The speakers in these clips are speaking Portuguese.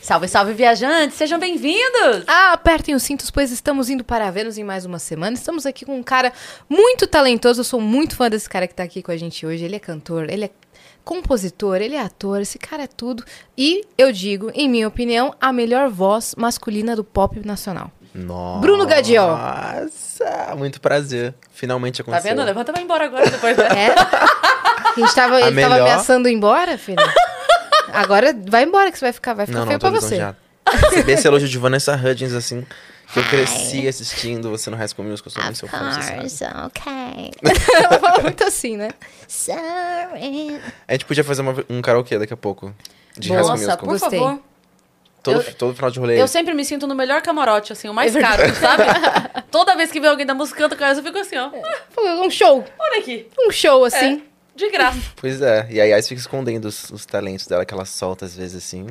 Salve, salve, viajantes! Sejam bem-vindos! Ah, apertem os cintos, pois estamos indo para a Vênus em mais uma semana. Estamos aqui com um cara muito talentoso. Eu sou muito fã desse cara que tá aqui com a gente hoje. Ele é cantor, ele é compositor, ele é ator, esse cara é tudo. E eu digo, em minha opinião, a melhor voz masculina do pop nacional. Nossa. Bruno Gadiol. Nossa, muito prazer. Finalmente Tá aconteceu. vendo? Levanta e vai embora agora, depois né? da... É? A gente tava, A ele melhor- tava ameaçando ir embora, filho. Agora vai embora que você vai ficar, vai ficar Não, feio não, tô pra você. lisonjeado. Receber esse elogio de Vanessa Hudgens, assim, que eu cresci assistindo você no High School Musical, eu sou muito seu fã, você sabe. okay. Ela fala muito assim, né? Sorry. A gente podia fazer uma- um karaokê daqui a pouco. De High School Nossa, Musical. por Gostei. favor. Todo, eu- todo final de rolê. Eu sempre me sinto no melhor camarote, assim, o mais caro, sabe? Toda vez que vem alguém da música canta com essa, eu fico assim, ó. "Ah, Falou, Um show, Olha aqui, um show assim. de graça. Pois é. E aí a Ice fica escondendo os, os talentos dela que ela solta às vezes, assim.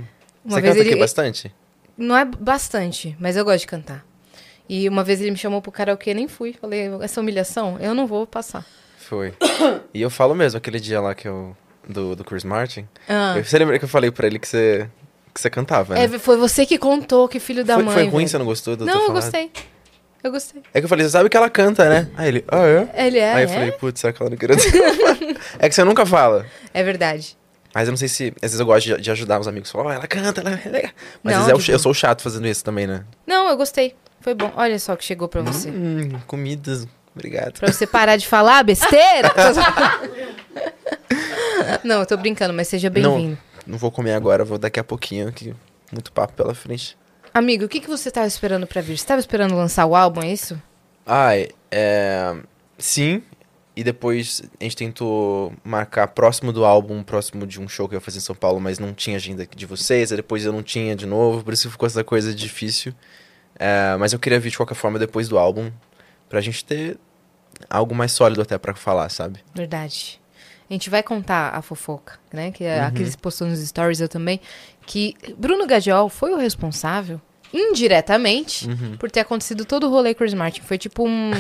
Uma você vez canta ele- aqui bastante? Não é bastante, mas eu gosto de cantar. E uma vez ele me chamou pro karaokê, nem fui. Falei, essa humilhação, eu não vou passar. Foi. E eu falo mesmo, aquele dia lá que eu... Do, do Chris Martin. Ah. Eu- você lembra que eu falei pra ele que você, que você cantava, né? É, foi você que contou, que filho da foi, mãe. foi ruim, velho. você não gostou do Não, eu falando? gostei. Eu gostei. É que eu falei, você sabe que ela canta, né? Aí ele, ah, é? Ele é, Aí é? eu falei, putz, será que ela não queria É que você nunca fala. É verdade. Mas eu não sei se. Às vezes eu gosto de, de ajudar os amigos. Falar, ó, ela canta, ela é legal. Mas Não, às vezes é o de ch- eu sou o chato fazendo isso também, né? Não, eu gostei. Foi bom. Olha só o que chegou pra você. Hum, comidas. Obrigado. Pra você parar de falar besteira. não, eu tô brincando, mas seja bem-vindo. Não, não vou comer agora, vou daqui a pouquinho, que muito papo pela frente. Amigo, o que, que você tava esperando pra vir? Você tava esperando lançar o álbum, é isso? Ai, Ah, é. Sim. E depois a gente tentou marcar próximo do álbum, próximo de um show que eu ia fazer em São Paulo, mas não tinha agenda de vocês. Aí depois eu não tinha de novo, por isso ficou essa coisa difícil. É, mas eu queria vir de qualquer forma depois do álbum, pra gente ter algo mais sólido até pra falar, sabe? Verdade. A gente vai contar a fofoca, né? Que Uhum. a Cris postou nos stories, eu também. Que Bruno Gadiol foi o responsável, indiretamente, Uhum. por ter acontecido todo o rolê Chris Martin. Foi tipo um...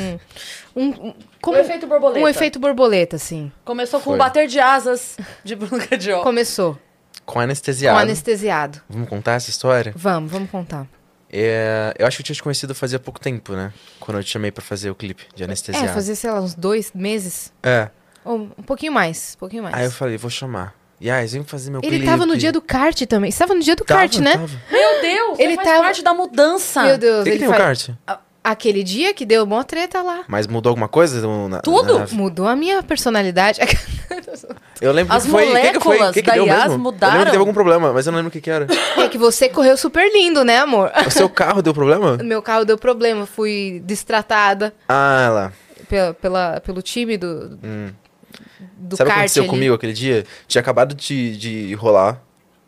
um, um- como- Um efeito borboleta. Um efeito borboleta, assim. Começou com o Foi. bater de asas de Bruno Gadiol. Começou Com anestesiado. com anestesiado. Vamos contar essa história? Vamos, vamos contar. É, eu acho que eu tinha te conhecido fazia pouco tempo, né? Quando eu te chamei pra fazer o clipe de anestesiado. É, fazia, sei lá, uns dois meses. É. Ou um pouquinho mais, um pouquinho mais. Aí eu falei, vou chamar. E aí, vem fazer meu Ele clipe. tava no dia do kart também. Você tava no dia do Tava, kart, né? tava. Meu Deus, ele Ele faz tava- parte da mudança. Meu Deus, O que, que ele tem faz- o kart? Aquele dia que deu mó treta lá. Mas mudou alguma coisa? no- na- Tudo? na nave? Mudou a minha personalidade. É eu lembro As que foi... o que que foi? O moléculas que que da deu IAS mesmo? Eu lembro mudaram. que teve algum problema, mas eu não lembro o que que era. É que você correu super lindo, né, amor? O seu carro deu problema? Meu carro deu problema, fui destratada Ah, lá. pela, pela- pelo time do, do Hum. Sabe o kart que aconteceu ali. comigo aquele dia? Tinha acabado de, de rolar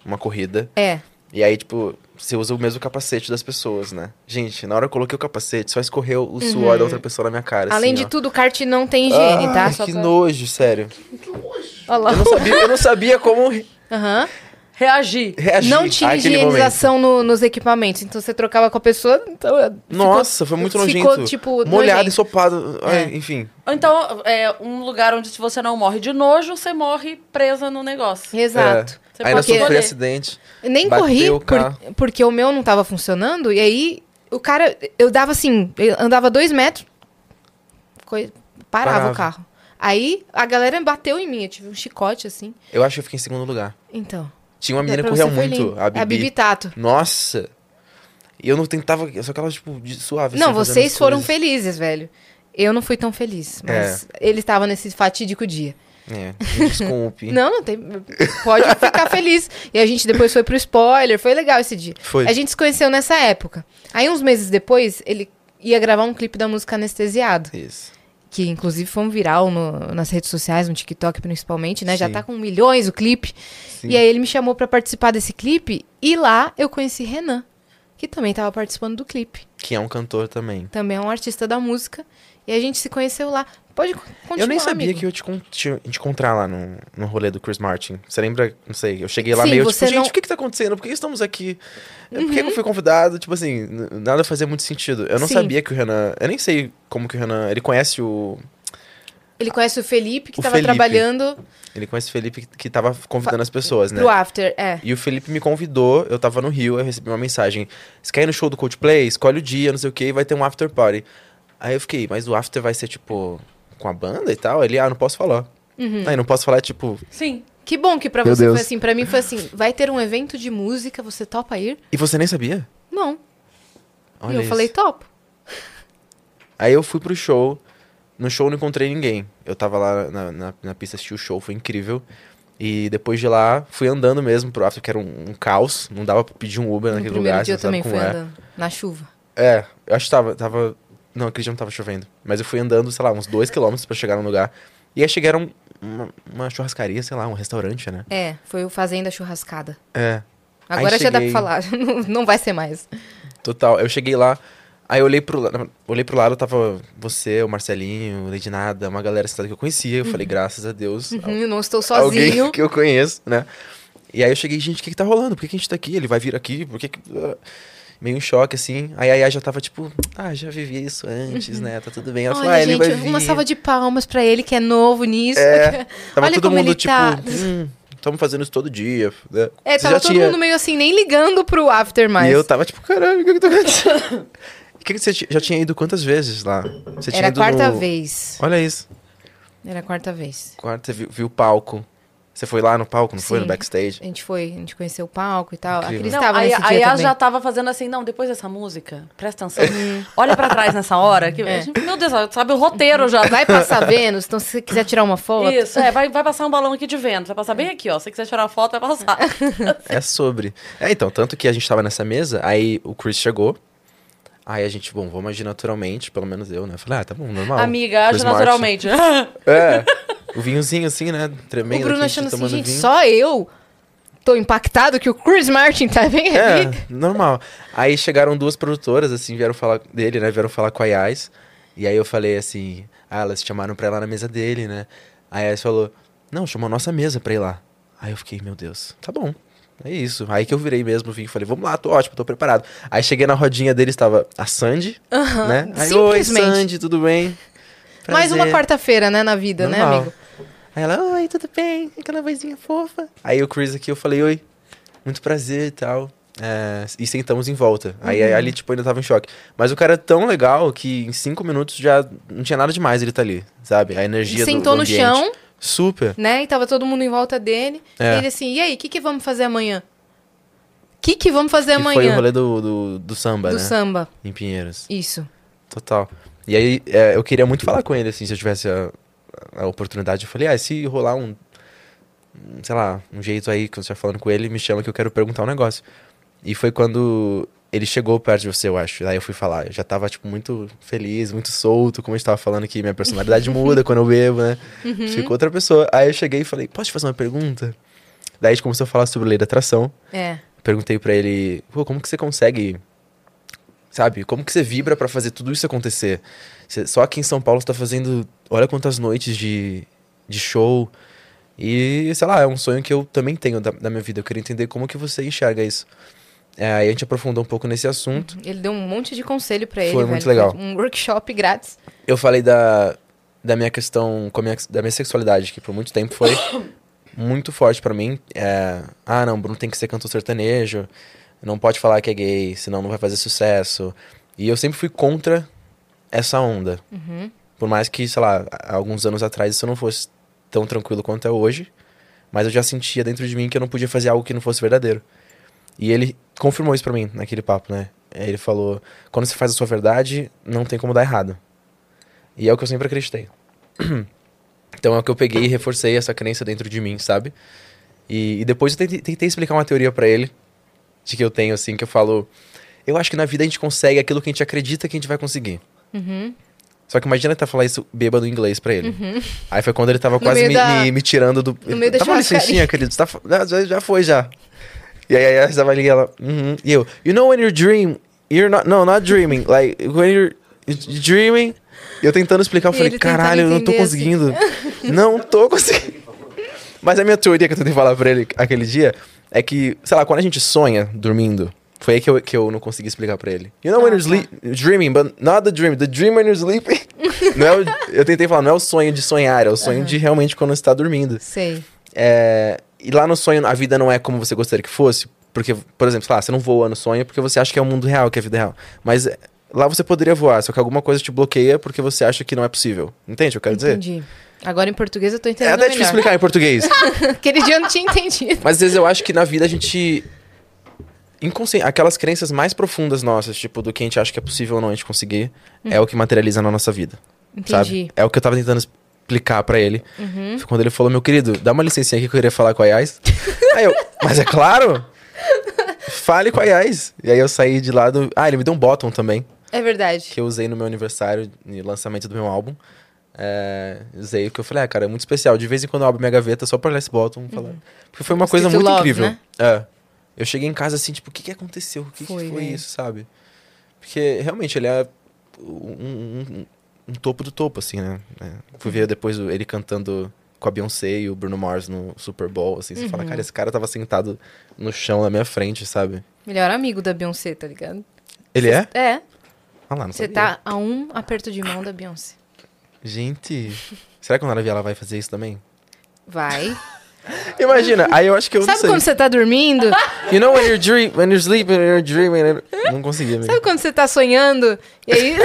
uma corrida. É. E aí, tipo, você usa o mesmo capacete das pessoas, né? Gente, na hora que eu coloquei o capacete, só escorreu o suor da outra pessoa na minha cara. Uhum. Além assim, de ó. tudo, o kart não tem higiene, Ai, tá? Só que pra- nojo, sério. Olha lá. Eu não sabia, eu não sabia como re- Aham. Reagir. reagir Não tinha àquele momento. higienização no- nos equipamentos. Então você trocava com a pessoa. Então, Nossa, foi muito nojento. Ficou, tipo, Molhado, nojento. ensopado. É. ai, Enfim. Então, é um lugar onde se você não morre de nojo, você morre presa no negócio. Exato. É. Você Aí nós pode sofri escolher. acidente. Nem Bateu corri o por- carro. porque o meu não tava funcionando. E aí, o cara. Eu dava assim, eu andava dois metros, coi- parava, Parava. o carro. Aí a galera bateu em mim, eu tive um chicote assim. Eu acho que eu fiquei em segundo lugar. Então. Tinha uma menina pra que corria você foi muito, lindo. a Bibi. É a Bibi Tato. Nossa! E eu não tentava, eu só que ela, tipo, de- suave. Não, assim, fazendo vocês as foram coisas. felizes, velho. Eu não fui tão feliz, mas ele estava nesse fatídico dia. É, me desculpe. Não, não tem. Pode ficar feliz. E a gente depois foi pro spoiler, foi legal esse dia. Foi. A gente se conheceu nessa época. Aí, uns meses depois, ele ia gravar um clipe da música Anestesiado. Isso. que inclusive foi um viral no- nas redes sociais, no TikTok principalmente, né? Já Sim. tá com milhões o clipe. E aí ele me chamou pra participar desse clipe e lá eu conheci Renan, que também tava participando do clipe. Que é um cantor também. Também é um artista da música e a gente se conheceu lá. Pode con- continuar, eu nem sabia amigo. que eu ia te, con- te, te encontrar lá no, no rolê do Chris Martin. Você lembra? Não sei. Eu cheguei lá Sim, meio você tipo, gente, não- Uhum. o que que tá acontecendo? Por que estamos aqui? Por que que eu fui convidado? Tipo assim, n- nada fazia muito sentido. Eu não Sim. sabia que o Renan. Eu nem sei como que o Renan. Ele conhece o. Ele conhece o Felipe, que O tava Felipe. trabalhando Ele conhece o Felipe que- que tava convidando as pessoas, né? pro After. É. E o Felipe me convidou, eu tava no Rio, eu recebi uma mensagem. Você quer ir no show do Coldplay? Escolhe o dia, não sei o que, vai ter um after party. Aí eu fiquei, mas o after vai ser, tipo, com a banda e tal? Ele, ah, não posso falar. Uhum. Aí não posso falar, é, tipo... Sim. Que bom que pra Meu você Deus. foi assim. Pra mim foi assim: vai ter um evento de música, você topa ir? E você nem sabia? Não. Olha e eu isso. falei: topo. Aí eu fui pro show. No show eu não encontrei ninguém. Eu tava lá na, na, na pista, assisti o show, foi incrível. E depois de lá, fui andando mesmo pro after, que era um, um caos. Não dava pra pedir um Uber No naquele primeiro lugar, dia você eu não também sabe como fui é. andando. Na chuva. É, eu acho que tava, tava... Não, aquele dia não tava chovendo. Mas eu fui andando, sei lá, uns dois quilômetros pra chegar no lugar. E aí chegaram uma, uma churrascaria, sei lá, um restaurante, né? É, foi o Fazenda Churrascada. É, Aí Agora já dá pra cheguei. falar. Não, não vai ser mais. total. Eu cheguei lá, aí eu olhei pro, la- olhei pro lado, tava você, o Marcelinho, o Lady Nada, uma galera sentada que eu conhecia. Eu falei, graças a Deus, Eu não estou Uhum. sozinho. alguém que eu conheço, né? E aí eu cheguei, gente, o que que tá rolando? Por que, que a gente tá aqui? Ele vai vir aqui? Por que que... ah?" Meio um choque, assim. Aí a Yaya já tava tipo, ah, já vivi isso antes, né? Tá tudo bem. Ela falou, ah, Uhum. Olha, ele gente, vai vir. uma salva de palmas pra ele que é novo nisso. É, Tava Olha todo como mundo ele tipo, tá. estamos fazendo isso todo dia. né? É, Você tava já todo tinha- mundo meio assim, nem ligando pro after mais. E eu tava tipo, caralho, o que que tá acontecendo? E que que você ti- já tinha ido quantas vezes lá? Você tinha Era a ido quarta no- vez. Olha isso. Era a quarta vez. Quarta, você viu, viu o palco. Você foi lá no palco, não foi? No Sim. backstage? A gente foi, a gente conheceu o palco e tal. Incrível. Aqueles Não, estavam aí nesse aí dia ela também. já tava fazendo assim, não, depois dessa música, presta atenção. É. Olha pra trás nessa hora. Que, É. Meu Deus, ela sabe o roteiro já. né?" Vai passar Vênus, então se você quiser tirar uma foto. Isso, é, vai, vai passar um balão aqui de vento, vai passar bem aqui, ó. Se você quiser tirar uma foto, vai passar. É sobre. É, então, tanto que a gente tava nessa mesa, aí o Chris chegou. Aí a gente, bom, vamos agir naturalmente, pelo menos eu, né? Eu Falei, ah, tá bom, normal. Amiga, age Chris Martin. naturalmente. É. O vinhozinho, assim, né? Tremendo. o Bruno aqui, a gente achando assim, tomando gente, vinho. só eu tô impactado que o Chris Martin tá bem É, ali. normal. Aí chegaram duas produtoras, assim, vieram falar dele, né? Vieram falar com a Yas. E aí eu falei assim, ah, elas chamaram pra ir lá na mesa dele, né? Aí a Yas falou, não, chamou a nossa mesa pra ir lá. Aí eu fiquei, meu Deus, tá bom. É isso. Aí que eu virei mesmo, vim e falei, vamos lá, tô ótimo, tô preparado. Aí cheguei na rodinha dele, estava a Sandy, né? Aí, oi, simplesmente. Sandy, tudo bem? Mais uma Prazer." quarta-feira, né, na vida, né, Normal. amigo? Aí ela, oi, tudo bem? Aquela vozinha fofa. Aí o Chris aqui, eu falei, oi, muito prazer e tal. É, e sentamos em volta. Aí Uhum. ali, tipo, ainda tava em choque. Mas o cara é tão legal que em cinco minutos já não tinha nada demais ele tá ali, sabe? A energia do, Sentou do no ambiente. chão, Super. né? E tava todo mundo em volta dele. É. E ele assim, e aí, o que, que vamos fazer amanhã? O que, que vamos fazer Que foi o amanhã? rolê do, do, do samba, Do né? samba. Em Pinheiros. Isso. Total. E aí, é, eu queria muito falar com ele, assim, se eu tivesse a, a oportunidade. Eu falei, ah, se rolar um, um, sei lá, um jeito aí que eu estiver falando com ele, me chama que eu quero perguntar um negócio. E foi quando ele chegou perto de você, eu acho. Aí eu fui falar. Eu já tava, tipo, muito feliz, muito solto, como a gente tava falando que minha personalidade muda quando eu bebo, né? Fico outra pessoa. Aí eu cheguei e falei, posso te fazer uma pergunta? Daí a gente começou a falar sobre lei da atração É. perguntei pra ele, Pô, como que você consegue, sabe, como que você vibra pra fazer tudo isso acontecer? Você- só aqui em São Paulo você tá fazendo, olha quantas noites de, de show. E, sei lá, é um sonho que eu também tenho da, da minha vida. Eu queria entender como que você enxerga isso. É, aí a gente aprofundou um pouco nesse assunto. Ele deu um monte de conselho pra ele. Foi velho. muito legal. Um workshop grátis. Eu falei da, da minha questão, com a minha, da minha sexualidade, que por muito tempo foi muito forte pra mim. É, ah, não, Bruno tem que ser cantor sertanejo, não pode falar que é gay, senão não vai fazer sucesso. E eu sempre fui contra essa onda. Por mais que, sei lá, há alguns anos atrás isso não fosse tão tranquilo quanto é hoje, mas eu já sentia dentro de mim que eu não podia fazer algo que não fosse verdadeiro. E ele confirmou isso pra mim naquele papo, né? Ele falou: quando você faz a sua verdade, não tem como dar errado. E é o que eu sempre acreditei. Então é o que eu peguei e reforcei essa crença dentro de mim, sabe? E, e depois eu tentei, tentei explicar uma teoria pra ele, de que eu tenho, assim, que eu falo. Eu acho que na vida a gente consegue aquilo que a gente acredita que a gente vai conseguir. Uhum. Só que imagina tentar falar isso bêbado em inglês pra ele. Aí foi quando ele tava No quase meio me, da- me, me tirando do. no meio da Dá uma churrascaria. licencinha, querido. Tá, fa- já- já, já foi já. E aí, aí ela estava ali, ela. "Uhum." E eu, you know when you're dream, you're not, no, not dreaming, like, when you're dreaming. E eu tentando explicar, eu E falei, ele tentando caralho, eu não tô entender, assim." conseguindo. não tô conseguindo. Mas a minha teoria que eu tentei falar pra ele aquele dia é que, sei lá, quando a gente sonha dormindo, foi Ah, aí tá. que eu, que eu não consegui explicar pra ele. You know when you're sleep, dreaming, but not the dream, the dream when you're sleeping. Não é o- eu tentei falar, não é o sonho de sonhar, é o sonho de realmente quando você tá dormindo. Sei. É, e lá no sonho, a vida não é como você gostaria que fosse. Porque, por exemplo, sei lá, você não voa no sonho porque você acha que é o mundo real, que é a vida real. Mas é, lá você poderia voar, só que alguma coisa te bloqueia porque você acha que não é possível. Entende o que eu quero dizer? Entendi. Agora em português eu tô É entendendo até difícil melhor. explicar em português. Aquele dia eu não tinha entendido. Mas às vezes eu acho que na vida a gente. Inconsciente, aquelas crenças mais profundas nossas, tipo, do que a gente acha que é possível ou não a gente conseguir, é o que materializa na nossa vida. Entendi. Sabe? É o que eu tava tentando explicar pra ele. Foi Quando ele falou, meu querido, dá uma licencinha aqui que eu queria falar com a Ayaz. aí eu, mas é claro! Fale com a Ayaz. E aí eu saí de lá do. Ah, ele me deu um bottom também, É verdade. que eu usei no meu aniversário, no lançamento do meu álbum. É, usei que eu falei, ah, cara, é muito especial. De vez em quando eu abro minha gaveta só pra olhar esse bottom. Falar. Porque foi uma coisa Escrito muito love, incrível. Uhum. né? É. Eu cheguei em casa assim, tipo, o que, que aconteceu? O que que Foi, é. foi, velho. isso, sabe? Porque realmente ele é um, um- um topo do topo, assim, né? É. Fui ver depois o- ele cantando com a Beyoncé e o Bruno Mars no Super Bowl, assim. Você Uhum. fala, cara, esse cara tava sentado no chão na minha frente, sabe? Melhor amigo da Beyoncé, tá ligado? Ele é? É. Ah lá, não Você sabia. tá a um aperto de mão da Beyoncé. Gente, será que o Nara Viela vai fazer isso também? Vai. Imagina, aí eu acho que eu Sabe não quando sei. você tá dormindo? You know when you're dream, when you're sleeping, when you're dreaming... and- Não consegui, amigo. Sabe quando você tá sonhando? E aí,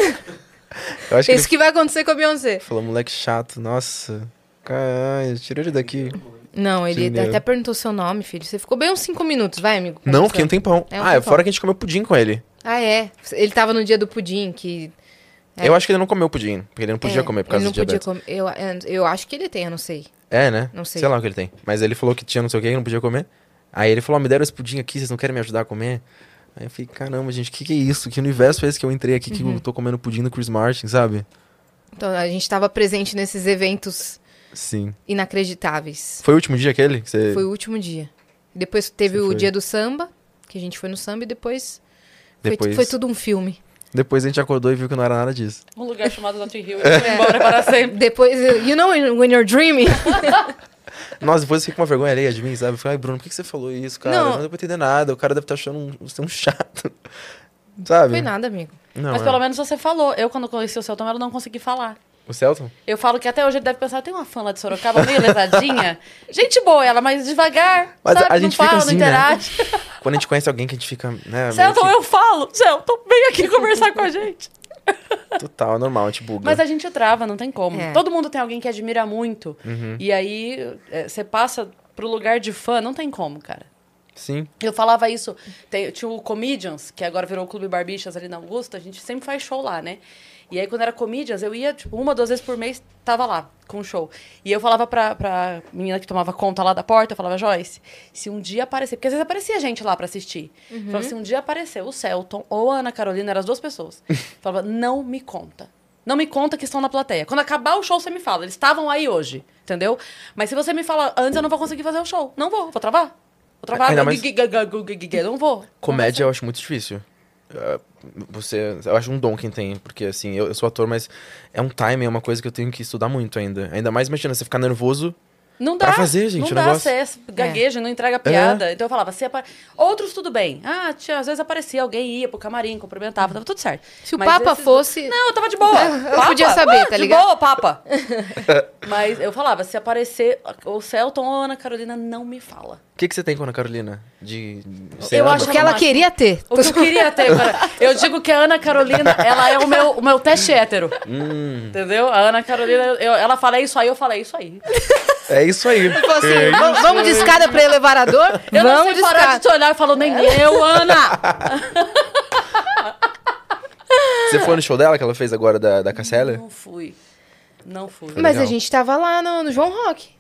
Eu acho que é ele isso que vai acontecer com a Beyoncé. Falou, moleque chato, nossa. Caralho, tirou ele daqui. É Não, ele Entendeu. até perguntou seu nome, filho. Você ficou bem uns cinco minutos, vai, amigo. Não, conversando. fiquei um tempão. É um ah, tempão. fora que a gente comeu pudim com ele. Ah, é. Ele tava no dia do pudim, que... Eu acho que ele não comeu pudim, porque ele não podia é, comer por causa ele do não podia diabetes. comer. Eu, eu acho que ele tem, eu não sei. É, né? Não sei. Sei lá o que ele tem. Mas ele falou que tinha não sei o que, que não podia comer. Aí ele falou, "Ó, me deram esse pudim aqui, vocês não querem me ajudar a comer? Aí eu fiquei, caramba, gente, que que é isso? Que universo é esse que eu entrei aqui, que Uhum. eu tô comendo pudim do Chris Martin, sabe? Então, a gente tava presente nesses eventos Sim. inacreditáveis. Foi o último dia aquele? Que você Foi o último dia. Depois teve Você o foi. dia do samba, que a gente foi no samba, e depois... foi tu- depois... foi tudo um filme. Depois a gente acordou e viu que não era nada disso. Um lugar chamado Notting Hill. e foi embora para sempre. Depois, you know when you're dreaming? Nossa, depois eu fiquei com uma vergonha alheia de mim, sabe? Eu falei, ai, Bruno, por que que você falou isso, cara? Não. Não, deu pra entender nada. O cara deve estar achando um- você um chato. Sabe? Foi nada, amigo. Não, Mas é. pelo menos você falou. Eu, quando conheci o seu Tomelo, não consegui falar. O Celton? Eu falo que até hoje ele deve pensar, tem uma fã lá de Sorocaba meio lesadinha. gente boa ela, mas devagar, Mas sabe? a gente não fica fala, assim, não né? interage. Quando a gente conhece alguém que a gente fica, né? meio Celton, que- eu falo. Celton, vem aqui conversar com a gente. Total, é normal, a gente buga. Mas a gente trava, não tem como. É. Todo mundo tem alguém que admira muito. E aí, é, você passa pro lugar de fã, não tem como, cara. Sim. Eu falava isso, tem, tinha o Comedians, que agora virou o Clube Barbixas ali na Augusta, a gente sempre faz show lá, né? E aí, quando era Comedians, eu ia, tipo, uma, duas vezes por mês, tava lá, com o show. E eu falava pra, pra menina que tomava conta lá da porta, eu falava, Joyce, se um dia aparecer... Porque às vezes aparecia gente lá pra assistir. Eu Falava, Uhum. se um dia aparecer o Celton ou a Ana Carolina, eram as duas pessoas. Eu falava, não me conta. Não me conta que estão na plateia. Quando acabar o show, você me fala. Eles estavam aí hoje, entendeu? Mas se você me fala antes, eu não vou conseguir fazer o show. Não vou, vou travar. Vou travar. Ainda mais- Não vou. Comédia eu acho muito difícil. É, Você, eu acho um dom quem tem, porque assim, eu, eu sou ator, mas é um timing, é uma coisa que eu tenho que estudar muito ainda. Ainda mais, imagina, você ficar nervoso. Não dá. Pra fazer, gente, Não o dá, negócio. é. você é gagueja, não entrega piada. Então eu falava, se apa- outros tudo bem. Ah, tinha, às vezes aparecia, alguém ia pro camarim, cumprimentava, tava tudo certo. Se o Mas Papa esses- fosse- Não, eu tava de boa. Eu Papa, podia saber, ah, tá ligado? De boa, Papa. Mas eu falava, se aparecer o Celton ou a Ana Carolina, não me fala. O que, que você tem com a Ana Carolina? De. Eu ama? acho O que ela queria ter. O que eu queria ter, cara. Eu digo que a Ana Carolina, ela é o meu, o meu teste hétero. Hum. Entendeu? A Ana Carolina, eu- ela fala "É isso aí, eu falei "É isso aí. É isso aí. Tipo assim, É "Vam- vamos de escada pra elevador? Eu não vamos de sei parar de escada. te olhar e falo, nem eu, Ana! Você foi no show dela que ela fez agora da, da Casseller? Não fui. Não fui. Mas Mas a Legal. gente tava lá no, no João Rock.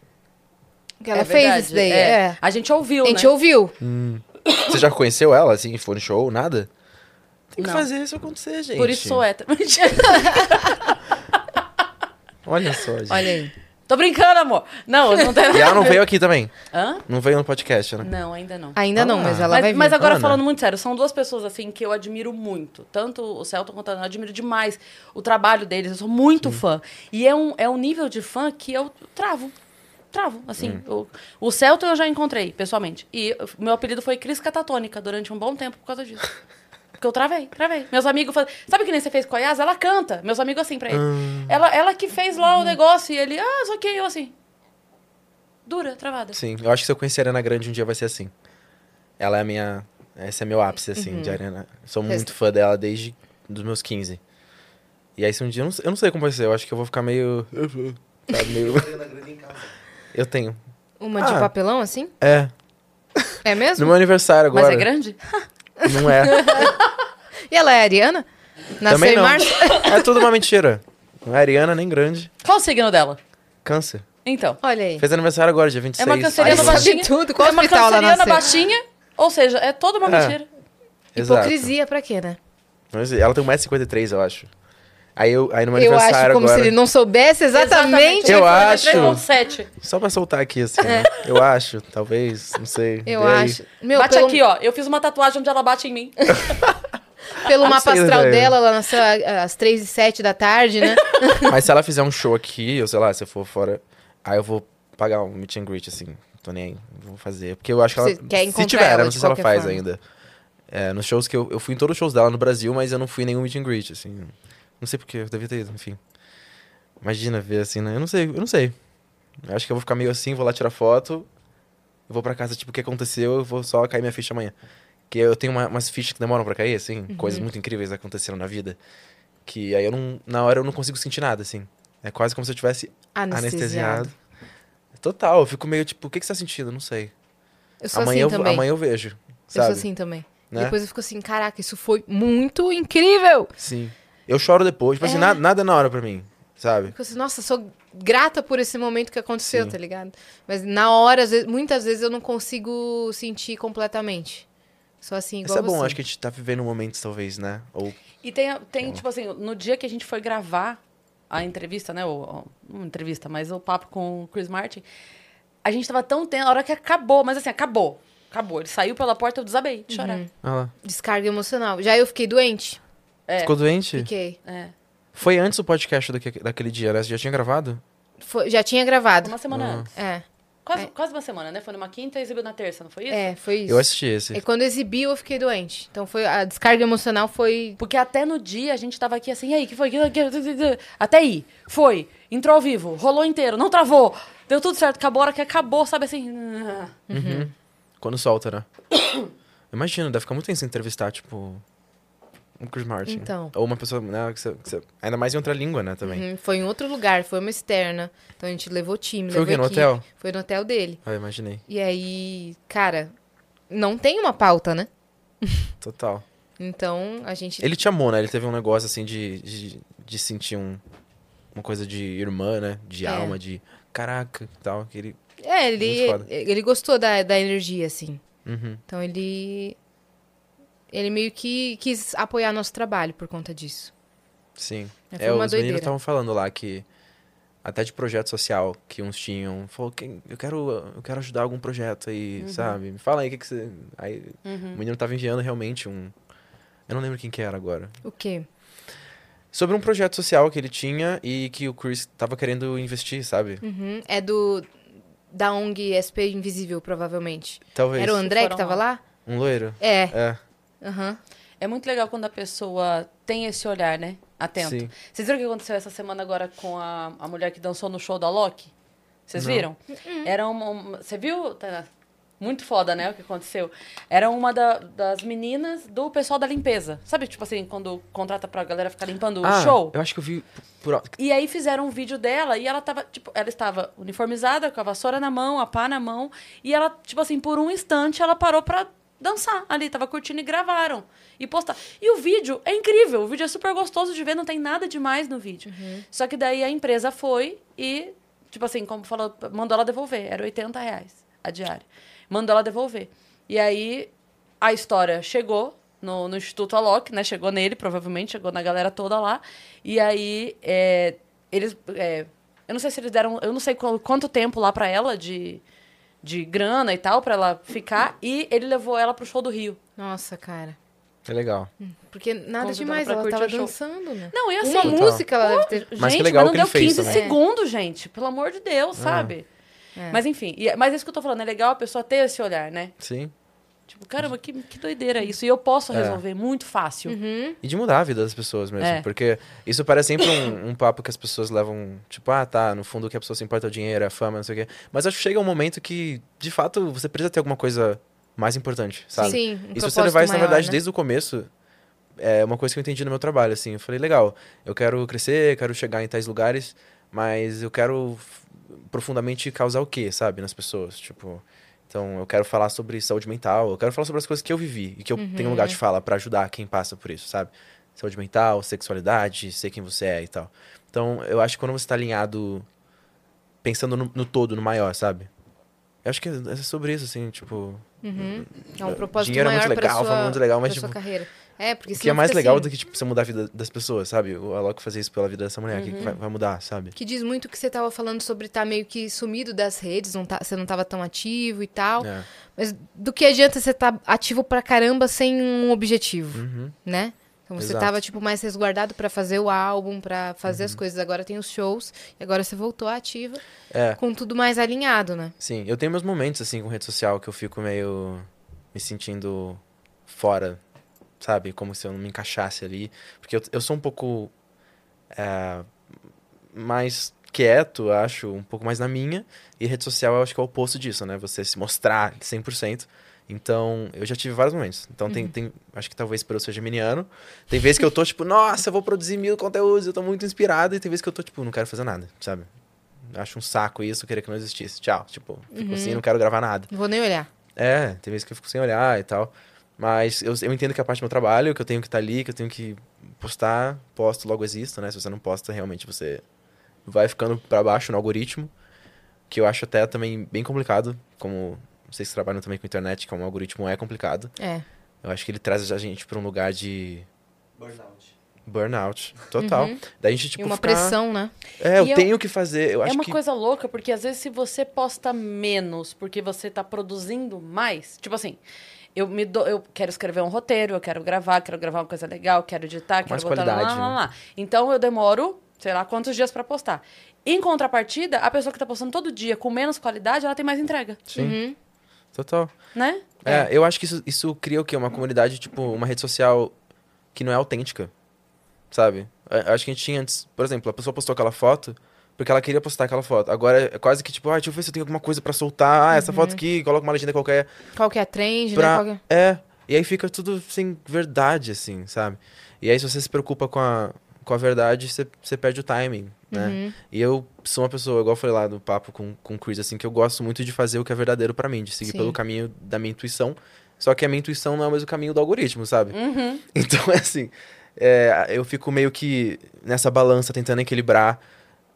Que ela É fez verdade, isso daí. é. é. A gente ouviu, A gente né? ouviu. Você já conheceu ela, assim, foi no show, nada? Tem que Não. fazer isso acontecer, gente. Por isso é. sou hétero. Mentira. Olha só, gente. Olha aí. Tô brincando, amor. Não, não tem E ela não veio aqui também. Hã? Não veio no podcast, né? Não, ainda não. Ainda não, Ah. mas ela mas, vai vir. mas agora Ana. falando muito sério, são duas pessoas assim que eu admiro muito. Tanto o Celton quanto a Ana, eu admiro demais o trabalho deles, eu sou muito fã. E é um, é um nível de fã que eu travo. Travo, Hum. assim. O, o Celton eu já encontrei, pessoalmente. E o meu apelido foi Cris Catatônica durante um bom tempo por causa disso. Porque eu travei, travei. Meus amigos falam. Sabe que nem você fez com a Yasa? Ela canta. Meus amigos assim pra ele. Ah. Ela, ela que fez lá o negócio e ele, ah, só que eu assim. Dura, travada. Sim, eu acho que se eu conhecer a Arena Grande um dia vai ser assim. Ela é a minha. Esse é meu ápice, assim, Uhum. de Arena. Sou Fez- muito fã dela desde dos meus 15. E aí, se um dia. Eu não, sei- eu não sei como vai ser, eu acho que eu vou ficar meio. sabe, meio- eu tenho. Uma de Ah. papelão, assim? É. É mesmo? No meu aniversário agora. Mas é grande? Não é. E ela é ariana? Nasceu Também em não. março? É tudo uma mentira. Não é ariana nem grande. Qual o signo dela? Câncer. Então. Olha aí. Fez aniversário agora, dia 26. É uma canceriana Ai, sabe baixinha. tudo, qual é uma hospital ela canceriana nasceu? baixinha. Ou seja, é toda uma É. mentira. Exato. Hipocrisia pra quê, né? Mas Ela tem 1,53m, eu acho. Aí, eu, aí no meu Eu acho aniversário como agora. se ele não soubesse exatamente. Ele Eu foi acho. 3,7. Só pra soltar aqui, assim. né? Eu acho, talvez, não sei. É. Eu Vê aí. acho. Meu, bate pelo, aqui, ó. Eu fiz uma tatuagem onde ela bate em mim. pelo mapa sei, astral velho. dela, ela nasceu a- às 3 e 7 da tarde, né? Mas se ela fizer um show aqui, ou sei lá, se eu for fora, aí eu vou pagar um meet and greet, assim. Tô nem aí, vou fazer. Porque eu acho que ela. Você quer se encontrar tiver, ela eu não de sei se ela qualquer faz forma. ainda. É, nos shows que eu, eu fui em todos os shows dela no Brasil, mas eu não fui em nenhum meet and greet, assim. Não sei porque, eu devia ter ido, enfim. Imagina ver assim, né? Eu não sei, eu não sei. Eu acho que eu vou ficar meio assim, vou lá tirar foto, eu vou pra casa, tipo, o que aconteceu, eu vou só cair minha ficha amanhã. Que eu tenho uma- umas fichas que demoram pra cair, assim, Uhum. coisas muito incríveis aconteceram na vida. Que aí eu não, na hora eu não consigo sentir nada, assim. É quase como se eu tivesse Anestesiado. anestesiado. Total, eu fico meio tipo, o que, que você tá sentindo? Não sei. Eu sou amanhã, assim eu, também. amanhã eu vejo. eu Sabe? sou assim também. Né? Depois eu fico assim, caraca, isso foi muito incrível. Sim. Eu choro depois, tipo assim, na- nada é na hora pra mim, sabe? Fico assim, nossa, sou grata por esse momento que aconteceu, Sim. tá ligado? Mas na hora, às vezes- muitas vezes eu não consigo sentir completamente. Sou assim, Isso igual é bom, você. acho que a gente tá vivendo momentos, talvez, né? Ou E tem, a- tem tipo assim, no dia que a gente foi gravar a entrevista, né? O, o- não entrevista, mas o papo com o Chris Martin, a gente tava tão tenso, a hora que acabou, mas assim, acabou. Acabou. Ele saiu pela porta, eu desabei de chorar. Uhum. Ah lá. Descarga emocional. Já eu fiquei doente? É. Ficou doente? Fiquei. É. Foi antes o podcast daque- daquele dia, né? Você já tinha gravado? Foi- já tinha gravado. Uma semana antes. É, Quase, quase uma semana, né? Foi numa quinta e exibiu na terça, não foi isso? é, foi isso. Eu assisti esse. E quando exibiu, eu fiquei doente. Então foi a descarga emocional foi. Porque até no dia a gente tava aqui assim, e aí, que foi? Que- que- que- que- Até aí. Foi. Entrou ao vivo, rolou inteiro, não travou. Deu tudo certo, acabou a hora que acabou, sabe assim. ah. Quando solta, né? Imagina, deve ficar muito tenso entrevistar, tipo, um Chris Martin. Então. Ou uma pessoa, né, que você, que você- Ainda mais em outra língua, né, também. Uhum, Foi em outro lugar, foi uma externa. Então a gente levou time, Foi o levou quê? No equipe. hotel? Foi no hotel dele. Ah, imaginei. E aí, cara, não tem uma pauta, né? Total. Então a gente. Ele te amou, né? Ele teve um negócio, assim, de, de, de sentir um, uma coisa de irmã, né? De É. alma, de caraca e tal. Que ele... É, ele, Muito foda. ele gostou da, da energia, assim. Uhum. Então ele. Ele meio que quis apoiar nosso trabalho por conta disso. Sim. É, foi É, uma os doideira. meninos estavam falando lá que até de projeto social que uns tinham, falou, "Quem- eu quero, eu quero ajudar algum projeto aí, Uhum. sabe? Me fala aí o que, que você. Aí o menino tava enviando realmente um. Eu não lembro quem que era agora. O quê? Sobre um projeto social que ele tinha e que o Chris tava querendo investir, sabe? Uhum, É do. Da ONG SP Invisível, provavelmente. Talvez. Era o André Que que foram tava lá. lá? Um loiro? É. É. Aham. É muito legal quando a pessoa tem esse olhar, né? Atento. Sim. Vocês viram o que aconteceu essa semana agora com a, a mulher que dançou no show da Loki? Vocês viram? Era uma. uma- Você viu? Tainá? Muito foda, né? O que aconteceu. Era uma da- das meninas do pessoal da limpeza. Sabe, tipo assim, quando contrata pra galera ficar limpando o Ah, show? Eu acho que eu vi. Por... alto. E aí fizeram um vídeo dela e ela tava, tipo, ela estava uniformizada, com a vassoura na mão, a pá na mão, e ela, tipo assim, por um instante ela parou pra dançar ali, tava curtindo e gravaram e postaram. E o vídeo é incrível, o vídeo é super gostoso de ver, não tem nada demais no vídeo. Só que daí a empresa foi e, tipo assim, como falou, mandou ela devolver, era 80 reais a diária. Mandou ela devolver. E aí a história chegou no, no Instituto Alok, né? Chegou nele, provavelmente, chegou na galera toda lá. E aí, é, eles... é, eu não sei se eles deram... Eu não sei qual- quanto tempo lá pra ela de, de grana e tal, pra ela ficar. E ele levou ela pro show do Rio. Nossa, cara. É legal. Porque nada Convidou demais, pra ela curtir tava o show. dançando, né? Não, e assim... Uma Total. música ela deve ter. um- Mas que gente, legal mas não que ele deu 15 fez também. É. segundos, gente. Pelo amor de é Deus, sabe? Mas enfim, e- mas isso que eu tô falando, é legal a pessoa ter esse olhar, né? Sim. Tipo, caramba, que, que doideira isso. E eu posso É. resolver muito fácil. Uhum. E de mudar a vida das pessoas mesmo. É. Porque isso parece sempre um, um papo que as pessoas levam, tipo, ah, tá, no fundo o que a pessoa se importa é o dinheiro, é a fama, não sei o quê. Mas acho que chega um momento que, de fato, você precisa ter alguma coisa mais importante, sabe? Sim, um E se você propósito levar isso, na maior, verdade, né? desde o começo, é uma coisa que eu entendi no meu trabalho, assim. Eu falei, legal, eu quero crescer, quero chegar em tais lugares, mas eu quero f- profundamente causar o quê, sabe, nas pessoas? Tipo, então eu quero falar sobre saúde mental, eu quero falar sobre as coisas que eu vivi e que eu tenho um Uhum. lugar de fala pra ajudar quem passa por isso, sabe? Saúde mental, sexualidade, ser quem você é e tal. Então, eu acho que quando você tá alinhado, pensando no, no todo, no maior, sabe? Eu acho que é é sobre isso, assim, tipo... Uhum. É um propósito Dinheiro é maior muito pra legal, sua, fama é muito legal, mas, pra sua tipo, carreira. É, porque o que é senão mais fica legal assim, do que, tipo, você mudar a vida das pessoas, sabe? O Alok fazer isso pela vida dessa mulher, Uhum. que vai, vai mudar, sabe? Que diz muito que você tava falando sobre estar meio que sumido das redes, não tá- você não tava tão ativo e tal. É. Mas do que adianta você estar ativo pra caramba sem um objetivo, né? Então você Uhum. Exato. Uhum. tava tipo mais resguardado pra fazer o álbum, pra fazer as coisas. Agora tem os shows e agora você voltou ativa É. com tudo mais alinhado, né? Sim, eu tenho meus momentos, assim, com rede social que eu fico meio me sentindo fora, sabe? Como se eu não me encaixasse ali. Porque eu, eu sou um pouco é, mais quieto, acho, um pouco mais na minha. E rede social eu acho que é o oposto disso, né? Você se mostrar 100%. Então, eu já tive vários momentos. Então, tem, tem acho que talvez por eu ser geminiano, tem vezes que eu tô tipo, nossa, eu vou produzir mil conteúdos, eu tô muito inspirado. E tem vezes que eu tô tipo, não quero fazer nada, sabe? Acho um saco isso, queria que não existisse. Tchau. Tipo, fico assim, não quero gravar nada. Não vou nem olhar. É, tem vezes que eu fico sem olhar e tal. Mas eu, eu entendo que é parte do meu trabalho, que eu tenho que estar ali, que eu tenho que postar, posto, logo existo, né? Se você não posta, realmente você vai ficando pra baixo no algoritmo, que eu acho até também bem complicado, como vocês que trabalham também com internet, que é um algoritmo é complicado. É. Eu acho que ele traz a gente pra um lugar de... Burnout. Burnout, total. Da gente, tipo, e uma ficar- pressão, né? É, eu, E eu- tenho que fazer, eu é acho uma que... coisa louca, porque às vezes se você posta menos porque você tá produzindo mais, tipo assim, eu me dou, eu quero escrever um roteiro, eu quero gravar, quero gravar uma coisa legal, quero editar, quero Mais botar lá, lá, qualidade, lá, né? lá. Então eu demoro, sei lá, quantos dias pra postar. Em contrapartida, a pessoa que tá postando todo dia com menos qualidade, ela tem mais entrega, Sim, total. né? É, eu acho que isso, isso cria o quê? Uma comunidade, tipo, uma rede social que não é autêntica, sabe? A- Acho que a gente tinha antes, por exemplo, a pessoa postou aquela foto porque ela queria postar aquela foto. Agora é quase que tipo, ah, deixa eu ver se eu tenho alguma coisa pra soltar. Ah, essa foto aqui, coloca uma legenda qualquer. Qual que é a trend, né? Pra... Qual que é- É, e aí fica tudo sem verdade, assim, sabe? E aí se você se preocupa com a, com a verdade, você, você perde o timing, né? E eu sou uma pessoa, igual eu falei lá no papo com, com o Chris, assim, que eu gosto muito de fazer o que é verdadeiro pra mim, de seguir Sim. pelo caminho da minha intuição. Só que a minha intuição não é o mesmo caminho do algoritmo, sabe? Uhum. Então, é assim, é, eu fico meio que nessa balança, tentando equilibrar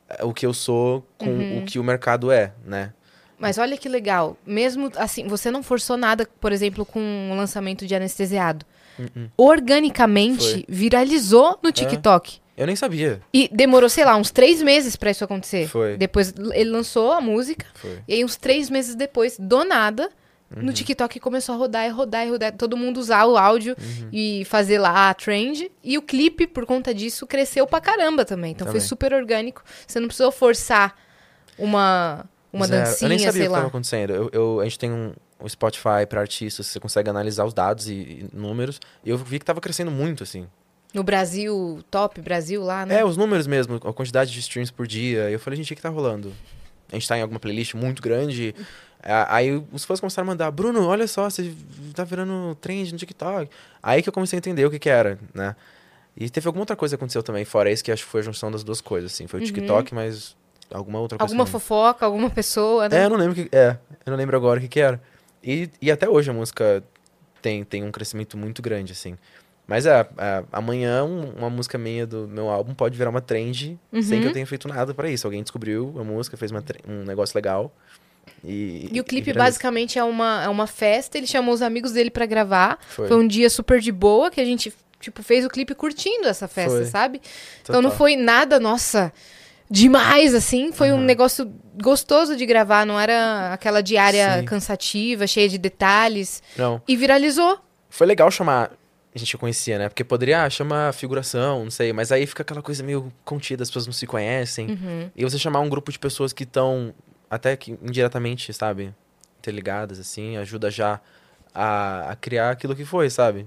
é, o que eu sou com o que o mercado é, né? Mas olha que legal. Mesmo assim, você não forçou nada, por exemplo, com o lançamento de anestesiado. Organicamente Hum, Foi. É. viralizou no TikTok. Eu nem sabia. E demorou, sei lá, uns três meses pra isso acontecer. Foi. Depois l- ele lançou a música. Foi. E aí, uns três meses depois, do nada, Uhum. no TikTok começou a rodar e rodar e rodar. Todo mundo usar o áudio Uhum. e fazer lá a trend. E o clipe, por conta disso, cresceu pra caramba também. Então foi Também. super orgânico. Você não precisou forçar uma, uma Zero. dancinha, Eu nem sabia sei o que lá. estava acontecendo. Eu, eu- a gente tem um, um Spotify pra artistas, você consegue analisar os dados e, e números. E eu vi que tava crescendo muito, assim. No Brasil, top Brasil lá, né? É, os números mesmo, a quantidade de streams por dia. Eu falei, gente, o que tá rolando? A gente tá em alguma playlist muito grande. A- Aí os fãs começaram a mandar, Bruno, olha só, você tá virando trend no TikTok. Aí que eu comecei a entender o que que era, né? E teve alguma outra coisa que aconteceu também, fora isso, que acho que foi a junção das duas coisas, assim. Foi o TikTok, mas alguma outra coisa. Uhum. alguma também. fofoca, alguma pessoa, né? É, eu não lembro o que. É, eu não lembro agora o que, que era. E, e até hoje a música tem, tem um crescimento muito grande, assim. Mas é, é, amanhã um- uma música minha do meu álbum pode virar uma trend sem Uhum. que eu tenha feito nada pra isso. Alguém descobriu a música, fez uma tre- um negócio legal. E, E o clipe viralizou. basicamente é uma, é uma festa, ele chamou os amigos dele pra gravar. Foi. Foi. um dia super de boa que a gente, tipo, fez o clipe curtindo essa festa, Foi. sabe? Então não Total. foi nada, nossa, demais assim, foi Uhum. um negócio gostoso de gravar, não era aquela diária Sim. cansativa, cheia de detalhes Não. e viralizou. Foi legal chamar. A gente conhecia, né? Porque poderia ah, chamar figuração, não sei, mas aí fica aquela coisa meio contida, as pessoas não se conhecem. Hum. E você chamar um grupo de pessoas que estão, até que indiretamente, sabe, interligadas, assim, ajuda já a, a criar aquilo que foi, sabe?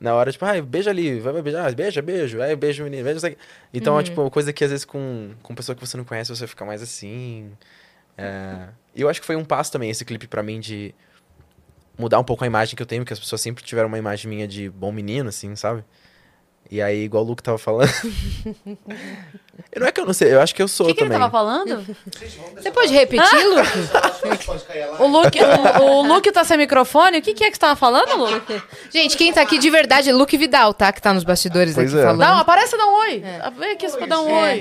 Na hora, tipo, ai, beija ali, vai vai beijar, beija, beijo, aí beija o menino, beija, não sei o quê. Então, Uhum. é tipo, coisa que às vezes com, com pessoa que você não conhece, você fica mais assim. É, E eu acho que foi um passo também esse clipe pra mim de mudar um pouco a imagem que eu tenho, porque as pessoas sempre tiveram uma imagem minha de bom menino, assim, sabe? E aí, igual o Luke tava falando. não é que eu não sei, eu acho que eu O sou que, que ele também. tava falando? Você pode repetir, Luke? O Luke, o, o Luke tá sem microfone? O que, que é que você tava falando, Luke? Gente, quem tá aqui de verdade é Luke Vidal, tá? Que tá nos bastidores Pois aqui é. falando. Dá, um- aparece e dá um oi. Vem aqui só pra dar um oi.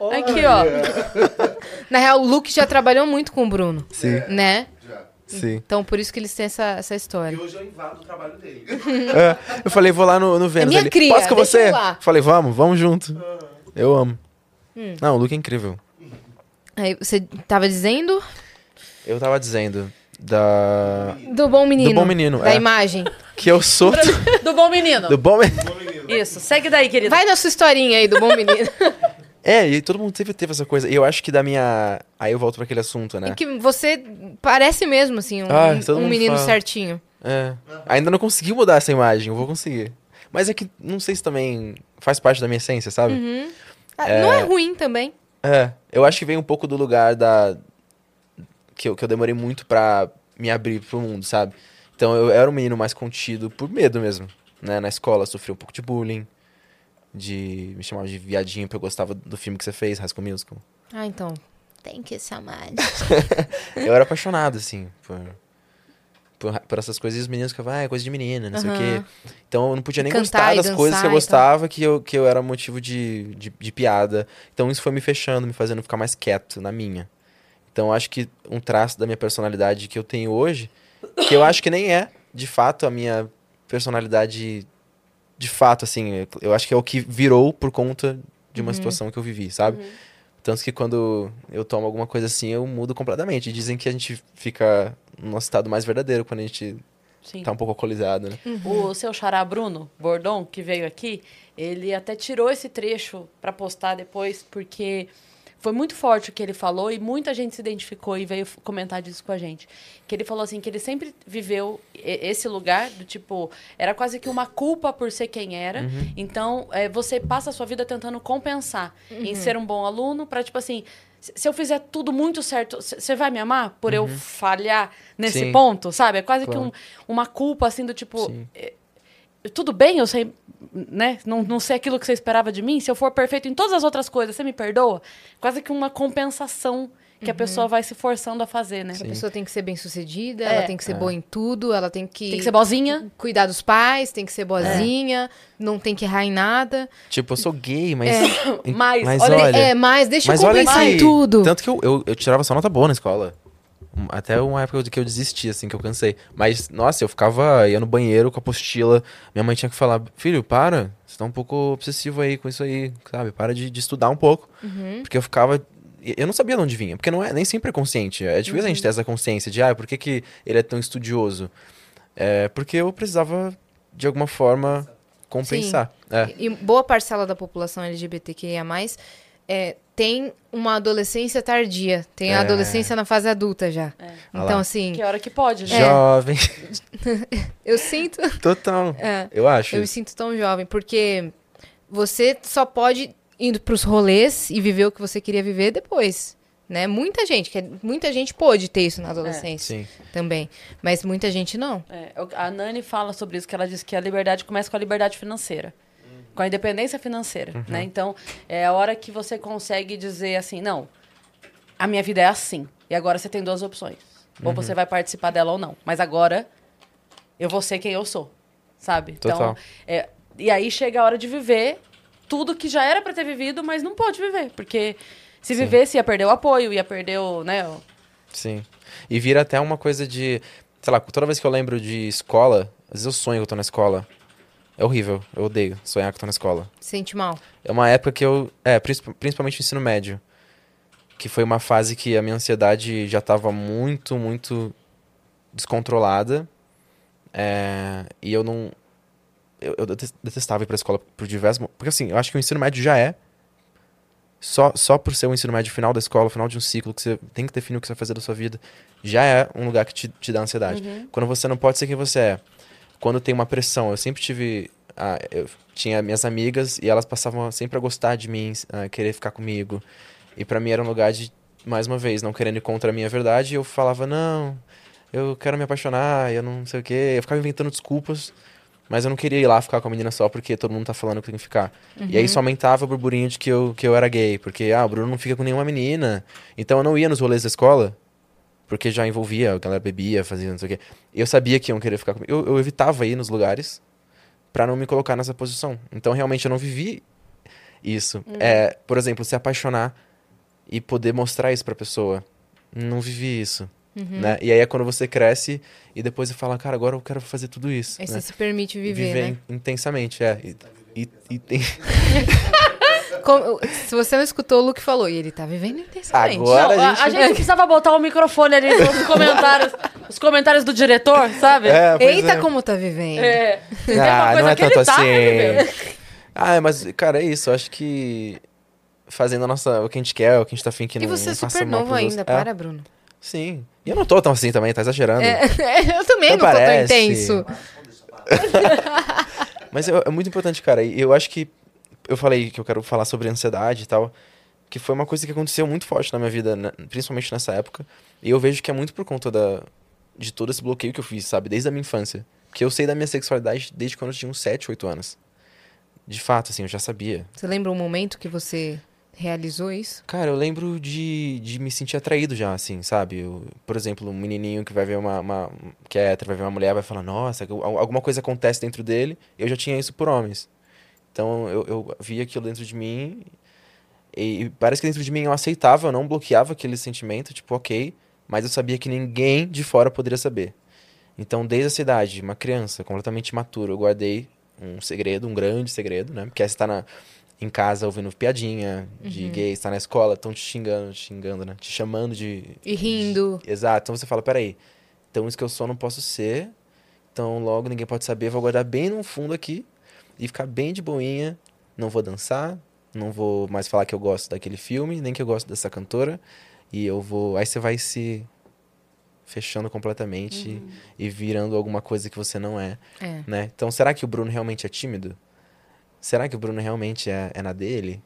Aqui, ó. Na real, o Luke já trabalhou muito com o Bruno, Sim, né? sim. Então, por isso que eles têm essa, essa E história. hoje eu invado o trabalho dele. É, eu falei, vou lá no, no Vênus. É minha Ele, cria, posso com deixa você? eu lá. Hum. Falei, vamos, vamos junto. Eu amo. Não, o Luke é incrível. Aí, você tava dizendo Eu tava dizendo da. do bom menino. Do bom menino, Da é. imagem. Que eu sou do, Do bom menino. do bom. men- Ô, menino. Isso, segue daí, querido. Vai na sua historinha aí do bom menino. É, e todo mundo teve, teve essa coisa. E eu acho que da minha. Aí eu volto pra aquele assunto, né? É que você parece mesmo, assim, um, Ah, todo um mundo menino fala. certinho. É. Ainda não consegui mudar essa imagem, eu vou conseguir. Mas é que não sei se também faz parte da minha essência, sabe? Ah, Não é ruim também. É, eu acho que vem um pouco do lugar da. Que eu, que eu demorei muito pra me abrir pro mundo, sabe? Então eu era um menino mais contido por medo mesmo, né? Na escola sofri um pouco de bullying, de me chamavam de viadinho porque eu gostava do filme que você fez, High School Musical. Ah, então. Tem que chamar. Eu era apaixonado, assim, por, por, por essas coisas. E os meninos ficavam, ah, é coisa de menina, não sei o quê. Então eu não podia nem Cantar gostar e das coisas dançar que eu e gostava, que, eu, que eu era motivo de, de, de piada. Então isso foi me fechando, me fazendo ficar mais quieto na minha. Então eu acho que um traço da minha personalidade que eu tenho hoje, que eu acho que nem é, de fato, a minha personalidade. De fato, assim, eu- eu acho que é o que virou por conta de Uhum. uma situação que eu vivi, sabe? Tanto que quando eu tomo alguma coisa assim, eu mudo completamente. Dizem que a gente fica no nosso estado mais verdadeiro quando a gente Sim. tá um pouco alcoolizado, né? O seu xará Bruno Bordon, que veio aqui, ele até tirou esse trecho pra postar depois, porque foi muito forte o que ele falou e muita gente se identificou e veio f- comentar disso com a gente. Que ele falou assim, que ele sempre viveu e- esse lugar do tipo, era quase que uma culpa por ser quem era. Uhum. Então, é, você passa a sua vida tentando compensar em ser um bom aluno pra, tipo assim, se se eu fizer tudo muito certo, você vai me amar por eu falhar nesse Uhum. Sim. ponto, sabe? É quase Claro. que um- uma culpa, assim, do tipo, Sim. tudo bem, eu sei, né? Não, não sei aquilo que você esperava de mim. Se eu for perfeito em todas as outras coisas, você me perdoa? Quase que uma compensação que a pessoa vai se forçando a fazer, né? A Sim. pessoa tem que ser bem sucedida, É. ela tem que ser boa em tudo, ela tem que. Tem que ser bozinha. Cuidar dos pais, tem que É. ser boazinha, não tem que errar em nada. Tipo, eu sou gay, mas. em- mas olha- olha. é, mas deixa mas É, eu olha compensar que- em tudo. Tanto que eu, eu, eu tirava só nota boa na escola. Um- Até uma época que eu desisti, assim, que eu cansei. Mas, nossa, eu ficava, ia no banheiro com a apostila. Minha mãe tinha que falar, filho, para. Você tá um pouco obsessivo aí com isso aí, sabe? Para de, de estudar um pouco. Uhum. Porque eu ficava... e Eu não sabia de onde vinha. Porque não é, nem sempre é consciente. É difícil a Uhum. gente ter essa consciência de, ah, por que, que ele é tão estudioso? É porque eu precisava, de alguma forma, compensar. É. E boa parcela da população LGBTQIA+, é, tem uma adolescência tardia. Tem a É. adolescência na fase adulta já. Ah Então, lá. assim, É. Que hora que pode, né? Jovem, eu sinto... total. É. Eu acho. Eu me sinto tão jovem, porque você só pode ir pros rolês e viver o que você queria viver depois. Né? Muita gente, que muita gente pôde ter isso na adolescência Sim. também. Mas muita gente não. É, eu- a Nani fala sobre isso, que ela diz que a liberdade começa com a liberdade financeira. Com a independência financeira, né? Então, é a hora que você consegue dizer assim, não, a minha vida é assim. E agora você tem duas opções. Ou você vai participar dela ou não. Mas agora eu vou ser quem eu sou, sabe? Total. Então, é, e aí chega a hora de viver tudo que já era pra ter vivido, mas não pôde viver. Porque se vivesse, ia perder o apoio, ia perder o, né, o- Sim. E vira até uma coisa de. Sei lá, toda vez que eu lembro de escola, às vezes eu sonho que eu tô na escola. É horrível, eu odeio sonhar que eu tô na escola. Se sente mal. É uma época que eu. É, princip- principalmente o ensino médio. Que foi uma fase que a minha ansiedade já tava muito, muito descontrolada. É, e eu não. Eu, eu detes- detestava ir pra escola por diversos. mo- Porque assim, eu acho que o ensino médio já é só, só por ser o ensino médio, final da escola, final de um ciclo, que você tem que definir o que você vai fazer da sua vida, já é um lugar que te, te dá ansiedade. Quando você não pode ser quem você é, quando tem uma pressão, eu sempre tive. ah, eu tinha minhas amigas e elas passavam sempre a gostar de mim, a querer ficar comigo. E pra mim era um lugar de, mais uma vez, não querendo ir contra a minha verdade, eu falava, não, eu quero me apaixonar, eu não sei o quê. Eu ficava inventando desculpas, mas eu não queria ir lá ficar com a menina só porque todo mundo tá falando que tem que ficar. E aí isso aumentava o burburinho de que eu, que eu era gay, porque, ah, o Bruno não fica com nenhuma menina. Então eu não ia nos rolês da escola, porque já envolvia, a galera bebia, fazia não sei o quê. Eu sabia que iam querer ficar comigo. Eu, eu evitava ir nos lugares pra não me colocar nessa posição. Então realmente eu não vivi isso. É, por exemplo, se apaixonar e poder mostrar isso pra pessoa. Não vivi isso. Né? E aí é quando você cresce e depois você fala, cara, agora eu quero fazer tudo isso. Aí né? você se permite viver, né? in- intensamente, é. E, e, e tem... Como- se você não escutou, o Luke falou. E ele tá vivendo intensamente. Agora- Não, a, a gente precisava botar o microfone ali nos comentários. os comentários do diretor, sabe? É, pois Eita, é. como tá vivendo. É. Tem uma Ah, coisa não é que ele tanto tá revivendo. assim. Ah, mas, cara, é isso. Eu acho que fazendo a nossa, o que a gente quer, o que a gente tá afim que E não você é não faça super mal novo pros outros. ainda, É, para, É. Bruno. Sim. E eu não tô tão assim também, tá exagerando. eu também Não não, tô tão Então parece. intenso. Mas é, é muito importante, cara. E eu acho que. Eu falei que eu quero falar sobre ansiedade e tal. Que foi uma coisa que aconteceu muito forte na minha vida, né, principalmente nessa época. E eu vejo que é muito por conta da, de todo esse bloqueio que eu fiz, sabe? Desde a minha infância. Porque eu sei da minha sexualidade desde quando eu tinha uns 7, 8 anos. De fato, assim, eu já sabia. Você lembra um momento que você realizou isso? Cara, eu lembro de, de me sentir atraído já, assim, sabe? Eu- por exemplo, um menininho que vai ver uma, uma- que é hétero, vai ver uma mulher, vai falar, nossa, que- al- alguma coisa acontece dentro dele. Eu já tinha isso por homens. Então, eu, eu via aquilo dentro de mim e, e parece que dentro de mim eu aceitava, eu não bloqueava aquele sentimento, tipo, ok. Mas eu sabia que ninguém de fora poderia saber. Então, desde essa idade, uma criança completamente imatura, eu guardei um segredo, um grande segredo, né? Porque aí você tá na, em casa ouvindo piadinha de gay, você tá na escola, estão te xingando, te xingando, né? Te chamando de. E rindo. de- Exato. Então você fala, peraí, então isso que eu sou não posso ser. Então logo ninguém pode saber, vou guardar bem no fundo aqui e ficar bem de boinha. Não vou dançar, não vou mais falar que eu gosto daquele filme, nem que eu gosto dessa cantora. E eu vou. Aí você vai se fechando completamente e virando alguma coisa que você não é É. né? Então, será que o Bruno realmente é tímido? Será que o Bruno realmente é, é na dele?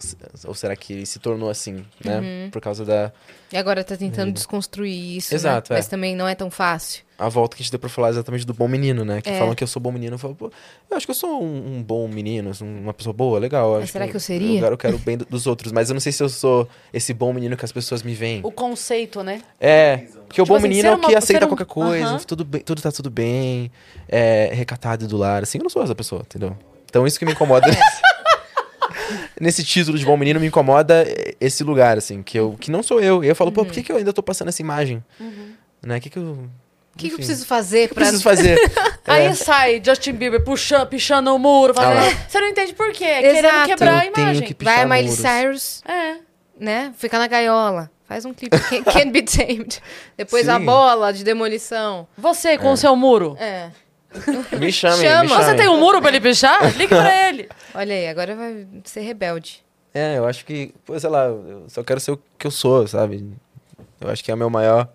S- Ou será que ele se tornou assim, né? Por causa da E agora tá tentando desconstruir isso. né? Exato, é. Mas também não é tão fácil. a volta que a gente deu pra falar exatamente do bom menino, né? Que É. falam que eu sou bom menino. Eu falo, pô, eu acho que eu sou um, um bom menino, sou uma pessoa boa, legal. Mas acho será que eu seria? Eu quero, eu quero o bem do- dos outros, mas eu não sei se eu sou esse bom menino que as pessoas me veem. O conceito, né? É, porque o Tipo bom assim, menino ser é o que uma- ser aceita um- qualquer coisa, Aham. tudo, bem, tudo tá tudo bem, é recatado e do lar, assim, eu não sou essa pessoa, entendeu? Então isso que me incomoda. Nesse título de bom menino me incomoda esse lugar, assim, que, eu, que não sou eu. E eu falo, pô, Uhum. por que, que eu ainda tô passando essa imagem? Né? O que, que eu. O Uhum. que, que eu Enfim. preciso fazer eu pra. preciso fazer? Aí sai Justin Bieber puxando, pichando o muro, falando, É. Ah lá. você não entende por quê, É querendo Exato. quebrar a Eu tenho imagem. que- Vai a pichar Miley muros. Cyrus, É. né? Fica na gaiola. Faz um clipe. Can- Can't be tamed. Depois a Sim. bola de demolição. Você com o seu muro. É. me chamem, Chama. me chamem. Você tem um muro pra ele pichar? Liga pra ele. Olha aí, agora vai ser rebelde. É, eu acho que, pô, sei lá, eu só quero ser o que eu sou, sabe? Eu acho que é o meu maior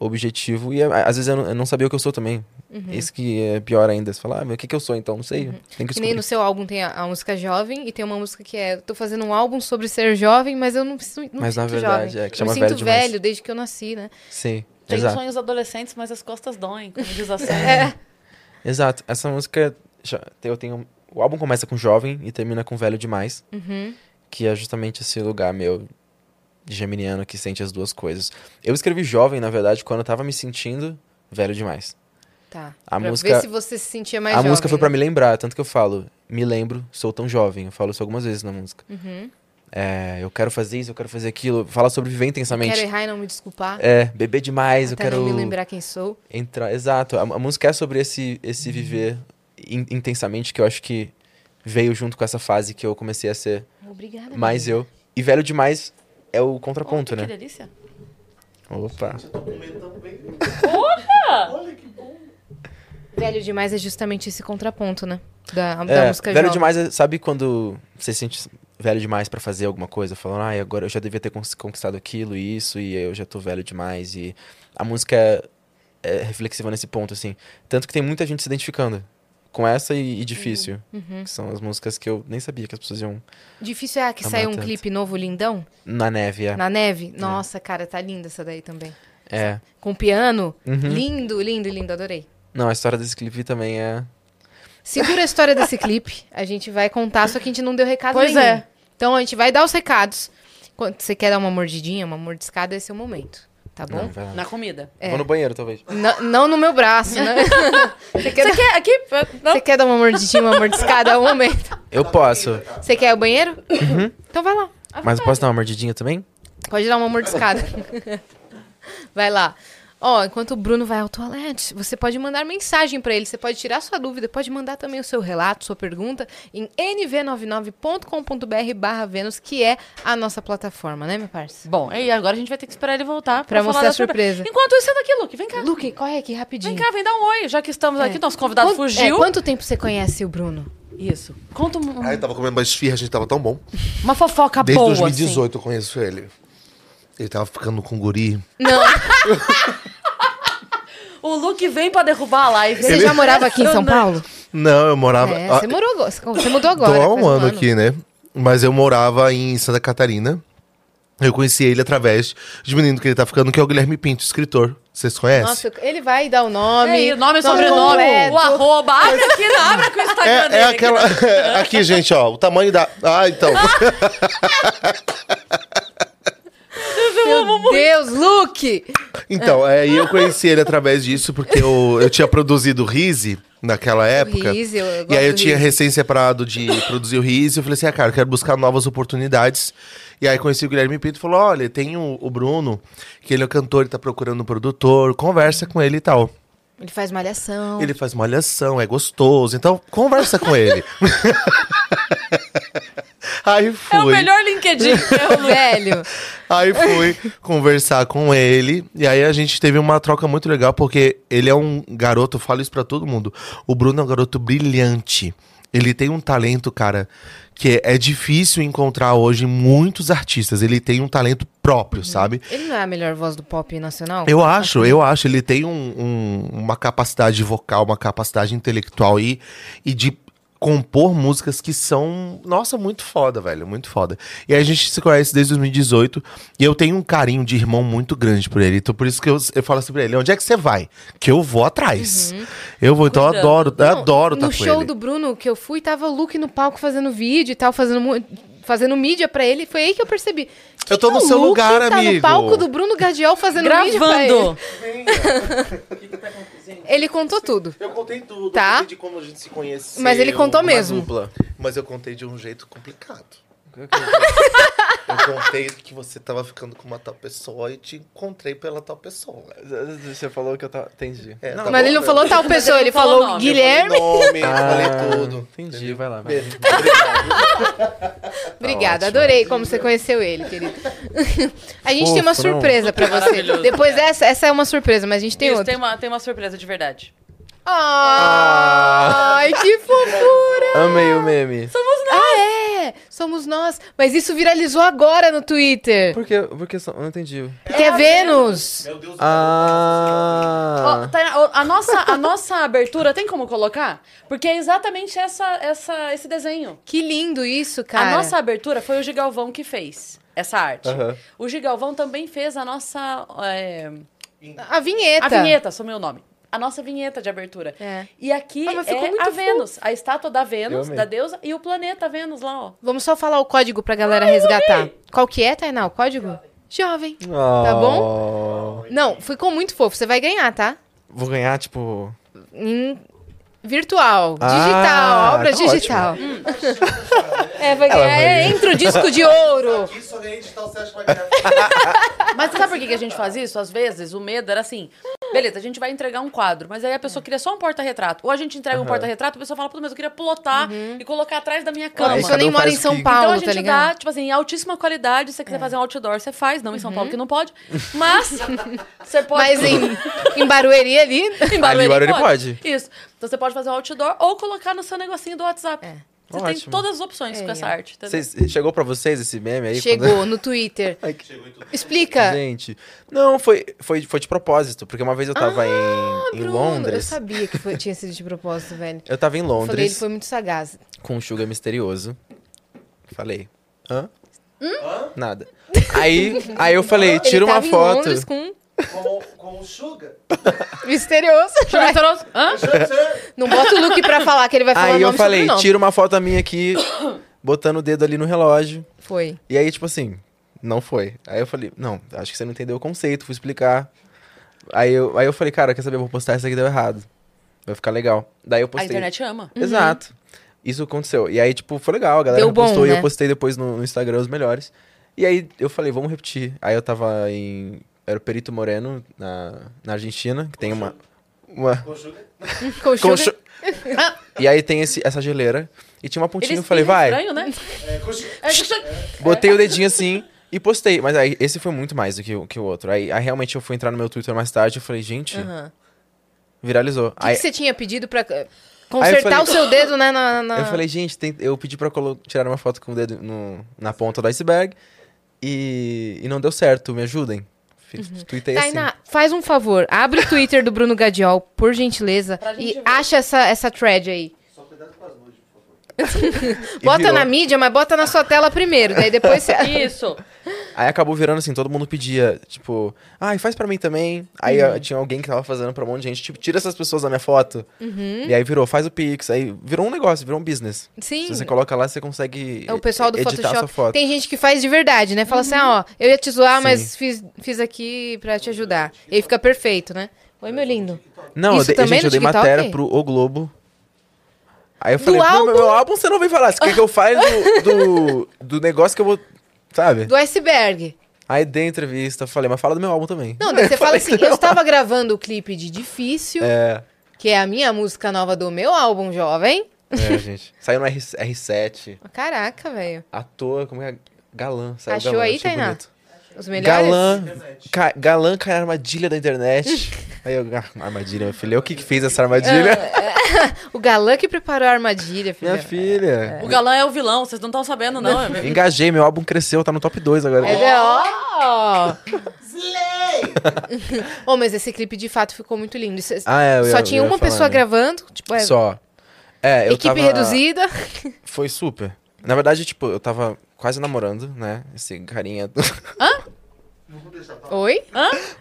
objetivo. E é, às vezes eu não, eu não sabia o que eu sou também. Esse que é pior ainda. Você fala, ah, mas o que, que eu sou então? Não sei. Tem que Que nem descobrir. no seu álbum tem a, a música jovem e tem uma música que é. Eu tô fazendo um álbum sobre ser jovem, mas eu não preciso. Não Mas, me na sinto verdade, jovem. é, que chama Eu me sinto velho demais. velho desde que eu nasci, né? Sim, Tem um exato. sonhos adolescentes, mas as costas doem, como diz a É. série. Exato. Essa música, já- eu tenho... O álbum começa com jovem e termina com velho demais. Que é justamente esse lugar meu de geminiano que sente as duas coisas. Eu escrevi jovem, na verdade, quando eu tava me sentindo velho demais. Tá. A pra música- ver se você se sentia mais a jovem. música foi né? pra me lembrar, tanto que eu falo, me lembro, sou tão jovem. Eu falo isso algumas vezes na música. Uhum. É, eu quero fazer isso, eu quero fazer aquilo. Fala sobre viver intensamente. Quero errar e não me desculpar. É, beber demais, eu até não quero me lembrar quem sou. entrar. Exato. A, a música é sobre esse, Uhum. esse viver in- intensamente que eu acho que veio junto com essa fase que eu comecei a ser Obrigada. mais eu. E velho demais é o Opa, contraponto, Oh, Que né? delícia. Opa. Velho demais é justamente esse contraponto, né? Da, da É, música velho jovem. demais, é- sabe quando você sente velho demais pra fazer alguma coisa, falando, ai, agora eu já devia ter cons- conquistado aquilo e isso, e eu já tô velho demais. E a música é, é reflexiva nesse ponto, assim. Tanto que tem muita gente se identificando com essa e, e Difícil, Uhum. que são as músicas que eu nem sabia que as pessoas iam. Difícil é a que Amar saiu um tanto. clipe novo lindão Na neve, é. na neve. Nossa, cara, tá linda essa daí também. É. Com piano. Uhum. Lindo, lindo, lindo, adorei. Não, a história desse clipe também é. Segura a história desse clipe. A gente vai contar, só que a gente não deu recado Pois nenhum. é. Então a gente vai dar os recados. Quando você quer dar uma mordidinha, uma mordiscada, esse é o momento. Tá bom? Não, vai lá. Ah. Na comida. É. Vou no banheiro, talvez. Não, não no meu braço, né? Você quer, Você dar- quer aqui? Não. você quer dar uma mordidinha, uma mordiscada? É o momento. Eu posso. Você quer o banheiro? Então vai lá. Mas eu posso dar uma mordidinha também? Pode dar um uma mordiscada. Vai lá. Ó, enquanto o Bruno vai ao toalete, você pode mandar mensagem pra ele, você pode tirar sua dúvida, pode mandar também o seu relato, sua pergunta em nv99.com.br barra Vênus, que é a nossa plataforma, né, meu parça? Bom, e agora a gente vai ter que esperar ele voltar Pra pra, mostrar falar da a surpresa. Enquanto isso, senta aqui, Luke. Vem cá. Luke, corre aqui rapidinho. Vem cá, vem dar um oi, já que estamos aqui. Nosso convidado Quanto- fugiu. é, quanto tempo você conhece o Bruno? Isso. Conta um- Aí eu tava comendo uma esfirra, a gente tava tão bom. uma fofoca Desde Tá boa, 2018 eu conheço ele. Ele tava ficando com um guri. Não, assim. O Luke vem pra derrubar a live. você já morava aqui em São Paulo? Não, eu morava. É, Ah, você, morou, agora- você mudou Tô agora. há faz um ano aqui, né? Mas eu morava em Santa Catarina. Eu conheci ele através de um menino que ele tá ficando, que é o Guilherme Pinto, escritor. Vocês conhecem? Nossa, ele vai dar o nome. Ei, nome e sobrenome, completo. o arroba. Abre aqui, não, abre aqui o Instagram é, dele. é aqui, aquela. não. aqui, gente, ó, o tamanho da. Ah, então. Meu Deus, Luke! Então, é, e eu conheci ele através disso, porque eu, eu tinha produzido o Rise naquela época. Rise, eu e gosto aí eu do tinha Rise. recém separado de produzir o Rise. Eu falei assim, ah, cara, eu quero buscar novas oportunidades. E aí conheci o Guilherme Pinto e falou: olha, tem o, o Bruno, que ele é cantor, ele tá procurando um produtor, conversa com ele e tal. Ele faz malhação. Ele faz malhação, é gostoso, então conversa com ele. aí fui. É o melhor LinkedIn que é o Luke. Velho. Aí fui conversar com ele. E aí a gente teve uma troca muito legal, porque ele é um garoto, eu falo isso pra todo mundo. O Bruno é um garoto brilhante. Ele tem um talento, cara, que é difícil encontrar hoje em muitos artistas. Ele tem um talento próprio, sabe? Ele não é a melhor voz do pop nacional? Eu acho, eu acho. Ele tem um- um- uma capacidade vocal, uma capacidade intelectual e, e de compor músicas que são, nossa, muito foda, velho, muito foda. E a gente se conhece desde 2018 e eu tenho um carinho de irmão muito grande por ele. Então por isso que eu, eu falo assim pra ele, onde é que você vai? Que eu vou atrás. Eu vou, então eu Cuidando. adoro, eu Uhum. Não, adoro tá No com show ele. do Bruno que eu fui, tava o Luke no palco fazendo vídeo e tal, fazendo, mu- fazendo mídia pra ele. Foi aí que eu percebi. Que Eu tô que no o seu Luke lugar, tá no amigo. palco do Bruno Gadiel fazendo vídeo pra ele. Gravando. Ele contou tudo. Eu contei tudo, Tá. contei de como a gente se conheceu. Mas ele contou mesmo. Dupla. Mas eu contei de um jeito complicado. Eu contei que você tava ficando com uma tal pessoa e te encontrei pela tal pessoa. Você falou que eu tava. Entendi. É, Não, tá Mas bom, ele não né? falou tal pessoa, ele Ele falou falou nome, Guilherme. Nome, falei Ah, tudo. Entendi, entendeu? vai lá. vai lá. Beijo. Obrigado. Obrigada, adorei como você conheceu ele, querido. a gente tem uma Fofo, não? surpresa pra você. Maravilhoso. Depois essa, essa é uma surpresa, mas a gente tem Isso, outra. tem uma, tem uma surpresa de verdade. Ai, Ah. que fofura! Amei o meme. Ah, é! Somos nós. Mas isso viralizou agora no Twitter. Por que? Por que só- Eu não entendi. Porque é, Ah, Vênus. Ó, Ah! Tainá, ó, a, nossa, a nossa abertura tem como colocar? Porque é exatamente essa, essa, esse desenho. Que lindo isso, cara. A nossa abertura foi o Gigalvão que fez essa arte. Aham. O Gigalvão também fez a nossa. é, A vinheta. a vinheta, sumiu o nome. A nossa vinheta de abertura. É. E aqui Ah, mas ficou é muito a fofo. Vênus, a estátua da Eu Vênus, amei. da deusa, e o planeta Vênus lá, ó. Vamos só falar o código pra galera resgatar. Qual que é, Tainá? O código? Jovem. Tá bom? Não, ficou muito fofo. Você vai ganhar, tá? Oh. Vou ganhar, tipo. Em virtual, Ah, digital, obra tá digital. Hum. Hum. É, vai ganhar. É, entra o disco de ouro. Isso aí, então você acha que vai ganhar? Mas sabe por que que a gente faz isso? Às vezes, o medo era assim: beleza, a gente vai entregar um quadro, mas aí a pessoa queria só um porta-retrato. Ou a gente entrega um porta-retrato, a pessoa fala, pô, mas eu queria plotar e colocar atrás da minha A cama. Aí pessoa cada nem um mora faz em o São Uhum. que- Então Paulo, a tá gente ligado? dá, tipo assim, em altíssima qualidade. Se você quiser fazer um outdoor, você faz. Não em São Paulo, que não pode. Mas você pode... Mas em, em Barueri ali. Em Barueri Ali em Barueri Isso. Então você pode fazer um outdoor ou colocar no seu negocinho do WhatsApp. Você tem Tá Ótimo. todas as opções com É. essa arte. Tá Vocês- chegou pra vocês esse meme aí? Chegou no Twitter. Ai, Explica. Gente, não, foi, foi, foi de propósito, porque uma vez eu tava em, em Ah, Bruno, Eu Londres. Eu, sabia que foi- tinha sido de propósito, velho. tava Falei, em ele Londres foi muito sagaz. com um sugar misterioso. Falei. Hã? Nada. Aí, aí eu falei, Hum? Ele tira uma tava em foto. Londres com Com, com o Suga? um misterioso. Deixa eu ver. Hã? Não bota o look pra falar que ele vai falar Aí eu nome e falei, sobrenome. tira uma foto minha aqui, botando o dedo ali no relógio. Foi. E aí, tipo assim, não foi. Aí eu falei, não, acho que você não entendeu o conceito, fui explicar. Aí eu, aí eu falei, cara, quer saber, eu vou postar isso aqui, deu errado. Vai ficar legal. Daí eu A postei. internet ama. Exato. Isso aconteceu. E aí, tipo, foi legal, a galera Deu bom, postou e né? eu postei depois no, no Instagram os melhores. E aí eu falei, vamos repetir. Aí eu tava em. Era o Perito Moreno, na, na Argentina, que tem uma. uma Com o Suga? Com o com sugar- chu- e aí tem esse, essa geleira. E tinha uma pontinha, eu Eles falei, vai. Estranho, né? É, com o Suga. É, deixa eu- Botei o dedinho assim e postei. Mas aí esse foi muito mais do que, o- que o outro. Aí, aí realmente eu fui entrar no meu Twitter mais tarde e falei, gente, Aham. O viralizou. que, aí que você tinha pedido pra eh, consertar falei- o seu dedo, né? Na, na- eu falei, gente, tem- eu pedi pra colo- tirar uma foto com o dedo no- na ponta do iceberg e, e não deu certo, me ajudem. Fiz, Tuitei assim. Uhum. Tainá, faz um favor. Abre o Twitter do Bruno Gadiol, por gentileza. Pra gente E ver. acha essa, essa thread aí. Só cuidado com as nojas, por favor. E Bota virou. na mídia, mas bota na sua tela primeiro. Daí depois você. Isso. Aí acabou virando assim, todo mundo pedia, tipo, ai, faz pra mim também. Aí Uhum. ah, tinha alguém que tava fazendo pra um monte de gente, tipo, tira essas pessoas da minha foto. Uhum. E aí virou, faz o Pix, aí virou um negócio, virou um business. Sim. Se você coloca lá, você consegue É o pessoal do editar a sua Photoshop. foto. Tem gente que faz de verdade, né? Fala assim, ah, ó, eu ia te zoar, Sim. mas fiz, fiz aqui pra te ajudar. E aí fica perfeito, né? Oi, meu lindo. Não, Isso eu dei, também gente, no eu dei TikTok? matéria pro O Globo. Aí eu falei, álbum? "Não, meu, meu álbum você não vem falar. Você quer que eu fale do, do, do negócio que eu vou. Sabe? Do iceberg. Aí dei a entrevista, falei, mas fala do meu álbum também. Não, daí você Eu fala falei, assim, eu estava gravando o clipe de Difícil, É, que é a minha música nova do meu álbum, jovem. é, gente. Saiu no R, R7, Caraca, velho. ator, como é? Galã. Saiu Achou galã, aí, achei Tainá? bonito. Os melhores. Galã, ca, galã cai na armadilha da internet. aí eu, ah, armadilha, meu filho. Eu que que fez essa Ah, armadilha? O galã que preparou a armadilha, filha. Minha filha. O galã é o vilão, vocês não estão sabendo, não. é- Engajei, meu álbum cresceu, tá no top 2 agora. É da- ó! Slay! Ô, mas esse clipe de fato ficou muito lindo. Isso- Ah, é, eu Só ia- tinha eu ia uma falar, pessoa né? gravando, tipo, é, Só. É, eu equipe tava- reduzida. Foi super. Na verdade, tipo, eu tava quase namorando, né? Esse carinha. do- Oi?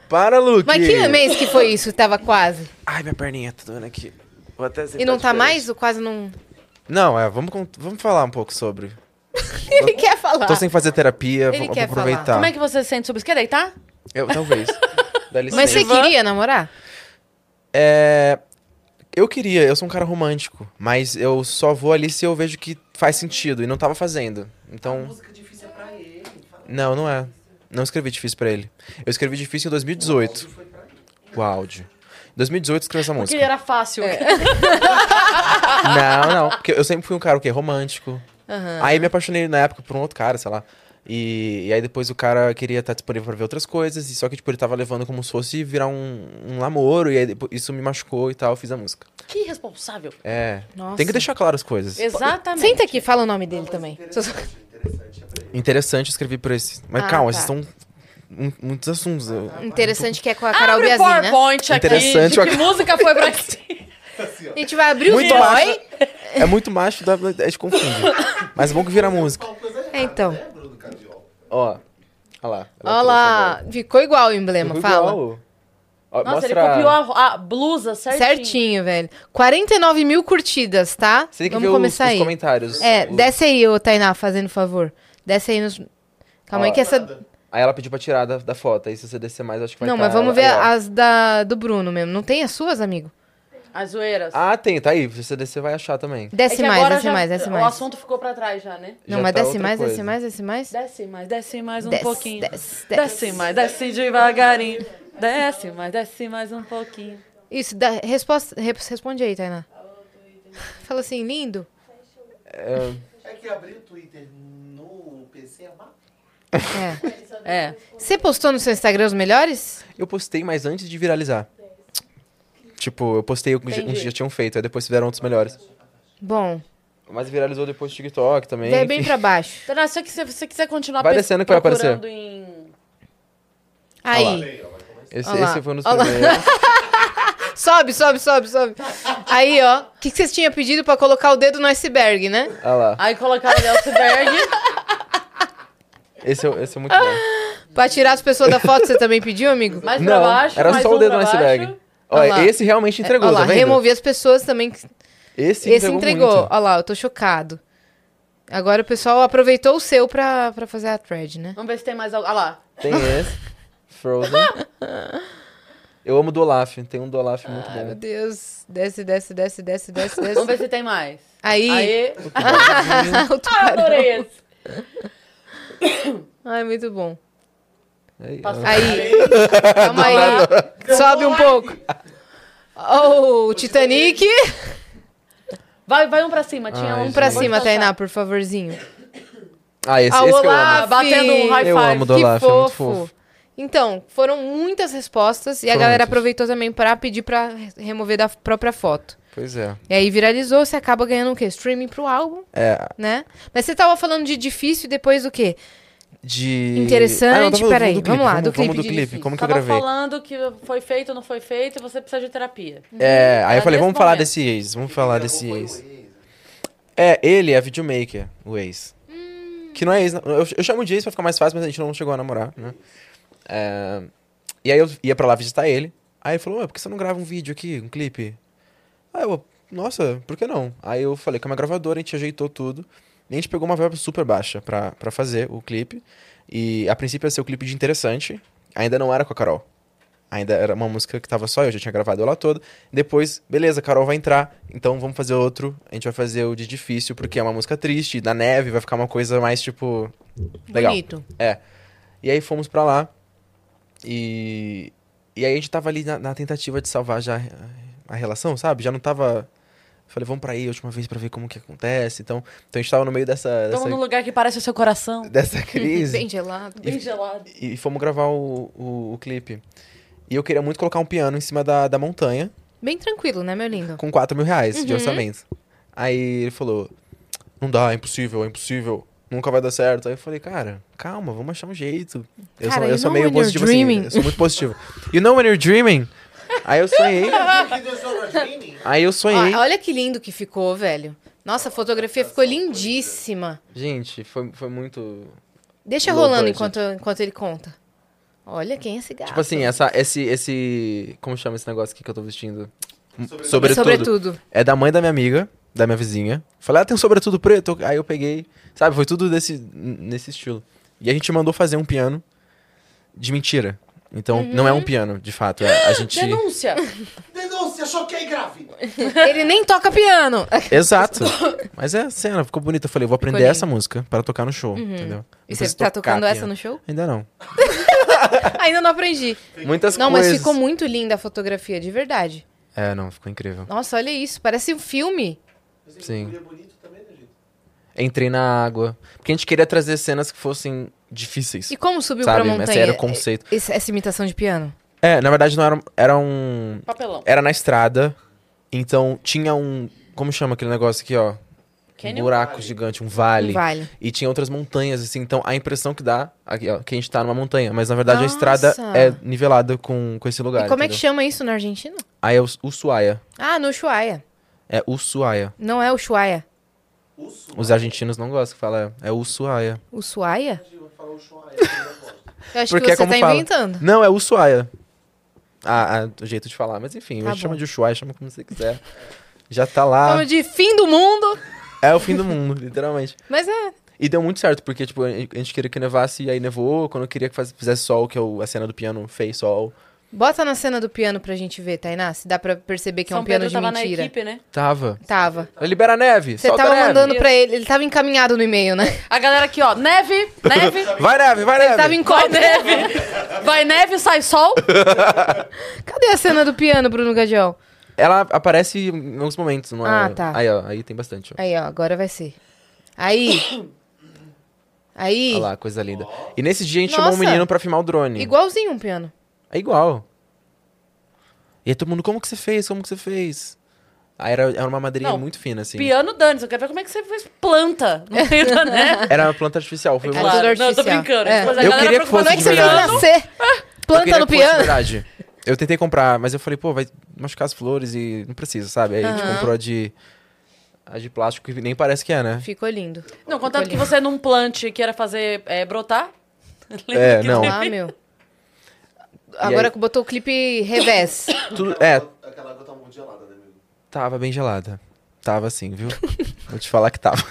Para, Luke! Mas que mês que foi isso? Tava quase. Ai, minha perninha tá doendo aqui. Vou até E não tá sentar de mais? Ou quase não. frente. Não, é, vamos, cont- vamos falar um pouco sobre. Ele quer falar. Tô sem fazer terapia, Ah. Ele vamos quer aproveitar. Como é que você se sente sobre isso? Quer deitar? Eu, talvez. Dá licença. Mas você queria namorar? É. Eu queria, eu sou um cara romântico, mas eu só vou ali se eu vejo que faz sentido e não tava fazendo. Então. Música difícil é pra ele. Não, não é. Não escrevi difícil pra ele. Eu escrevi difícil em 2018. O áudio. Em 2018 eu escrevi essa Porque música. ele era fácil. Não, não. Porque eu sempre fui um cara o quê? Romântico. Aham. Aí me apaixonei na época por um outro cara, sei lá. E, e aí depois o cara queria estar disponível pra ver outras coisas. E só que, tipo, ele tava levando como se fosse virar um, um namoro. E aí depois, isso me machucou e tal, eu fiz a música. Que irresponsável. É. Nossa. Tem que deixar claro as coisas. Exatamente. Senta aqui, fala o nome dele também. Interessante escrever por esse. Mas Ah, calma, tá. esses são mu- muitos assuntos. Eu- Interessante que é com a Carol Abre o Biazin, né? PowerPoint aqui. Interessante de o- que música foi pra ti? A gente vai abrir Muito o boy. macho. É muito macho, dá, a gente confunde. Mas é bom que vira música. É, então. Ó. Olha lá. Olha lá. Ficou igual o emblema, fala. Nossa, ele copiou a, a blusa certinho. Certinho, velho. 49 mil curtidas, tá? Você tem que Vamos ver os, começar os aí. comentários. É, O- desce aí, ô Tainá, fazendo favor. Desce aí nos. Calma aí Ó, que essa. Aí ela pediu pra tirar da, da foto. Aí se você descer mais, eu acho que vai Não, tá mas vamos ela- ver aí, ó. as da do Bruno mesmo. Não tem as suas, amigo? As zoeiras. Ah, tem, tá aí. Se você descer, vai achar também. É Desce que mais, agora desce já- mais, desce O mais. assunto ficou pra trás já, né? Não, Já mas tá desce outra mais, desce coisa. mais, desce mais. Desce mais, desce mais um Desce, pouquinho. desce, desce mais, desce devagarinho. Desce mais, desce mais um pouquinho. Isso, dá, resposta, re- responde aí, Tainá. Fala assim, lindo. É que abrir o Twitter no PC é uma É. É. Você postou no seu Instagram os melhores? Eu postei, mas antes de viralizar. Tipo, eu postei o que já- Entendi. uns que já tinham feito. Aí depois fizeram outros melhores. Bom. Mas viralizou depois o TikTok também. Daí é bem enfim. pra baixo. Então, se você- se você quiser continuar Vai pes- descendo que vai aparecer. procurando em... Aí. Esse, Olha lá. esse foi um dos Olha lá. primeiros. Sobe, sobe, sobe, sobe. Aí, ó. O que, que vocês tinham pedido pra colocar o dedo no iceberg, né? Olha lá. Aí colocaram o Nelson Berg. Esse, é- esse é muito Ah. bom. Pra tirar as pessoas da foto, você também pediu, amigo? Mais pra Não, baixo, era mais só um o dedo pra no baixo. iceberg. Olha Olha, lá. esse realmente entregou, Olha lá, tá vendo? removi as pessoas também. que- Esse, Esse entregou. entregou. muito. Olha lá, eu tô chocado. Agora o pessoal aproveitou o seu pra, pra fazer a thread, né? Vamos ver se tem mais algo. Ah lá. Tem esse. Frozen. Eu amo do Olaf. Tem um do Olaf muito Ai, Ah, meu bom. Deus. Desce, desce, desce, desce, desce, Vamos ver desce. se tem mais. Aí. Aê. o Ah, tubarão. adorei esse. Ai, muito bom. Aí, Passou. ó. Aí. Calma aí. Sobe um pouco. Oh, o Titanic. Vai, vai um pra cima. Tinha Ai, um Um pra Vou cima, Tainá. Tainá, por favorzinho. Ah, esse, Ah, esse que eu olá, amo. Ah, batendo um high five. Eu amo do que Olaf, é fofo. muito fofo. Então, foram muitas respostas e a Foram galera muitas. aproveitou também pra pedir pra re- remover da própria foto. Pois é. E aí viralizou, você acaba ganhando o quê? Streaming pro álbum, É, né? Mas você tava falando de difícil e depois o quê? É, de... Interessante, Ah, não, tava- peraí, do clipe, vamos lá, do vamos clipe do de clipe. Como que eu Tava gravei? falando que foi feito ou não foi feito e você precisa de terapia. É, aí Era eu falei, nesse vamos falar Uhum. momento. desse ex, vamos falar desse Foi o ex. É, ele é videomaker, o ex. Que não é ex, não. eu, eu chamo de ex pra ficar mais fácil, mas a gente não chegou a namorar, né? É, e aí eu ia pra lá visitar ele, aí ele falou, ué, por que você não grava um vídeo aqui, um clipe? Aí eu, nossa, por que não? Aí eu falei com a minha gravadora, a gente ajeitou tudo, e a gente pegou uma verba super baixa pra, pra fazer o clipe, e a princípio ia ser o clipe de Interessante, ainda não era com a Carol. Ainda era uma música que tava só eu, já tinha gravado ela toda. Depois, beleza, a Carol vai entrar, então vamos fazer outro. A gente vai fazer o de difícil, porque é uma música triste, na neve, vai ficar uma coisa mais tipo. Legal. Bonito. E aí fomos pra lá. E. E aí a gente tava ali na, na tentativa de salvar já a relação, sabe? Já não tava. Falei, vamos pra aí a última vez pra ver como que acontece. Então, então a gente tava no meio dessa. Vamos num dessa, lugar que parece o seu coração. dessa crise. Bem gelado. Bem gelado. E fomos gravar o, o, o clipe. E eu queria muito colocar um piano em cima da, da montanha. Bem tranquilo, né, meu lindo? com 4 mil reais Uhum. de orçamento. Aí ele falou: Não dá, é impossível, é impossível, nunca vai dar certo. Aí eu falei, cara, calma, vamos achar um jeito. Eu Cara, sou, you eu sou know meio when you're positivo assim, dreaming. eu sou muito positivo. You know when you're dreaming? Aí eu sonhei, aí eu sonhei. Ó, olha que lindo que ficou, velho. Nossa, a fotografia ficou lindíssima. Gente, foi, foi muito. Deixa Low rolando budget. enquanto, enquanto ele conta. Olha quem é esse gato. Tipo assim, essa, esse, esse. Como chama esse negócio aqui que eu tô vestindo? Um- Sobretudo. Sobretudo. Sobretudo. É da mãe da minha amiga, da minha vizinha. Falei, ah, tem um sobretudo preto. Aí eu peguei, sabe? Foi tudo desse, n- nesse estilo. E a gente mandou fazer um piano de mentira. Então, não Uhum. é um piano, de fato. é- a gente. Denúncia. Denúncia, choquei é grávida. Ele nem toca piano. Exato. Mas é a cena, ficou bonita. Eu falei, vou aprender lindo. Uhum. essa música para tocar no show, entendeu? Não E você preciso tá tocar tocando essa piano. no show? Ainda não. Ainda não aprendi. Muitas Não, coisas. mas ficou muito linda a fotografia, de verdade. É, não, ficou incrível. Nossa, olha isso, parece um filme. Você Sim. mulher bonito também, né, gente? Entrei na água. Porque a gente queria trazer cenas que fossem difíceis. E como subiu sabe? pra Esse montanha? É, era o conceito. Esse- essa imitação de piano. É, na verdade, não era, era um. Papelão. Era na estrada, então tinha um. Como chama aquele negócio aqui, ó? Canyon? Um buraco gigante, um vale. Vale. vale. E tinha outras montanhas, assim. Então a impressão que dá aqui, ó, que a gente tá numa montanha. Mas na verdade Nossa. a estrada é nivelada com, com esse lugar. e como é que entendeu? chama isso na Argentina? Aí é Us- Ushuaia. Ah, no Ushuaia. É Ushuaia. Não é Ushuaia. O sul. Os argentinos não gostam que fala. É Ushuaia. Ushuaia? Eu vou falar o Shoah, eu não gosto. Eu acho Porque que é você como tá fala. inventando. Não, é Ushuaia. Ah, ah, o jeito de falar. Mas enfim, Tá a gente chama bom. de Ushuaia, chama como você quiser. Já tá lá. Chama de fim do mundo. É o fim do mundo, literalmente. Mas é. E deu muito certo, porque, tipo, a gente queria que nevasse e aí nevou. Quando eu queria que faz- fizesse sol, que eu- a cena do piano fez sol. Bota na cena do piano pra gente ver, Tainá. Se dá pra perceber que é São um piano Pedro de tava mentira. na equipe, né? Tava. Tava. Libera a neve! Você solta a tava neve. mandando pra ele, ele tava encaminhado no e-mail, né? A galera aqui, ó. Neve, neve. Vai neve, vai Ele tava neve! em Vai cópia. neve. Vai neve, sai sol. Cadê a cena do piano, Bruno Gadiol? Ela aparece em alguns momentos, não é? Ah, tá. Aí, ó, aí tem bastante. Ó. Aí, ó, agora vai ser. Aí. Aí. Olha lá, coisa linda. E nesse dia a gente chamou um Nossa. menino pra filmar o drone. Igualzinho um piano. É igual. E aí todo mundo, como que você fez? Como que você fez? Aí era, era uma madeirinha Não, muito fina, assim. Piano dane eu quero ver como é que você fez planta no meio da neve. Era uma planta artificial. Foi É uma- claro. É. tudo Não, eu tô artificial. brincando. É. Mas a Eu galera queria que preocupada com fosse de Você piano. vai verdade. nascer. Eu queria Planta no que fosse é de piano. verdade. Eu tentei comprar, mas eu falei, pô, vai machucar as flores e não precisa, sabe? Aí a gente comprou a de, a de plástico, que nem parece que é, né? Ficou lindo. Não, contanto que Ficou lindo. você não plante que era fazer é, brotar. Lembra É, que não. teve? Ah, meu. Agora aí? que botou o clipe revés. Tudo, é, Aquela água tá muito gelada, né, amigo? tava bem gelada. Tava assim, viu? Vou te falar que tava.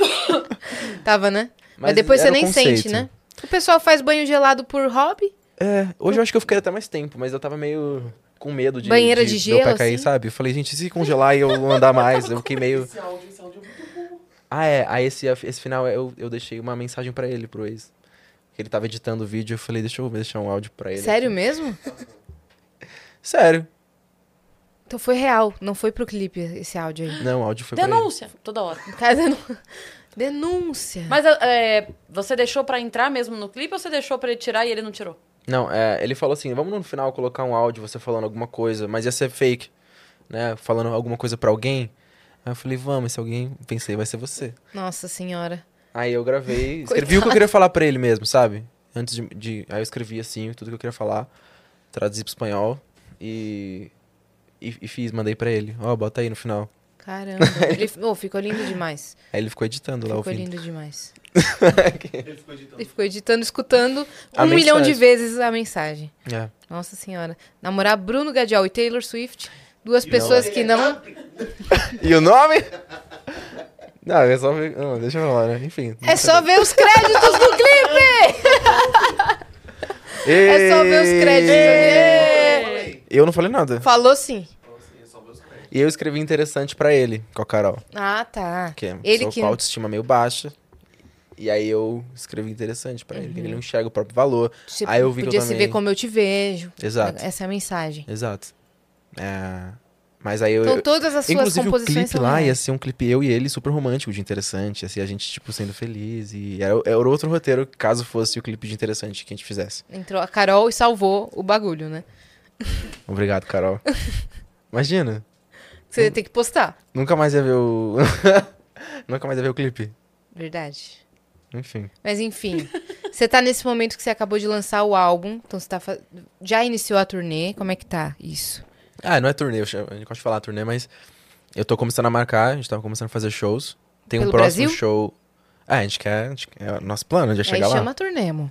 Tava, né? Mas, Mas depois você era o nem sente, conceito. né? O pessoal faz banho gelado por hobby. É, hoje eu acho que eu fiquei até mais tempo, mas eu tava meio com medo de, Banheira de meu pé gelo, cair, assim? sabe? Eu falei, gente, e se congelar e eu não andar mais, eu fiquei meio. Esse áudio, esse áudio é muito bom. Ah, é. Aí esse, esse final eu, eu deixei uma mensagem pra ele, pro ex. Ele tava editando o vídeo, eu falei, deixa eu deixar um áudio pra ele. Sério mesmo? Sério. Então foi real, não foi pro clipe esse áudio aí. Não, o áudio foi Denúncia, toda hora. Cara, denu- Denúncia. Mas é, você deixou pra entrar mesmo no clipe ou você deixou pra ele tirar e ele não tirou? pra ele. Não, é, ele falou assim, vamos no final colocar um áudio você falando alguma coisa, mas ia ser fake, né? Falando alguma coisa pra alguém. Aí eu falei, vamos, se alguém... Pensei, vai ser você. Nossa senhora. Aí eu gravei, escrevi o que eu queria falar pra ele mesmo, sabe? Antes de, de- Aí eu escrevi, assim, tudo que eu queria falar, traduzi pro espanhol e... E, e fiz, mandei pra ele. Ó, bota aí no final. Caramba. Ele... Ô, ficou lindo demais. Aí ele ficou editando Tá lá o Ficou vídeo. lindo demais. Ele ficou editando. Ele ficou editando, escutando A um milhão de mensagem. vezes a mensagem. É. Nossa senhora. Namorar Bruno Gadiol e Taylor Swift, duas E pessoas que não. E o nome? Não, é só ver. Não, deixa eu falar, né? Enfim. É só ver os créditos do clipe! É só ver os né? créditos. Falei. Eu não falei nada. Falou sim. Falou assim, é só meus créditos. E eu escrevi interessante pra ele, com a Carol. Ah, tá. Que é Ele pessoa que- com autoestima meio baixa. E aí eu escrevi interessante pra Uhum. ele. Ele não enxerga o próprio valor. Você Aí eu vi que eu podia se também- ver como eu te vejo. Exato. Essa é a mensagem. Exato. É, Mas aí eu. Então eu... todas as suas Inclusive o composições clipe são lá ia reais. ser um clipe eu e ele super romântico, de interessante, assim, a gente, tipo, sendo feliz. E era, era outro roteiro, caso fosse o clipe de interessante que a gente fizesse. Entrou a Carol e salvou o bagulho, né? Obrigado, Carol. Imagina. Hum. Você tem que postar. Nunca mais ia ver o. Nunca mais ia ver o clipe. Verdade. Enfim. Mas enfim, você tá nesse momento que você acabou de lançar o álbum, então você tá fa- já iniciou a turnê, como é que tá isso? Ah, não é turnê, eu chamo- eu não gosto de falar turnê, mas eu tô começando a marcar, a gente tava começando a fazer shows. Tem um Pelo próximo Brasil? show. Ah, a gente quer. a gente- é o nosso plano de Aí chegar lá. chama a turnê, amor.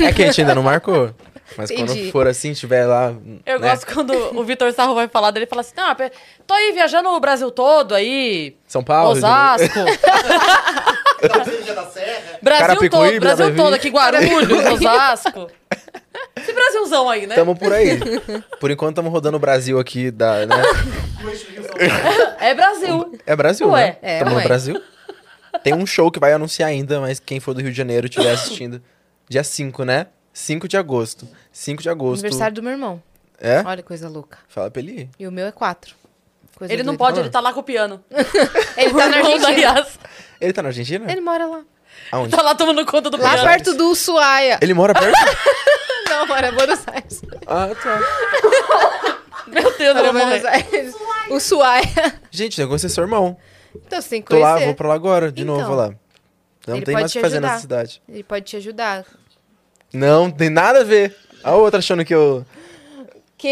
É que a gente ainda não marcou. Mas Entendi. quando for assim, tiver lá. Eu né, gosto quando o Vitor Sarro vai falar dele e fala assim: não, pe- tô aí viajando o Brasil todo aí. São Paulo. Rio de Janeiro. Osasco, Tá seja da serra. Brasil Carapicuíba, todo, Brasil Davi. todo aqui, Guarulhos, Osasco. Esse Brasilzão aí, né? Tamo por aí. Por enquanto, tamo rodando o Brasil aqui. Da, né? Com esse Rio São Paulo. É Brasil. É Brasil, Ué, né? é, tamo ué. no Brasil. Tem um show que vai anunciar ainda, mas quem for do Rio de Janeiro e estiver assistindo. Dia 5, né? 5 de agosto. 5 de agosto. Aniversário do meu irmão. É? Olha que coisa louca. Fala pra ele ir. E o meu é quatro. Coisa Ele não doida. pode, ele tá lá com o piano. Ele O tá na irmão da Argentina. Yas Ele tá na Argentina? Ele mora lá. Aonde? Tá lá tomando conta do Lá piano. perto do Ushuaia. Ele mora perto? Não, mora em Buenos Aires. ah, tá. Meu Deus, eu Mora vou em Buenos morrer. Aires. Ushuaia. Gente, eu conheci seu irmão. Então você tem que Tô lá, conhecer. vou pra lá agora, de Então. novo, vou lá. Não Ele pode tem mais o te que fazer ajudar. nessa cidade. Ele pode te ajudar. Não, tem nada a ver. A outra achando que eu. Que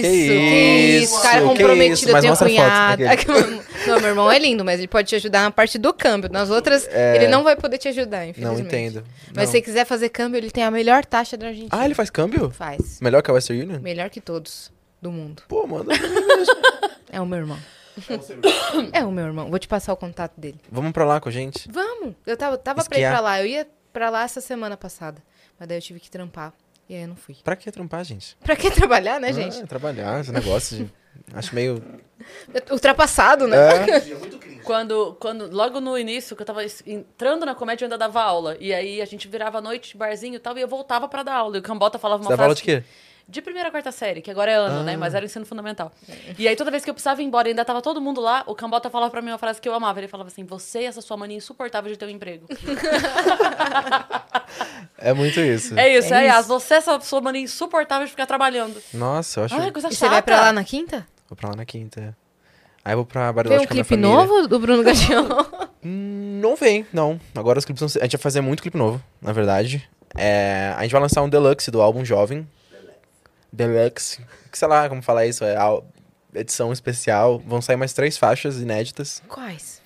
isso, Que isso, cara que comprometido, isso, eu mas tenho mostra a cunhado. foto, Não, meu irmão é lindo, mas ele pode te ajudar na parte do câmbio. Nas outras, ele não vai poder te ajudar, É. Não infelizmente. entendo. Mas Não. se você quiser fazer câmbio, ele tem a melhor taxa da Argentina. Ah, ele faz câmbio? Faz. Melhor que a Western Union? Melhor que todos do mundo. Pô, manda. É o meu irmão. É o seu Rio. É o meu irmão. Vou te passar o contato dele. Vamos pra lá com a gente. Vamos! Eu tava, tava pra ir Esquiar. pra lá. Eu ia pra lá essa semana passada. Mas daí eu tive que trampar. E aí eu não fui. Pra que trampar, gente? Pra que trabalhar, né, Ah, gente? trabalhar, esse negócio. de- Acho meio. Ultrapassado, né? É. É muito cringe. Quando, quando, logo no início, que eu tava es- entrando na comédia, eu ainda dava aula. E aí a gente virava à noite, barzinho e tal, e eu voltava pra dar aula. E o Cambota falava uma Você dá frase. aula de quê? De primeira a quarta série, que agora é ano, né? Mas era o ensino fundamental. E aí, toda vez que eu precisava ir embora e ainda tava todo mundo lá, o Cambota falava pra mim uma frase que eu amava. Ele falava assim: Você e essa sua mania insuportável de ter um emprego. É muito isso. é isso, É é, isso. Yas. Você e essa sua mania insuportável de ficar trabalhando. Ah, Nossa, eu acho. Ai, coisa E chata. você vai pra lá na quinta? Vou pra lá na quinta. Aí eu vou pra Bariloche Tem um com a minha clipe família. novo do Bruno Gaglião? Hum, Não vem, não. Agora os clipes são. A gente vai fazer muito clipe novo, na verdade. É, a gente vai lançar um deluxe do álbum Jovem. Deluxe. Que sei lá como falar isso, é al- edição especial. Vão sair mais três faixas inéditas. Quais?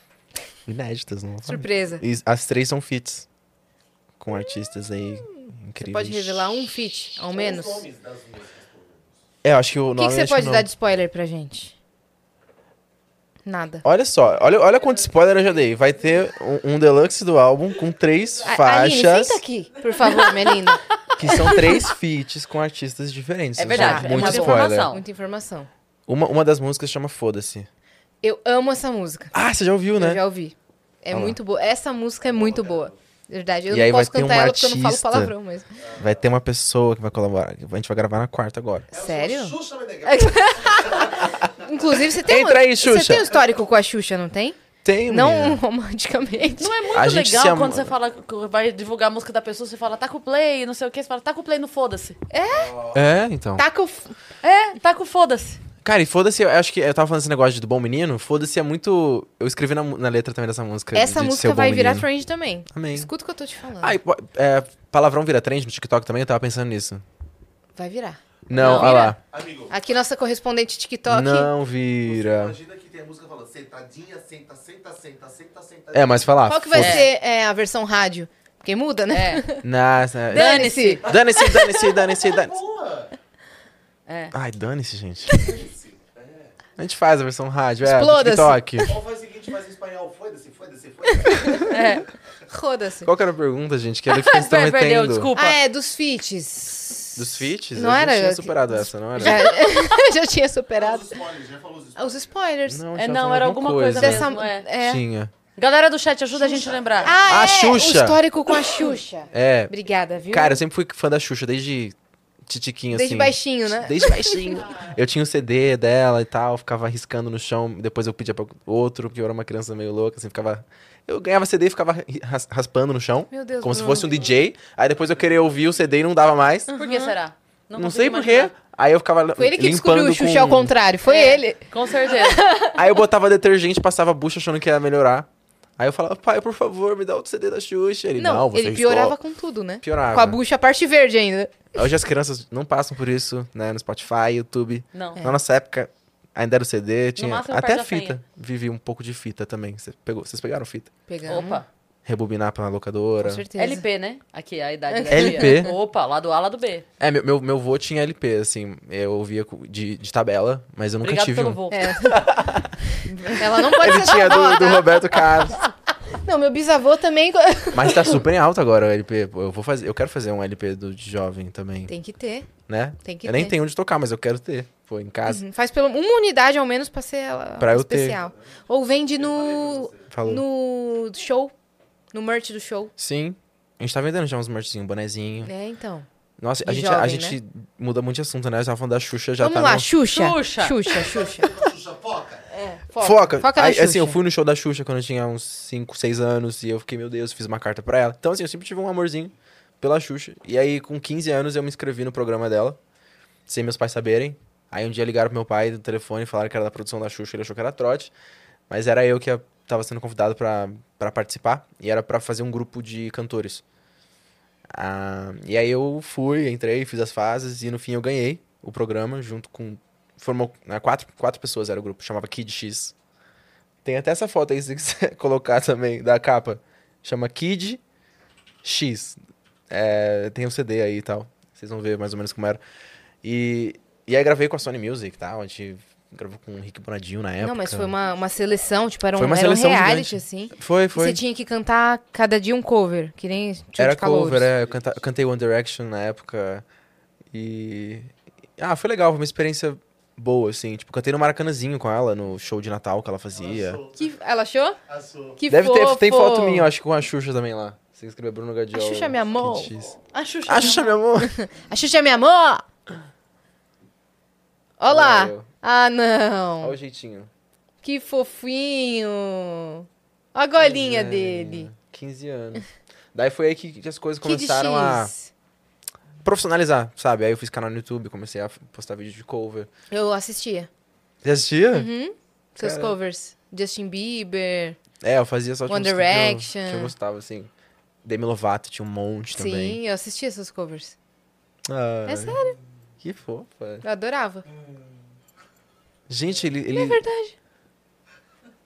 Inéditas, não vou falar. Surpresa. E as três são feats. Com artistas aí incríveis. Hum, Você pode revelar um feat, ao menos? O Nomes das músicas. pelo menos. É, eu acho que o que, nome que você acho que pode não. dar de spoiler pra gente? Nada. Olha só, olha, olha quanto spoiler eu já dei. Vai ter um, um deluxe do álbum com três A- Aline, faixas. senta aqui, por favor, minha linda. Que são três feats com artistas diferentes. É Não verdade, são é muito muita spoiler. informação. Muita informação. Uma, uma das músicas chama Foda-se. Eu amo essa música. Ah, você já ouviu, né? Eu já ouvi. É Olha lá. muito boa. Essa música é muito boa. Verdade. Eu E não aí vai posso ter um cantar ela porque eu não falo artista. palavrão, mas. Vai ter uma pessoa que vai colaborar. A gente vai gravar na quarta agora. É o Sério? Xuxa Meneghel. Inclusive, você tem Entra um... aí, Xuxa. Você tem um histórico com a Xuxa, não tem? Tem, Não menina. romanticamente. Não é muito A gente se legal ama- quando você fala que vai divulgar a música da pessoa, você fala, tá com play, não sei o que, você fala, tá com play no foda-se. É, então. Taca o. f- É, tá com foda-se. Cara, e foda-se, eu acho que eu tava falando esse negócio de do bom menino. Foda-se é muito. Eu escrevi na, mu- na letra também dessa música. Essa de ser música o bom vai virar menino. trend também. Amém. Escuta o que eu tô te falando. Ah, e po- é, palavrão vira trend no TikTok também? Eu tava pensando nisso. Vai virar. Não, Não olha lá. Amigo, Aqui nossa correspondente TikTok. Não você vira. imagina que tem a música falando sentadinha, senta, senta, senta, senta, senta. É, mas falar. Qual que vai foda-se. ser é, a versão rádio? Porque muda, né? Nossa, é- Dane-se! Dane-se, dane-se, dane-se, dane-se. Boa! Ai, dane-se, gente. Esse. É. A gente faz a versão rádio, é, pro Exploda-se. TikTok. Ou faz o seguinte, faz em espanhol, foda-se, foda-se, foda-se. Roda-se. Qual que era a pergunta, gente? Que ele fica se Per- Perdeu, intrometendo. desculpa. Ah, é, dos feats. Dos feats? Não a era? É. gente tinha superado essa, não era? Já, já Fala tinha os superado. spoilers, já falou os Ah, spoilers. Os spoilers. Não, É, tinha não, era alguma coisa, Dessa- mesmo. É. é. Tinha. Galera do chat, ajuda a gente a lembrar. Ah, A é, Xuxa. O histórico com a Xuxa. É. Obrigada, viu? Cara, eu sempre fui fã da Xuxa, desde titiquinho, Desde assim. baixinho, né? Desde baixinho. eu tinha o CD dela e tal, ficava riscando no chão. Depois eu pedia pra outro, porque eu era uma criança meio louca, assim, ficava... Eu ganhava CD e ficava ri- ras- raspando no chão. Meu Deus, Como se Bruno. fosse um DJ. Aí depois eu queria ouvir o CD e não dava mais. Por que será? Não, consigo sei por quê. imaginar. Aí eu ficava Foi ele que limpando descobriu o Xuxa com... um- ao contrário. Foi É. ele. Com certeza. Aí eu botava detergente, passava bucha achando que ia melhorar. Aí eu falava, pai, por favor, me dá o CD da Xuxa. Ele, não, você ele piorava riscou." com tudo, né? Piorava. Com a bucha, a parte verde ainda. Hoje as crianças não passam por isso, né? No Spotify, YouTube. Não. Na nossa época, ainda era o CD, tinha É. máximo, até perde a fita. Vivi um pouco de fita também. Cê pegou- Vocês pegaram fita? Pegamos. Opa. Rebobinar pra Com locadora. certeza. LP, né? Aqui, a idade da LP. tia. Opa, lado A, lado B. É, meu, meu, meu vô tinha LP, assim. Eu ouvia cu- de, de tabela, mas eu nunca Obrigado tive pelo um. voo. É. Ela não pode Ele ser tinha sua avó, do, do tá? Roberto Carlos. Não, meu bisavô também. Mas tá super em alta agora o LP. Pô, Eu, vou fazer, eu quero fazer um LP do de jovem também, Tem que ter. né? Tem que eu ter. nem tenho onde tocar, mas eu quero ter. Pô, em casa. Uhum. Faz pelo uma unidade ao menos pra ser ela Pra eu ter. especial. Ou vende Uhum. no Falou. no show, no merch do show. Sim. A gente tá vendendo já uns merchinhos, bonezinho. É, então. Nossa, a De gente, a jovem, gente muda muito de assunto, né? Eu tava falando da Xuxa, já Vamos tá lá, no- Xuxa. Xuxa. Xuxa, Xuxa. Xuxa, foca. Foca. Foca. Foca na Aí, Xuxa. Assim, eu fui no show da Xuxa quando eu tinha uns 5, 6 anos e eu fiquei, meu Deus, fiz uma carta pra ela. Então, assim, eu sempre tive um amorzinho pela Xuxa. E aí, com 15 anos, eu me inscrevi no programa dela, sem meus pais saberem. Aí um dia ligaram pro meu pai no telefone, falaram que era da produção da Xuxa, ele achou que era trote. Mas era eu que ia- tava sendo convidado pra pra participar e era pra fazer um grupo de cantores. Ah, e aí eu fui, entrei, fiz as fases e no fim eu ganhei o programa junto com. Formou né, quatro, quatro pessoas, era o grupo, chamava Kid X. Tem até essa foto aí, se você quiser colocar também, da capa. Chama Kid X. É, tem um CD aí e tal. Vocês vão ver mais ou menos como era. E, e aí gravei com a Sony Music e tal. A gente gravou com o Rick Bonadinho na época. Não, mas foi uma, uma seleção, tipo, era um, Foi uma era um seleção reality, gigante. assim. Foi, E foi. você tinha que cantar cada dia um cover, que nem Tio Era de Calouros. cover, é. Eu, canta- eu cantei One Direction na época. E. Ah, foi legal, foi uma experiência boa, assim. Tipo, cantei no Maracanãzinho com ela, no show de Natal que ela fazia. Achou, Que, ela achou? achou. Que Deve ter, fofo. tem foto minha, eu acho, com a Xuxa também lá. Você escreveu Bruno Gadiol. A Xuxa é me amou. Kid X. A Xuxa. A Xuxa é me amou. A Xuxa é minha amor! Olha Olha lá! É, eu. Ah, Olha não! o jeitinho. Que fofinho! Olha a golinha Mas é, dele. 15 anos. Daí foi aí que, que as coisas Que de começaram a X. profissionalizar, sabe? Aí eu fiz canal no YouTube, comecei a f- postar vídeo de cover. Eu assistia. Você assistia? Seus Cara. covers? Justin Bieber. É, eu fazia só de One música que eu- Direction. Que eu gostava, assim. Demi Lovato tinha um monte também. Sim, eu assistia seus covers. Ai, É sério, Que fofa. eu adorava. Gente, ele... É ele... verdade.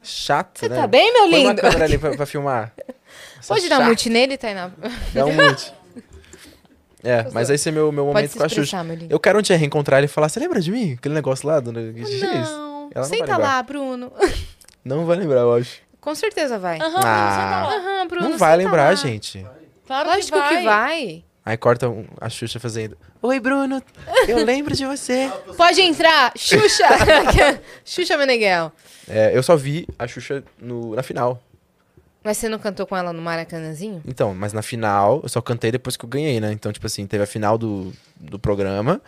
Chato, Você né? tá bem, meu Põe uma lindo? câmera ali pra, pra filmar. Essa Pode dar chata. um mute nele, Tainá? Dá um mute. É, mas esse é meu, meu Pode momento se com a Xuxa. expressar, meu lindo. Eu quero um dia reencontrar ele e falar, você lembra de mim? Aquele negócio lá do... que dia é isso? Não, Ela não vai senta lembrar. lá, Bruno. Não vai lembrar, eu acho. Com certeza vai. Aham, Bruno, senta Ah. lá. Aham, Bruno. não vai senta lembrar, lá. gente. Claro Lógico que vai. Aí corta um- a Xuxa fazendo. Oi, Bruno, eu lembro de você. Pode entrar, Xuxa. Xuxa Meneghel. É, eu só vi a Xuxa no- na final. Mas você não cantou com ela no Maracanãzinho? Então, mas na final, eu só cantei depois que eu ganhei, né? Então, tipo assim, teve a final do, do programa.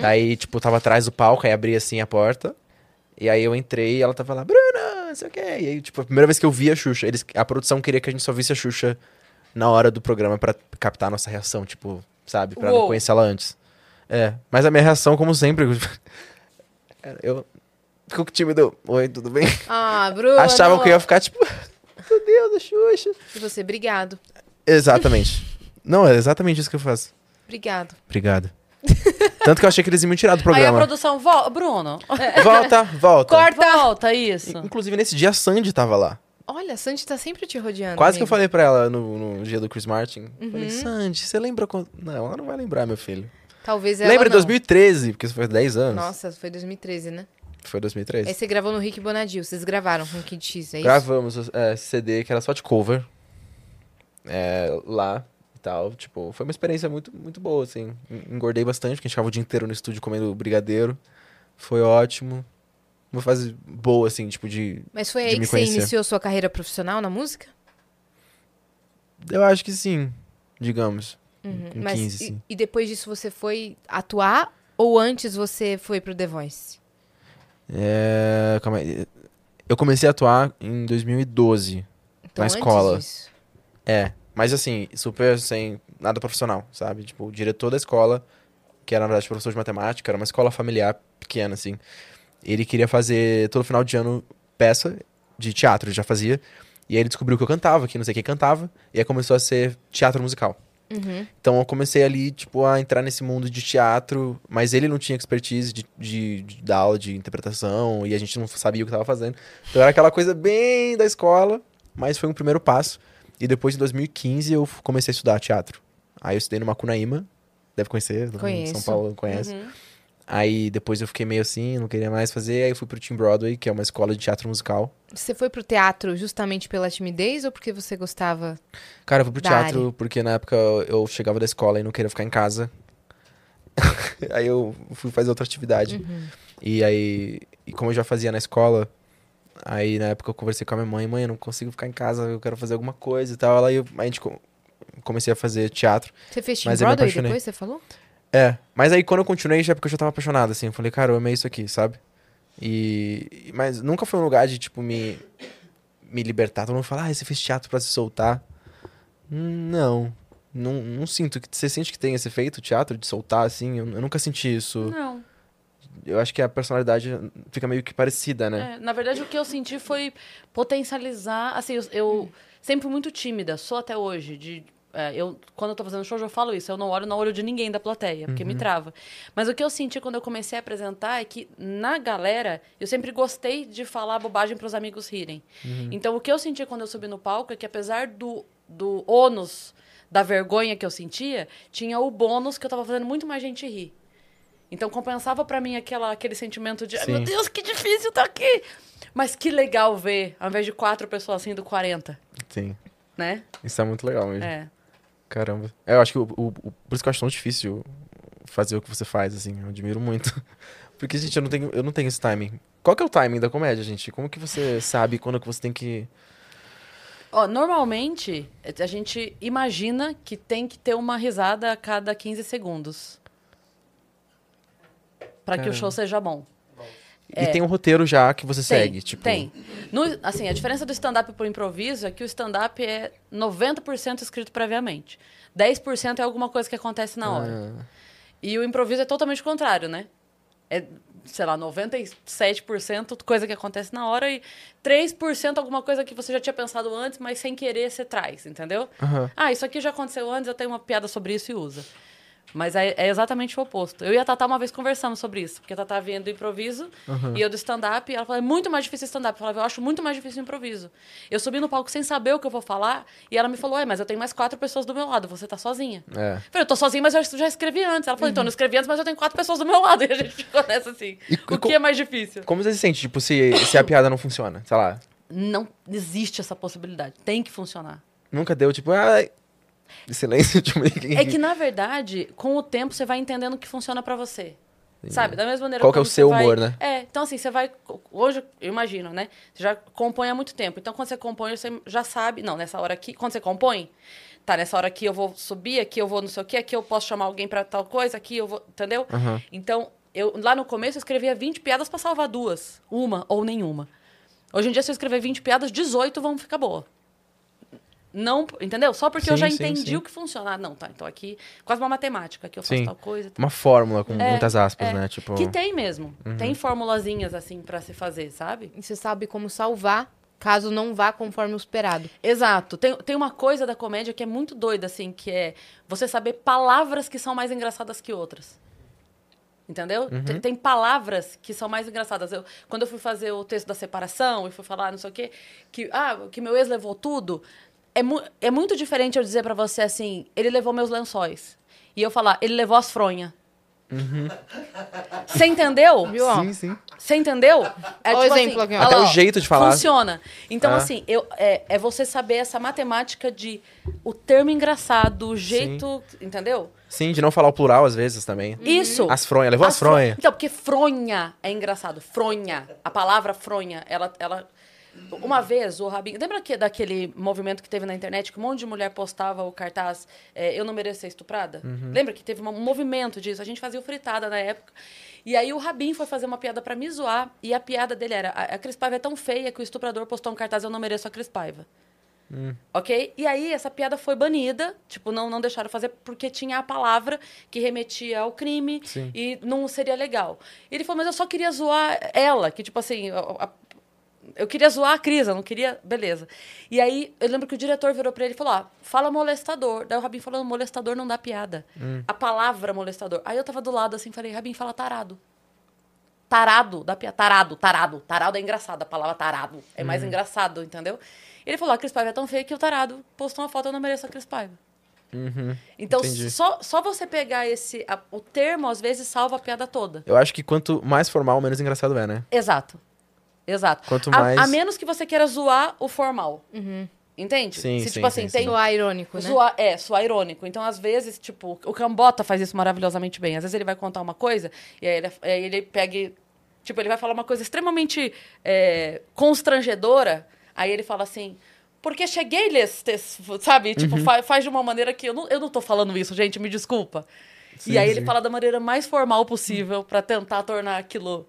Daí, tipo, eu tava atrás do palco, aí abri assim a porta. E aí eu entrei e ela tava lá, Bruna, não sei o quê. E aí, tipo, a primeira vez que eu vi a Xuxa, eles, a produção queria que a gente só visse a Xuxa na hora do programa pra captar a nossa reação, tipo, sabe? Pra não Uou. conhecer ela antes. É, mas a minha reação, como sempre, cara, eu fico tímido. Oi, tudo bem? Ah, Bruno. Achavam que eu ia ficar, tipo, meu Deus, a Xuxa. E você, obrigado. Exatamente. Não, é exatamente isso que eu faço. Obrigado. Obrigado. Tanto que eu achei que eles iam me tirar do Aí a programa. produção, "Vol- Bruno, Volta, volta. corta, volta, isso. Inclusive, nesse dia a Sandy tava lá. Olha, a Sandy tá sempre te rodeando. Quase que eu amigo. falei pra ela no, no dia do Chris Martin. Falei, Sandy, você lembra quando. Não, ela não vai lembrar, meu filho. Talvez ela. Lembra de não. 2013, porque isso foi 10 anos. Nossa, foi 2013, né? Foi 2013. Aí você gravou no Rick Bonadil. Vocês gravaram com o Kid X, é isso? Gravamos é, esse CD que era só de cover. É, lá e tal. Tipo, foi uma experiência muito, muito boa, assim. En- Engordei bastante, porque a gente ficava o dia inteiro no estúdio comendo brigadeiro. Foi ótimo. Uma fase boa, assim, tipo, de. Mas foi de aí me que você conhecer. iniciou sua carreira profissional na música? Eu acho que sim, digamos. assim. Com Uhum. Mas 15, e- sim. e, depois disso você foi atuar ou antes você foi pro The Voice? É, calma aí. Eu comecei a atuar em 2012. Então, Na antes escola. disso. É, mas assim, super sem nada profissional, sabe? Tipo, o diretor da escola, que era na verdade professor de matemática, era uma escola familiar pequena, assim. Ele queria fazer todo final de ano peça de teatro, ele já fazia. E aí ele descobriu que eu cantava, que não sei quem cantava, e aí começou a ser teatro musical. Uhum. Então eu comecei ali, tipo, a entrar nesse mundo de teatro, mas ele não tinha expertise de, de, de dar aula de interpretação e a gente não sabia o que tava fazendo. Então era aquela coisa bem da escola, mas foi um primeiro passo. E depois, em 2015, eu f- comecei a estudar teatro. Aí eu estudei no Macunaíma, deve conhecer, lá em São Conheço. Paulo Uhum. conhece. Aí depois eu fiquei meio assim, não queria mais fazer, aí eu fui pro Team Broadway, que é uma escola de teatro musical. Você foi pro teatro justamente pela timidez ou porque você gostava? Cara, eu fui pro Da teatro área. porque na época eu chegava da escola e não queria ficar em casa. aí eu fui fazer outra atividade. E aí, e como eu já fazia na escola, aí na época eu conversei com a minha mãe, mãe, eu não consigo ficar em casa, eu quero fazer alguma coisa e tal. Ela, eu, a gente co- comecei a fazer teatro. Você fez Tim Mas eu me Broadway apaixonei. depois, você falou? É, mas aí quando eu continuei já é porque eu já tava apaixonado, assim. Eu falei, cara, eu amei isso aqui, sabe? E... e- Mas nunca foi um lugar de, tipo, me... Me libertar. Todo mundo fala, ah, você fez teatro pra se soltar. Hum, Não. Não, não sinto. que Você sente que tem esse efeito, teatro, de soltar, assim? Eu, eu nunca senti isso. Não. Eu acho que a personalidade fica meio que parecida, né? É, na verdade, o que eu senti foi potencializar. Assim, eu, eu sempre fui muito tímida, sou até hoje. De, é, eu, quando eu tô fazendo show, eu falo isso. Eu não olho no olho de ninguém da plateia, porque Uhum. me trava. Mas o que eu senti quando eu comecei a apresentar é que, na galera, eu sempre gostei de falar bobagem pros amigos rirem. Então, o que eu senti quando eu subi no palco é que, apesar do, do ônus da vergonha que eu sentia, tinha o bônus que eu tava fazendo muito mais gente rir. Então compensava pra mim aquela, aquele sentimento de, "Ai, Sim. meu Deus, que difícil tá aqui. Mas que legal ver, ao invés de quatro pessoas sendo 40, Sim. né? Isso é muito legal mesmo. É. Caramba. É, eu acho que o, o- o- por isso que eu acho tão difícil fazer o que você faz, assim. Eu admiro muito. Porque, gente, eu não tenho, eu não tenho esse timing. Qual que é o timing da comédia, gente? Como que você sabe quando que você tem que. Ó, normalmente, a gente imagina que tem que ter uma risada a cada 15 segundos. Pra que o Caramba. show seja bom. E tem um roteiro já que você É. Tem, segue, tipo. Tem. No, assim, a diferença do stand-up pro improviso é que o stand-up é 90% escrito previamente. 10% é alguma coisa que acontece na hora. Ah, E o improviso é totalmente o contrário, né? É sei lá, 97% coisa que acontece na hora e 3% alguma coisa que você já tinha pensado antes, mas sem querer você traz, entendeu? Ah, isso aqui já aconteceu antes, eu tenho uma piada sobre isso e usa. Mas é, é exatamente o oposto. Eu e a Tatá uma vez conversamos sobre isso, porque a Tatá vinha do improviso e eu do stand-up, e ela falou, é muito mais difícil stand-up. Eu falava, eu acho muito mais difícil o improviso. Eu subi no palco sem saber o que eu vou falar, e ela me falou, é, mas eu tenho mais quatro pessoas do meu lado, você tá sozinha. É. Eu falei, eu tô sozinha, mas eu já escrevi antes. Ela falou, então eu não escrevi antes, mas eu tenho quatro pessoas do meu lado. E a gente ficou nessa assim. E o co- que é mais difícil? Como você se sente, tipo, se, se a piada não funciona? Sei lá. Não existe essa possibilidade. Tem que funcionar. Nunca deu, tipo, ah, silêncio. Tipo, É que, na verdade, com o tempo você vai entendendo o que funciona pra você. Sabe? Da mesma maneira Qual que é o quando seu você vai- humor, né? É, então assim, você vai. Hoje, eu imagino, né? Você já compõe há muito tempo. Então, quando você compõe, você já sabe. Não, nessa hora aqui. Quando você compõe, tá, nessa hora aqui eu vou subir, aqui eu vou não sei o quê, aqui eu posso chamar alguém pra tal coisa, aqui eu vou. Entendeu? Então, eu lá no começo eu escrevia 20 piadas pra salvar duas. Uma ou nenhuma. Hoje em dia, se eu escrever 20 piadas, 18 vão ficar boa. Não, entendeu? Só porque eu Sim, já sim, entendi sim. o que funciona. Ah, não, tá, então aqui, quase uma matemática, aqui eu faço Sim. tal coisa. e tal. Uma fórmula com É, muitas aspas, é. né? Tipo. Que tem mesmo. Tem formulazinhas assim pra se fazer, sabe? E você sabe como salvar, caso não vá conforme o esperado. Exato. Tem, tem uma coisa da comédia que é muito doida, assim, que é você saber palavras que são mais engraçadas que outras. Entendeu? Tem, tem palavras que são mais engraçadas. Eu, quando eu fui fazer o texto da separação e fui falar não sei o quê, que, ah, que meu ex levou tudo, é, mu- é muito diferente eu dizer pra você assim, ele levou meus lençóis. E eu falar, ele levou as fronhas. Você entendeu? Viu? ó? Sim, sim. Você entendeu? É, Olha o exemplo aqui, ó. Até olha o lá, ó. jeito de falar. Funciona. Então, Ah. assim, eu, é, é você saber essa matemática de o termo engraçado, o jeito. Entendeu? Sim, de não falar o plural às vezes também. Isso. As fronhas, levou as, fro- fronhas. Então, porque fronha é engraçado. Fronha. A palavra fronha, ela. ela... Uma vez o Rabinho. Lembra que, daquele movimento que teve na internet que um monte de mulher postava o cartaz é, Eu Não Mereço Ser Estuprada? Uhum. Lembra que teve um movimento disso? A gente fazia o fritada na época. E aí o Rabin foi fazer uma piada pra me zoar. E a piada dele era: A a Cris Paiva é tão feia que o estuprador postou um cartaz Eu Não Mereço a Cris Paiva. Ok? E aí, essa piada foi banida, tipo, não, não deixaram fazer porque tinha a palavra que remetia ao crime Sim. e não seria legal. Ele falou, mas eu só queria zoar ela, que tipo assim, a- a- eu queria zoar a Cris, eu não queria. Beleza. E aí, eu lembro que o diretor virou pra ele e falou: ah, fala molestador. Daí o Rabin falou: molestador não dá piada. A palavra molestador. Aí eu tava do lado assim, falei: Rabin, fala tarado. Tarado dá piada. Tarado, tarado. Tarado é engraçado, a palavra tarado. É Uhum. mais engraçado, entendeu? Ele falou: a Cris Paiva é tão feia que o tarado postou uma foto, eu não mereço a Cris Paiva. Uhum. Então, entendi. só, só você pegar esse. a- o termo, às vezes, salva a piada toda. Eu acho que quanto mais formal, menos engraçado é, né? Exato. Exato. Quanto A- mais- A, menos que você queira zoar o formal. Entende? Sim, Se, sim, tipo assim, sim, tem. sim. Soar irônico, né? Zoar, é, soar irônico. Então, às vezes, tipo, o Cambota faz isso maravilhosamente bem. Às vezes ele vai contar uma coisa e aí ele, aí ele pega. e- Tipo, ele vai falar uma coisa extremamente é, constrangedora. Aí ele fala assim. Porque cheguei-lhes, tes-", sabe? Tipo, Uhum. fa- faz de uma maneira que eu não, eu não tô falando isso, gente, me desculpa. Sim, e aí sim. ele fala da maneira mais formal possível pra tentar tornar aquilo.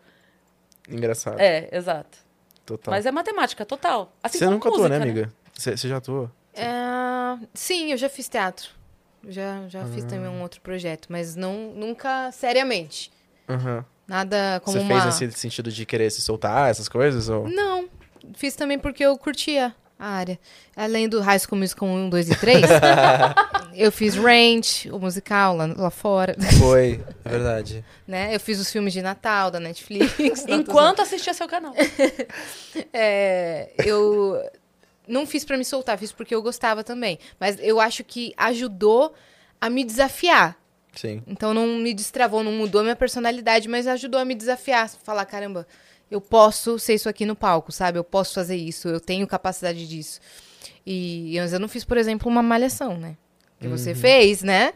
Engraçado. É, exato. Total. Mas é matemática total. Assim Tá. Você como nunca atuou, música, né, amiga? Você você já atuou? Ah, sim, eu já fiz teatro. Já, já fiz também Ah. um outro projeto, mas não, nunca seriamente. Aham. Nada como Você uma... fez nesse sentido de querer se soltar, essas coisas? Ou... Não, fiz também porque eu curtia a área. Além do High School Musical 1, 2 e 3, eu fiz Ranch, o musical lá, lá fora, Foi, é verdade. né? Eu fiz os filmes de Natal da Netflix. Não, tô Enquanto assistia seu canal. zoando. É, eu não fiz pra me soltar, fiz porque eu gostava também. Mas eu acho que ajudou a me desafiar. Sim. Então não me destravou, não mudou a minha personalidade, mas ajudou a me desafiar, falar, caramba, eu posso ser isso aqui no palco, sabe? Eu posso fazer isso, eu tenho capacidade disso. E mas eu não fiz, por exemplo, uma malhação, né? Que Uhum. você fez, né?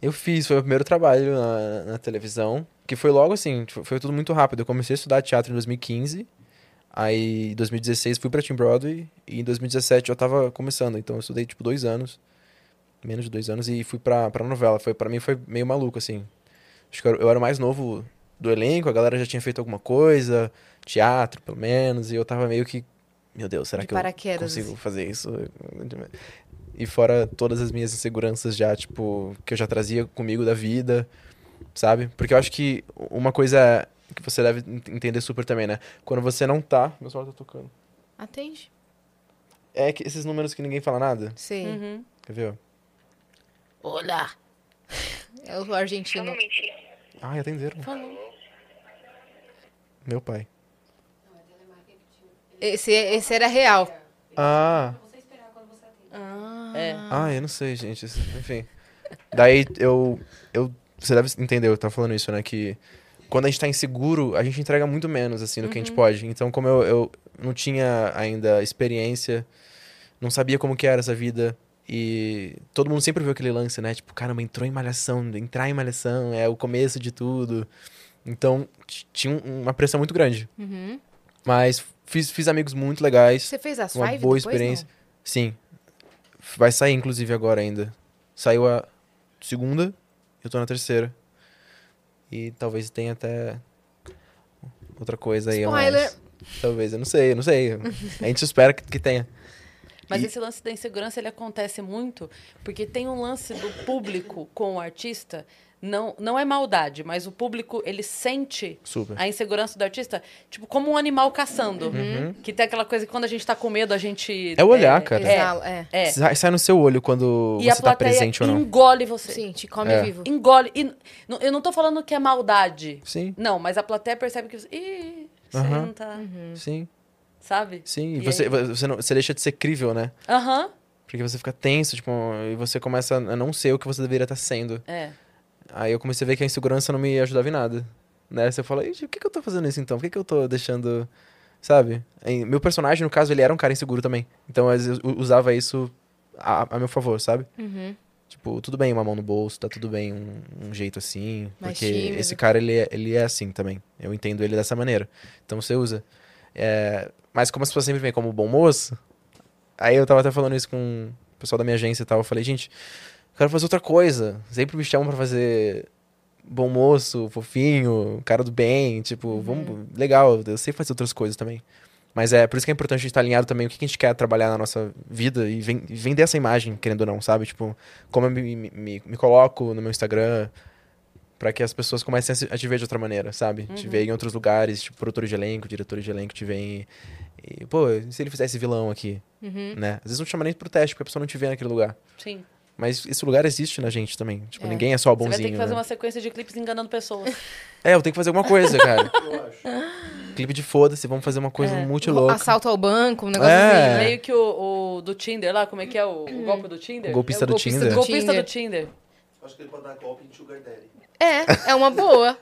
Eu fiz, foi o meu primeiro trabalho na, na televisão, que foi logo assim, tipo, foi tudo muito rápido. Eu comecei a estudar teatro em 2015, aí em 2016 fui pra Team Broadway, e em 2017 eu tava começando, então eu estudei tipo dois anos, menos de dois anos, e fui pra, pra novela. Foi, pra mim foi meio maluco, assim. Acho que eu, era- eu era o mais novo do elenco, a galera já tinha feito alguma coisa, teatro pelo menos, e eu tava meio que, meu Deus, será De que eu paraquedas, consigo assim. fazer isso? E fora todas as minhas inseguranças já, tipo, que eu já trazia comigo da vida, sabe? Porque eu acho que uma coisa que você deve ent- entender super também, né? Quando você não tá. Meu celular tá tocando. Atende. É que esses números que ninguém fala nada. Sim. Uhum. Quer ver? ó? Olá. É o argentino. Ai, Ah, atenderam. Meu pai. Esse, esse era real. Ah. É. Ah, eu não sei, gente. Isso- Enfim. Daí eu, eu. Você deve entender, eu tava falando isso, né? Que quando a gente tá inseguro, a gente entrega muito menos, assim, do que a gente pode. Então, como eu, eu não tinha ainda experiência, não sabia como que era essa vida. E todo mundo sempre viu aquele lance, né? Tipo, caramba, entrou em malhação, entrar em malhação é o começo de tudo. Então, t- tinha um- uma pressão muito grande. Uhum. Mas fiz, fiz amigos muito legais Você fez as uma five boa depois, experiência. Sim. Vai sair, inclusive, agora ainda. Saiu a segunda, eu tô na terceira. E talvez tenha até outra coisa aí. a mais. Talvez, eu não sei, eu não sei. A gente espera que, que tenha. Mas E- esse lance da insegurança, ele acontece muito, porque tem um lance do público com o artista, não, não é maldade, mas o público, ele sente Super. a insegurança do artista, tipo, como um animal caçando. Uhum. Que tem aquela coisa que quando a gente tá com medo, a gente... É o olhar, não? cara. Exala, é. É. Sai, sai no seu olho quando E a você tá plateia presente ou não. engole você. Sim, te come É. vivo. Engole. E n- eu não tô falando que é maldade. Sim, Não, mas a plateia percebe que... você- Ih, você Aham. Uhum. não tá... sim, Sabe? sim. E, E você, aí? você, não, você deixa de ser crível, né? Aham. Porque você fica tenso, tipo, e você começa a não ser o que você deveria estar sendo. É. Aí eu comecei a ver que a insegurança não me ajudava em nada. Né? Você fala, "Ixi, por que, que eu tô fazendo isso então? Por que, que eu tô deixando. Sabe? Em- meu personagem, no caso, ele era um cara inseguro também. Então às vezes, eu usava isso a, a meu favor, sabe? Uhum. Tipo, tudo bem uma mão no bolso, tá tudo bem um, um jeito assim. Mais porque tímido. esse cara, ele é, ele é assim também. Eu entendo ele dessa maneira. Então você usa. É, mas como as pessoas sempre vêm como bom moço, aí eu tava até falando isso com o pessoal da minha agência e tal. Eu falei, gente, eu quero fazer outra coisa. Sempre me chamam pra fazer bom moço, fofinho, cara do bem. Tipo, vamos, legal, eu sei fazer outras coisas também. Mas é por isso que é importante a gente estar alinhado também o que que a gente quer trabalhar na nossa vida e ven- e vender essa imagem, querendo ou não, sabe? Tipo, como eu me, me- me, me coloco no meu Instagram pra que as pessoas comecem a se- a te ver de outra maneira, sabe? Te ver em outros lugares, tipo, produtores de elenco, diretores de elenco te veem. E, pô, e se ele fizesse vilão aqui, Uhum. né? Às vezes não te chama nem pro teste, porque a pessoa não te vê naquele lugar. Sim. Mas esse lugar existe na gente também. Tipo, É. ninguém é só Você bonzinho. vai ter que fazer né? uma sequência de clipes enganando pessoas. É, eu tenho que fazer alguma coisa, cara. eu acho. Clipe de foda-se, vamos fazer uma coisa É. muito louca. Assalto ao banco, um negócio É. assim, né? Meio que o, o do Tinder lá, como é que é o, o golpe do Tinder? O golpista É do golpista Tinder. o do golpista do Tinder. Acho que ele pode dar golpe em Sugar Daddy. É, é uma boa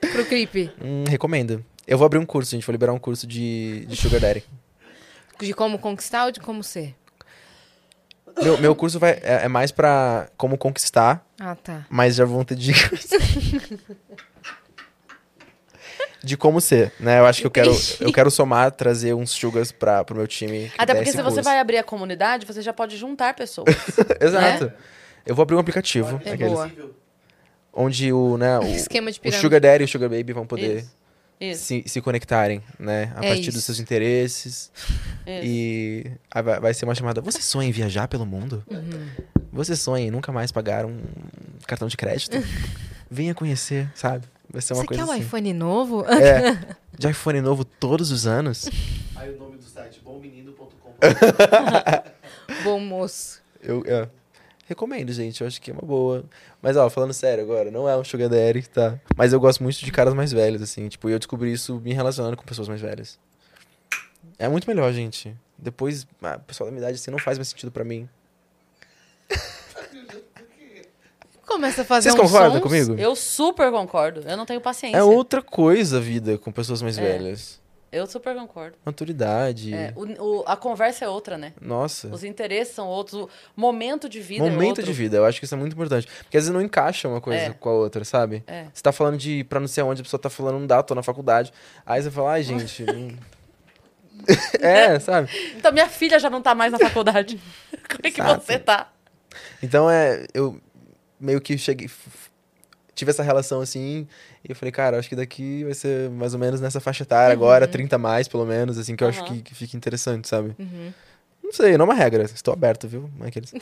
pro clipe. Hum, recomendo. Eu vou abrir um curso, gente. Vou liberar um curso de, de Sugar Daddy. De como conquistar ou de como ser. Meu, meu curso vai, é, é mais pra como conquistar, Ah, tá. mas já vão ter dicas. de como ser, né? Eu acho que eu quero, eu quero somar, trazer uns sugars pra, pro meu time. que Até der porque esse se você curso. vai né? abrir a comunidade, você já pode juntar pessoas. Exato. Eu vou abrir um aplicativo É aqueles, boa. Possível. onde o, né, o, Esquema de o pirâmide. Sugar Daddy e o Sugar Baby vão poder Isso. Isso. se, se conectarem, né? A É partir isso. É dos seus interesses. Isso. E aí vai, vai ser uma chamada. Você sonha em viajar pelo mundo? Uhum. Você sonha em nunca mais pagar um cartão de crédito? Venha conhecer, sabe? Vai ser uma Você coisa quer um assim. iPhone novo? É. De iPhone novo todos os anos? Aí o nome do site, bommenino.com. Bom moço. Eu é. recomendo, gente. Eu acho que é uma boa. Mas, ó, falando sério agora, não é um Sugar Daddy, tá? Mas eu gosto muito de caras mais velhos, assim. Tipo, e eu descobri isso me relacionando com pessoas mais velhas. É muito melhor, gente. Depois, a pessoal da minha idade, assim, não faz mais sentido pra mim. Começa a fazer Vocês uns concordam sons. comigo? Eu super concordo. Eu não tenho paciência. É outra coisa a vida com pessoas mais É. velhas. Eu super concordo. Maturidade. É, o- o- a conversa é outra, né? Nossa. Os interesses são outros. O momento de vida é Momento outro. de vida, eu acho que isso é muito importante. Porque às vezes não encaixa uma coisa É. com a outra, sabe? É. Você tá falando de pra não sei onde, a pessoa tá falando, não dá, tô na faculdade. Aí você fala, ai, gente. não- é, sabe? Então, minha filha já não tá mais na faculdade. Como é que Exato. você tá? Então é. Eu meio que cheguei. f- f- Tive essa relação assim, e eu falei, cara, acho que daqui vai ser mais ou menos nessa faixa etária agora, 30 a mais, pelo menos, assim, que eu acho Uhum. Aham. que, que fica interessante, sabe? Uhum. Não sei, não é uma regra. Estou aberto, viu? é Aqueles.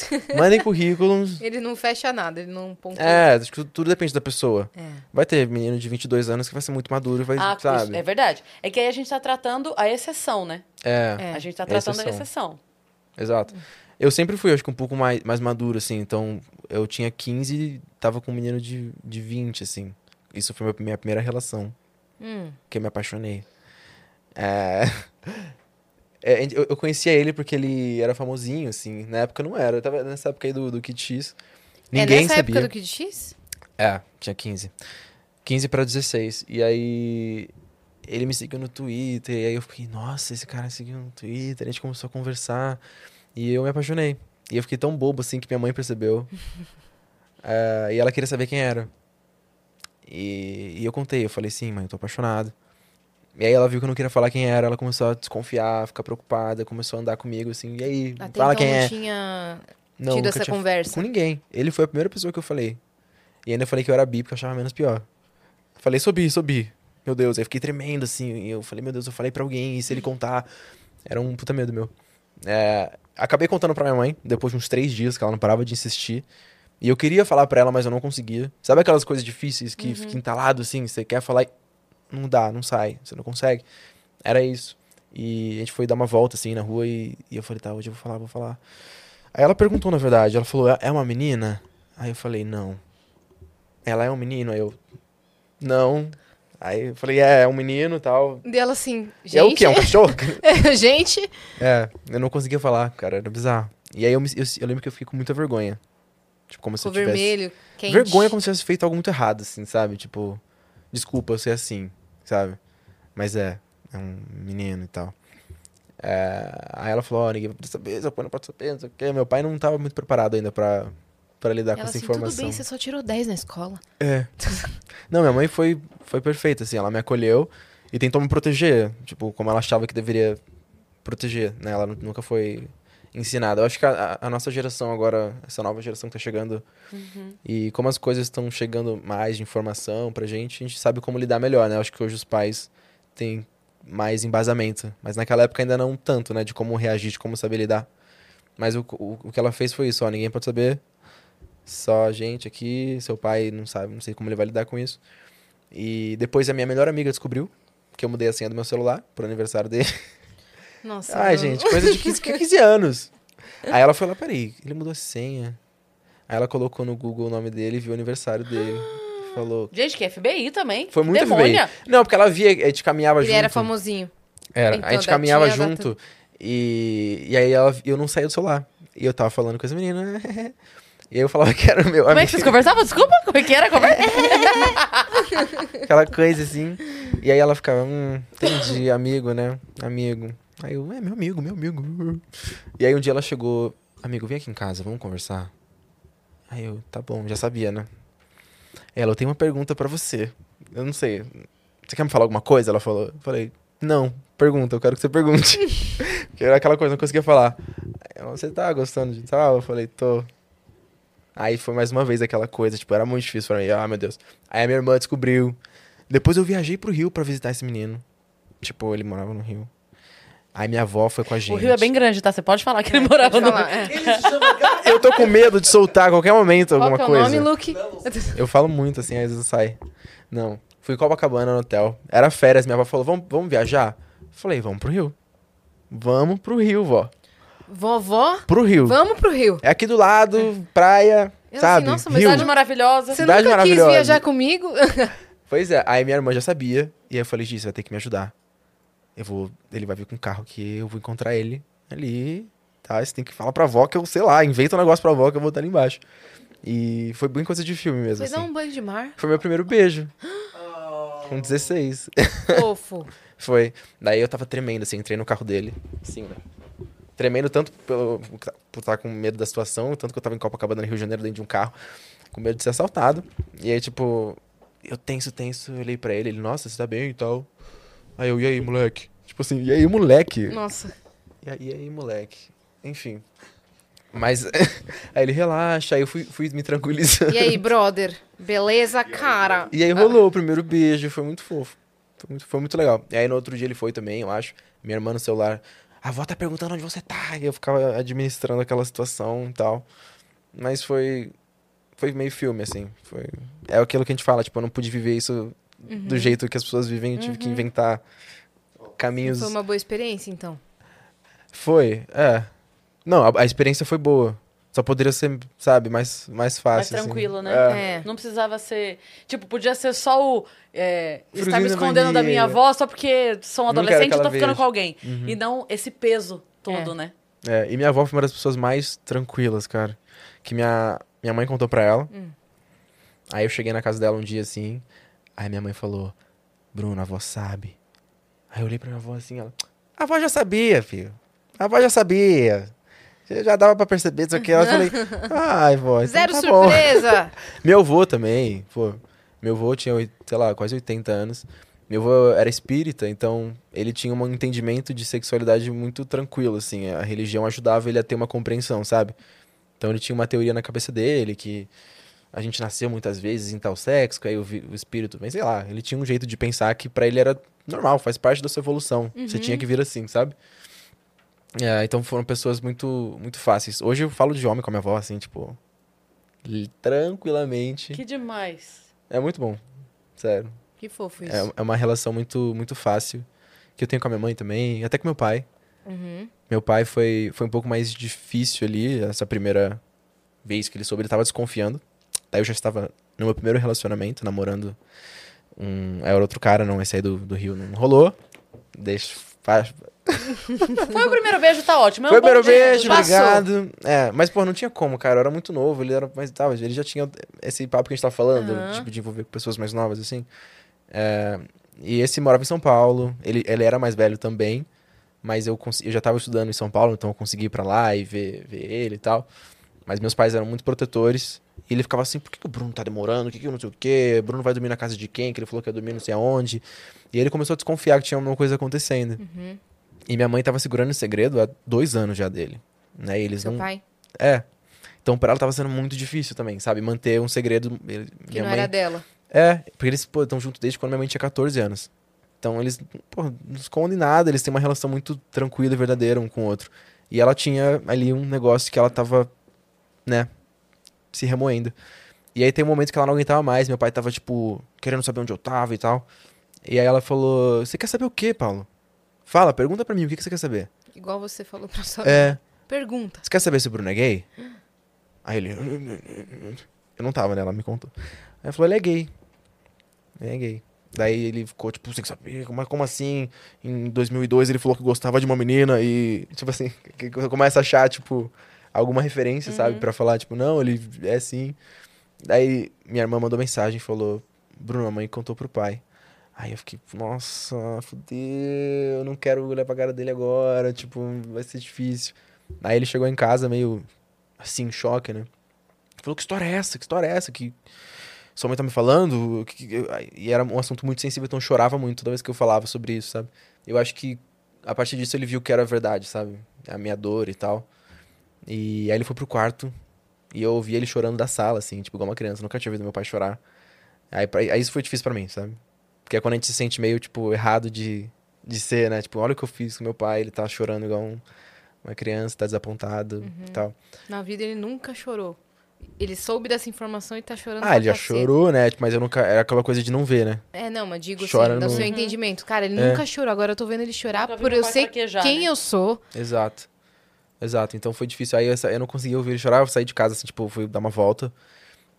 Mandem currículos. Ele não fecha nada, ele não pontua. É, acho que tudo depende da pessoa. É. Vai ter menino de 22 anos que vai ser muito maduro, vai, Ah, sabe? é verdade. É que aí a gente tá tratando a exceção, né? É, É. A gente tá tratando a exceção. exato. Eu sempre fui, acho que um pouco mais, mais maduro, assim. Então, eu tinha 15 e tava com um menino de, de 20, assim. Isso foi minha primeira relação. Hum. que eu me apaixonei. É... É, eu, eu conhecia ele porque ele era famosinho, assim. Na época não era. Eu tava nessa época aí do, do Kid X. Ninguém é nessa sabia. época do Kid X? É, tinha 15. 15 pra 16. E aí ele me seguiu no Twitter. E aí eu fiquei, nossa, esse cara me seguiu no Twitter. A gente começou a conversar. E eu me apaixonei. E eu fiquei tão bobo assim que minha mãe percebeu. É, e ela queria saber quem era. E, e eu contei, eu falei, sim, mãe, eu tô apaixonado. E aí ela viu que eu não queria falar quem era, ela começou a desconfiar, ficar preocupada, começou a andar comigo assim, e aí, Até fala então quem não é. tinha Não, tido nunca essa tinha conversa. com ninguém. Ele foi a primeira pessoa que eu falei. E ainda eu falei que eu era bi, porque eu achava menos pior. Falei, sou bi, sou bi. Meu Deus, aí eu fiquei tremendo, assim. E eu falei, meu Deus, eu falei pra alguém, e se ele contar? Era um puta medo meu. É, acabei contando pra minha mãe, depois de uns três dias, que ela não parava de insistir. E eu queria falar pra ela, mas eu não conseguia. Sabe aquelas coisas difíceis que fica entalado, assim? Você quer falar e não dá, não sai, você não consegue. Era isso. E a gente foi dar uma volta, assim, na rua, e, e eu falei, tá, hoje eu vou falar, vou falar. Aí ela perguntou, na verdade, ela falou, "É- é uma menina? Aí eu falei, não. Ela é um menino? Aí eu, não. Aí eu falei, é, é um menino e tal. E ela assim, gente. E é o quê? É um cachorro? gente. é, eu não conseguia falar, cara, era bizarro. E aí eu, me- eu, eu lembro que eu fiquei com muita vergonha. Tipo, como se Ficou eu tivesse... vermelho, quente. Vergonha como se tivesse feito algo muito errado, assim, sabe? Tipo, desculpa eu ser assim, sabe? Mas é, é um menino e tal. É, aí ela falou, ó, ninguém vai poder saber, seu pai não pode saber, não sei o quê. Meu pai não tava muito preparado ainda pra, pra lidar tá com Ela essa assim, tudo informação. bem, você só tirou 10 na escola. É. Não, minha mãe foi, foi perfeita, assim, ela me acolheu e tentou me proteger, tipo, como ela achava que deveria proteger, né? Ela nu- nunca foi ensinada. Eu acho que a, a- a nossa geração agora, essa nova geração que tá chegando, e como as coisas estão chegando mais de informação pra gente, a gente sabe como lidar melhor, né? Eu acho que hoje os pais têm mais embasamento, mas naquela época ainda não tanto, né? De como reagir, de como saber lidar. Mas o, o, o que ela fez foi isso, ó, ninguém pode saber, só a gente aqui, seu pai não sabe, não sei como ele vai lidar com isso. E depois a minha melhor amiga descobriu que eu mudei a senha do meu celular pro aniversário dele. Nossa. Ai, não. gente, coisa de 15, 15 anos. Aí ela foi lá, peraí, ele mudou a senha. Aí ela colocou no Google o nome dele e viu o aniversário dele. Falou. Gente, que FBI também. Foi que muito demônia. FBI. Não, porque ela via, a gente caminhava Ele junto. era famosinho. Era, Então, a gente daí caminhava tinha a data. junto e, e aí ela, eu não saía do celular. E eu tava falando com essa menina. E aí eu falava que era o meu Como é amigo. que vocês conversavam? Desculpa, como é que era? a conversa? aquela coisa assim. E aí ela ficava, hum, entendi, amigo, né? Amigo. Aí eu, é meu amigo, meu amigo. E aí um dia ela chegou, amigo, vem aqui em casa, vamos conversar. Aí eu, tá bom, já sabia, né? Ela, eu tenho uma pergunta pra você. Eu não sei. Você quer me falar alguma coisa? Ela falou. Eu falei, não, pergunta, eu quero que você pergunte. Porque era aquela coisa, não conseguia falar. Ela, você tá gostando de tal? Eu falei, tô. Aí foi mais uma vez aquela coisa, tipo, era muito difícil pra mim. Ah, meu Deus. Aí a minha irmã descobriu. Depois eu viajei pro Rio pra visitar esse menino. Tipo, ele morava no Rio. Aí minha avó foi com a gente. O Rio é bem grande, tá? Você pode falar que ele morava Pode no... falar, é. Ele se chama Gabriel. Eu tô com medo de soltar a qualquer momento Qual alguma que é o coisa. nome, Luke? Eu falo muito assim, às vezes sai. Não. Fui em Copacabana no hotel. Era férias, minha avó falou: vamos, vamos viajar? Falei, vamos pro Rio. Vamos pro Rio, vó. Vovó, Pro Rio. vamos pro Rio. É aqui do lado, praia, Eu sabe? assim, nossa, mas Rio. É Cidade maravilhosa. Você nunca Cidade quis maravilhosa. viajar comigo? Pois é, aí minha irmã já sabia. E aí eu falei, Gi, você vai ter que me ajudar. Eu vou. Ele vai vir com um carro que eu vou encontrar ele ali. Tá? Você tem que falar pra avó que eu, sei lá, inventa um negócio pra avó que eu vou estar ali embaixo. E foi bem coisa de filme mesmo. Foi dar Assim. um banho de mar. Foi meu primeiro beijo, Ah, com 16. Fofo. Foi. Daí eu tava tremendo, assim, entrei no carro dele. Sim, né? Tremendo tanto pelo, por estar com medo da situação, tanto que eu tava em Copacabana, no Rio de Janeiro, dentro de um carro, com medo de ser assaltado. E aí, tipo, eu tenso, tenso, eu olhei pra ele, ele, nossa, você tá bem e tal. Aí eu, e aí, moleque? Tipo assim, e aí, moleque? Nossa. E aí, e aí, moleque? Enfim. Mas aí ele relaxa, aí eu fui, fui me tranquilizando. E aí, brother? Beleza, cara? E aí rolou o primeiro beijo, foi muito fofo. Foi muito, foi muito legal. E aí no outro dia ele foi também, eu acho. Minha irmã no celular. a avó tá perguntando onde você tá. E eu ficava administrando aquela situação e tal. Mas foi. Foi meio filme, assim. Foi... É aquilo que a gente fala, tipo, eu não pude viver isso Uhum. do jeito que as pessoas vivem, eu tive que inventar caminhos. Foi uma boa experiência, então. Foi, é. Não, a, a experiência foi boa. Só poderia ser, sabe, mais, mais Mais fácil. assim. tranquilo, É. né? É. Não precisava ser. Tipo, podia ser só o. é, Friozinho estar me na escondendo da minha barriga. avó só porque sou um Não quero adolescente que e tô ela ficando veja. com alguém. Uhum. E não esse peso todo, né? É, e minha avó foi uma das pessoas mais tranquilas, cara. Que minha, minha mãe contou pra ela. Hum. Aí eu cheguei na casa dela um dia assim. Aí minha mãe falou: Bruno, a avó sabe. Aí eu olhei pra minha avó assim, ela. A avó já sabia, filho. A avó já sabia. Já já dava pra perceber isso aqui. Ela falei, ai, vó, então Zero tá bom." surpresa! Meu avô também, pô. Meu avô tinha, oi- sei lá, quase 80 anos. Meu avô era espírita, então ele tinha um entendimento de sexualidade muito tranquilo, assim. A religião ajudava ele a ter uma compreensão, sabe? Então ele tinha uma teoria na cabeça dele que a gente nasceu muitas vezes em tal sexo, que aí o, vi- o espírito, mas sei lá, ele tinha um jeito de pensar que pra ele era normal, faz parte da sua evolução. Você tinha que vir assim, sabe? É, então foram pessoas muito muito fáceis. Hoje eu falo de homem com a minha avó, assim, tipo, li- tranquilamente. Que demais. É muito bom. Sério. Que fofo isso. É, é uma relação muito, muito fácil. Que eu tenho com a minha mãe também, até com meu pai. Uhum. Meu pai foi, foi um pouco mais difícil ali, essa primeira vez que ele soube, ele tava desconfiando. Daí eu já estava no meu primeiro relacionamento, namorando um. Era outro cara, não, esse aí do, do Rio não rolou. Deixa. Faz, Foi o primeiro beijo, tá ótimo. É um foi o primeiro bom dia, beijo, já- obrigado. É, mas, pô, não tinha como, cara. Eu era muito novo, ele era mais. Tava, ele já tinha esse papo que a gente tava falando, Aham. tipo, de envolver com pessoas mais novas, assim. É, e esse morava em São Paulo, ele, ele era mais velho também, mas eu, cons- eu já tava estudando em São Paulo, então eu consegui ir pra lá e ver, ver ele e tal. Mas meus pais eram muito protetores. E ele ficava assim, por que, que o Bruno tá demorando? Por que, que eu não sei o quê? Bruno vai dormir na casa de quem? Que ele falou que ia dormir não sei aonde. E ele começou a desconfiar que tinha alguma coisa acontecendo. Uhum. E minha mãe tava segurando o segredo há dois anos já dele. Né? E eles Seu não. pai, É. Então pra ela tava sendo muito difícil também, sabe? Manter um segredo. ele- que minha não mãe. era dela. É, porque eles estão juntos desde quando minha mãe tinha 14 anos. Então eles pô, não escondem nada, eles têm uma relação muito tranquila e verdadeira um com o outro. E ela tinha ali um negócio que ela tava, né, se remoendo. E aí tem um momento que ela não aguentava mais, meu pai tava, tipo, querendo saber onde eu tava e tal. E aí ela falou: Você quer saber o quê, Paulo? Fala, pergunta pra mim o que, que você quer saber. Igual você falou pra sua É. pergunta. Você quer saber se o Bruno é gay? Aí ele. Eu não tava, né? Ela me contou. Aí ela falou: ele é gay. Ele é gay. Daí ele ficou tipo, sem saber, mas como assim? Em 2002 ele falou que gostava de uma menina e, tipo assim, que começa a achar, tipo, alguma referência, sabe? Pra falar, tipo, não, ele é assim. Daí minha irmã mandou mensagem e falou: Bruno, a mãe contou pro pai. Aí eu fiquei, nossa, fudeu, eu não quero olhar pra cara dele agora, tipo, vai ser difícil. Aí ele chegou em casa meio assim, em choque, né? Falou, que história é essa? Que história é essa? Que sua mãe tá me falando? Que- que- eu- aí- E era um assunto muito sensível, então eu chorava muito toda vez que eu falava sobre isso, sabe? Eu acho que a partir disso ele viu que era verdade, sabe? A minha dor e tal. E aí ele foi pro quarto e eu ouvi ele chorando da sala, assim, tipo, igual uma criança. Nunca tinha ouvido meu pai chorar. Aí, pra- aí isso foi difícil pra mim, sabe? Porque é quando a gente se sente meio, tipo, errado de, de ser, né? Tipo, olha o que eu fiz com meu pai, ele tá chorando igual um- uma criança, tá desapontado Uhum. e tal. Na vida ele nunca chorou. Ele soube dessa informação e tá chorando. Ah, pra ele já cacete. chorou, né? Tipo, Mas eu nunca. Era aquela coisa de não ver, né? É, não, mas digo Chora assim, do no- seu Uhum. entendimento. Cara, ele É. nunca chorou. Agora eu tô vendo ele chorar Nunca vi por meu eu Tá pai sei fraquejar, quem né? eu sou. Exato. Exato. Então foi difícil. Aí eu, sa- eu não conseguia ouvir ele chorar, eu saí de casa, assim, tipo, fui dar uma volta.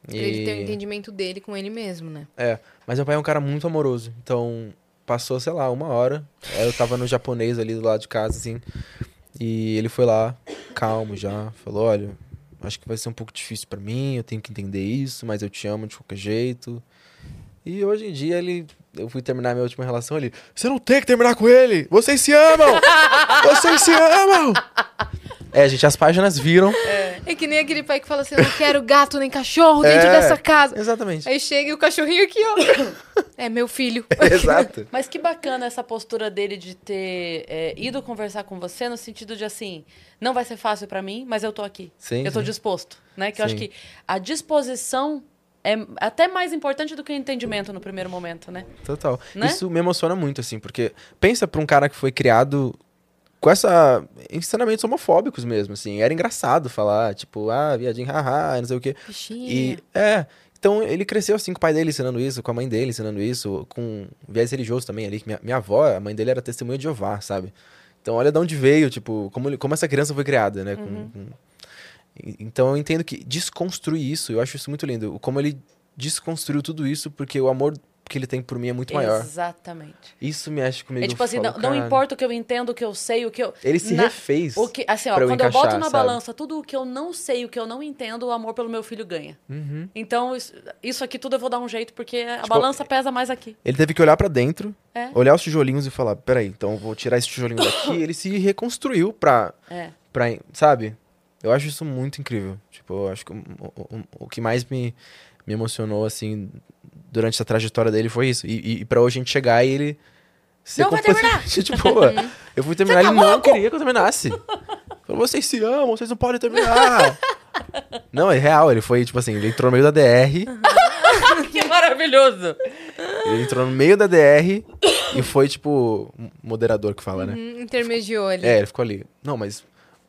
Pra ele ter um o entendimento dele com ele mesmo, né? É, mas meu pai é um cara muito amoroso. Então, passou, sei lá, uma hora. Aí eu tava no japonês ali do lado de casa, assim. E ele foi lá, calmo já. Falou: olha, acho que vai ser um pouco difícil pra mim, eu tenho que entender isso, mas eu te amo de qualquer jeito. E hoje em dia ele. Eu fui terminar minha última relação ele. Você não tem que terminar com ele! Vocês se amam! Vocês se amam! É, gente, as páginas viram. É que nem aquele pai que fala assim: eu não quero gato nem cachorro dentro É. dessa casa. Exatamente. Aí chega e o cachorrinho aqui, ó. é meu filho. Exato. Mas que bacana essa postura dele de ter é, ido conversar com você no sentido de assim, não vai ser fácil pra mim, mas eu tô aqui. Sim, eu tô sim. disposto, né? Que eu acho Sim. que a disposição é até mais importante do que o entendimento no primeiro momento, né? Total. Né? Isso me emociona muito, assim, porque pensa pra um cara que foi criado com essa ensinamentos homofóbicos mesmo, assim. Era engraçado falar, tipo, ah, viadinho, haha, não sei o quê. Bichinha. E é, então ele cresceu assim com o pai dele ensinando isso, com a mãe dele ensinando isso, com viés religioso também ali, que minha, minha avó, a mãe dele era testemunha de Jeová, sabe? Então olha de onde veio, tipo, como, ele- como essa criança foi criada, né? Com- Uhum. com- E- Então eu entendo que desconstruir isso, eu acho isso muito lindo, como ele desconstruiu tudo isso porque o amor que ele tem por mim é muito maior. Exatamente. Isso me acha comigo. É tipo eu assim, falo, não, não "Caralho". importa o que eu entendo, o que eu sei, o que eu. Ele se na- refez. O que, assim, ó, pra eu quando eu boto encaixar, na sabe? balança tudo o que eu não sei, o que eu não entendo, o amor pelo meu filho ganha. Uhum. Então, isso, isso aqui tudo eu vou dar um jeito, porque a Tipo, é balança pesa mais aqui. Ele teve que olhar pra dentro, É. olhar os tijolinhos e falar: peraí, então eu vou tirar esse tijolinho daqui. Ele se reconstruiu pra, É. pra. Sabe? Eu acho isso muito incrível. Tipo, eu acho que o, o- o- o que mais me, me emocionou, assim, durante essa trajetória dele foi isso. E, e, e pra hoje a gente chegar e ele. Ser Não vai Uhum. completamente de boa. eu fui terminar, tá ele não queria que eu terminasse. Falou, vocês se amam, vocês não podem terminar. não, é real, ele foi, tipo assim, ele entrou no meio da DR. Que maravilhoso! Ele entrou no meio da DR e foi, tipo, moderador que fala, né? Hum, intermediou ali. É, ele ficou ali. Não, mas.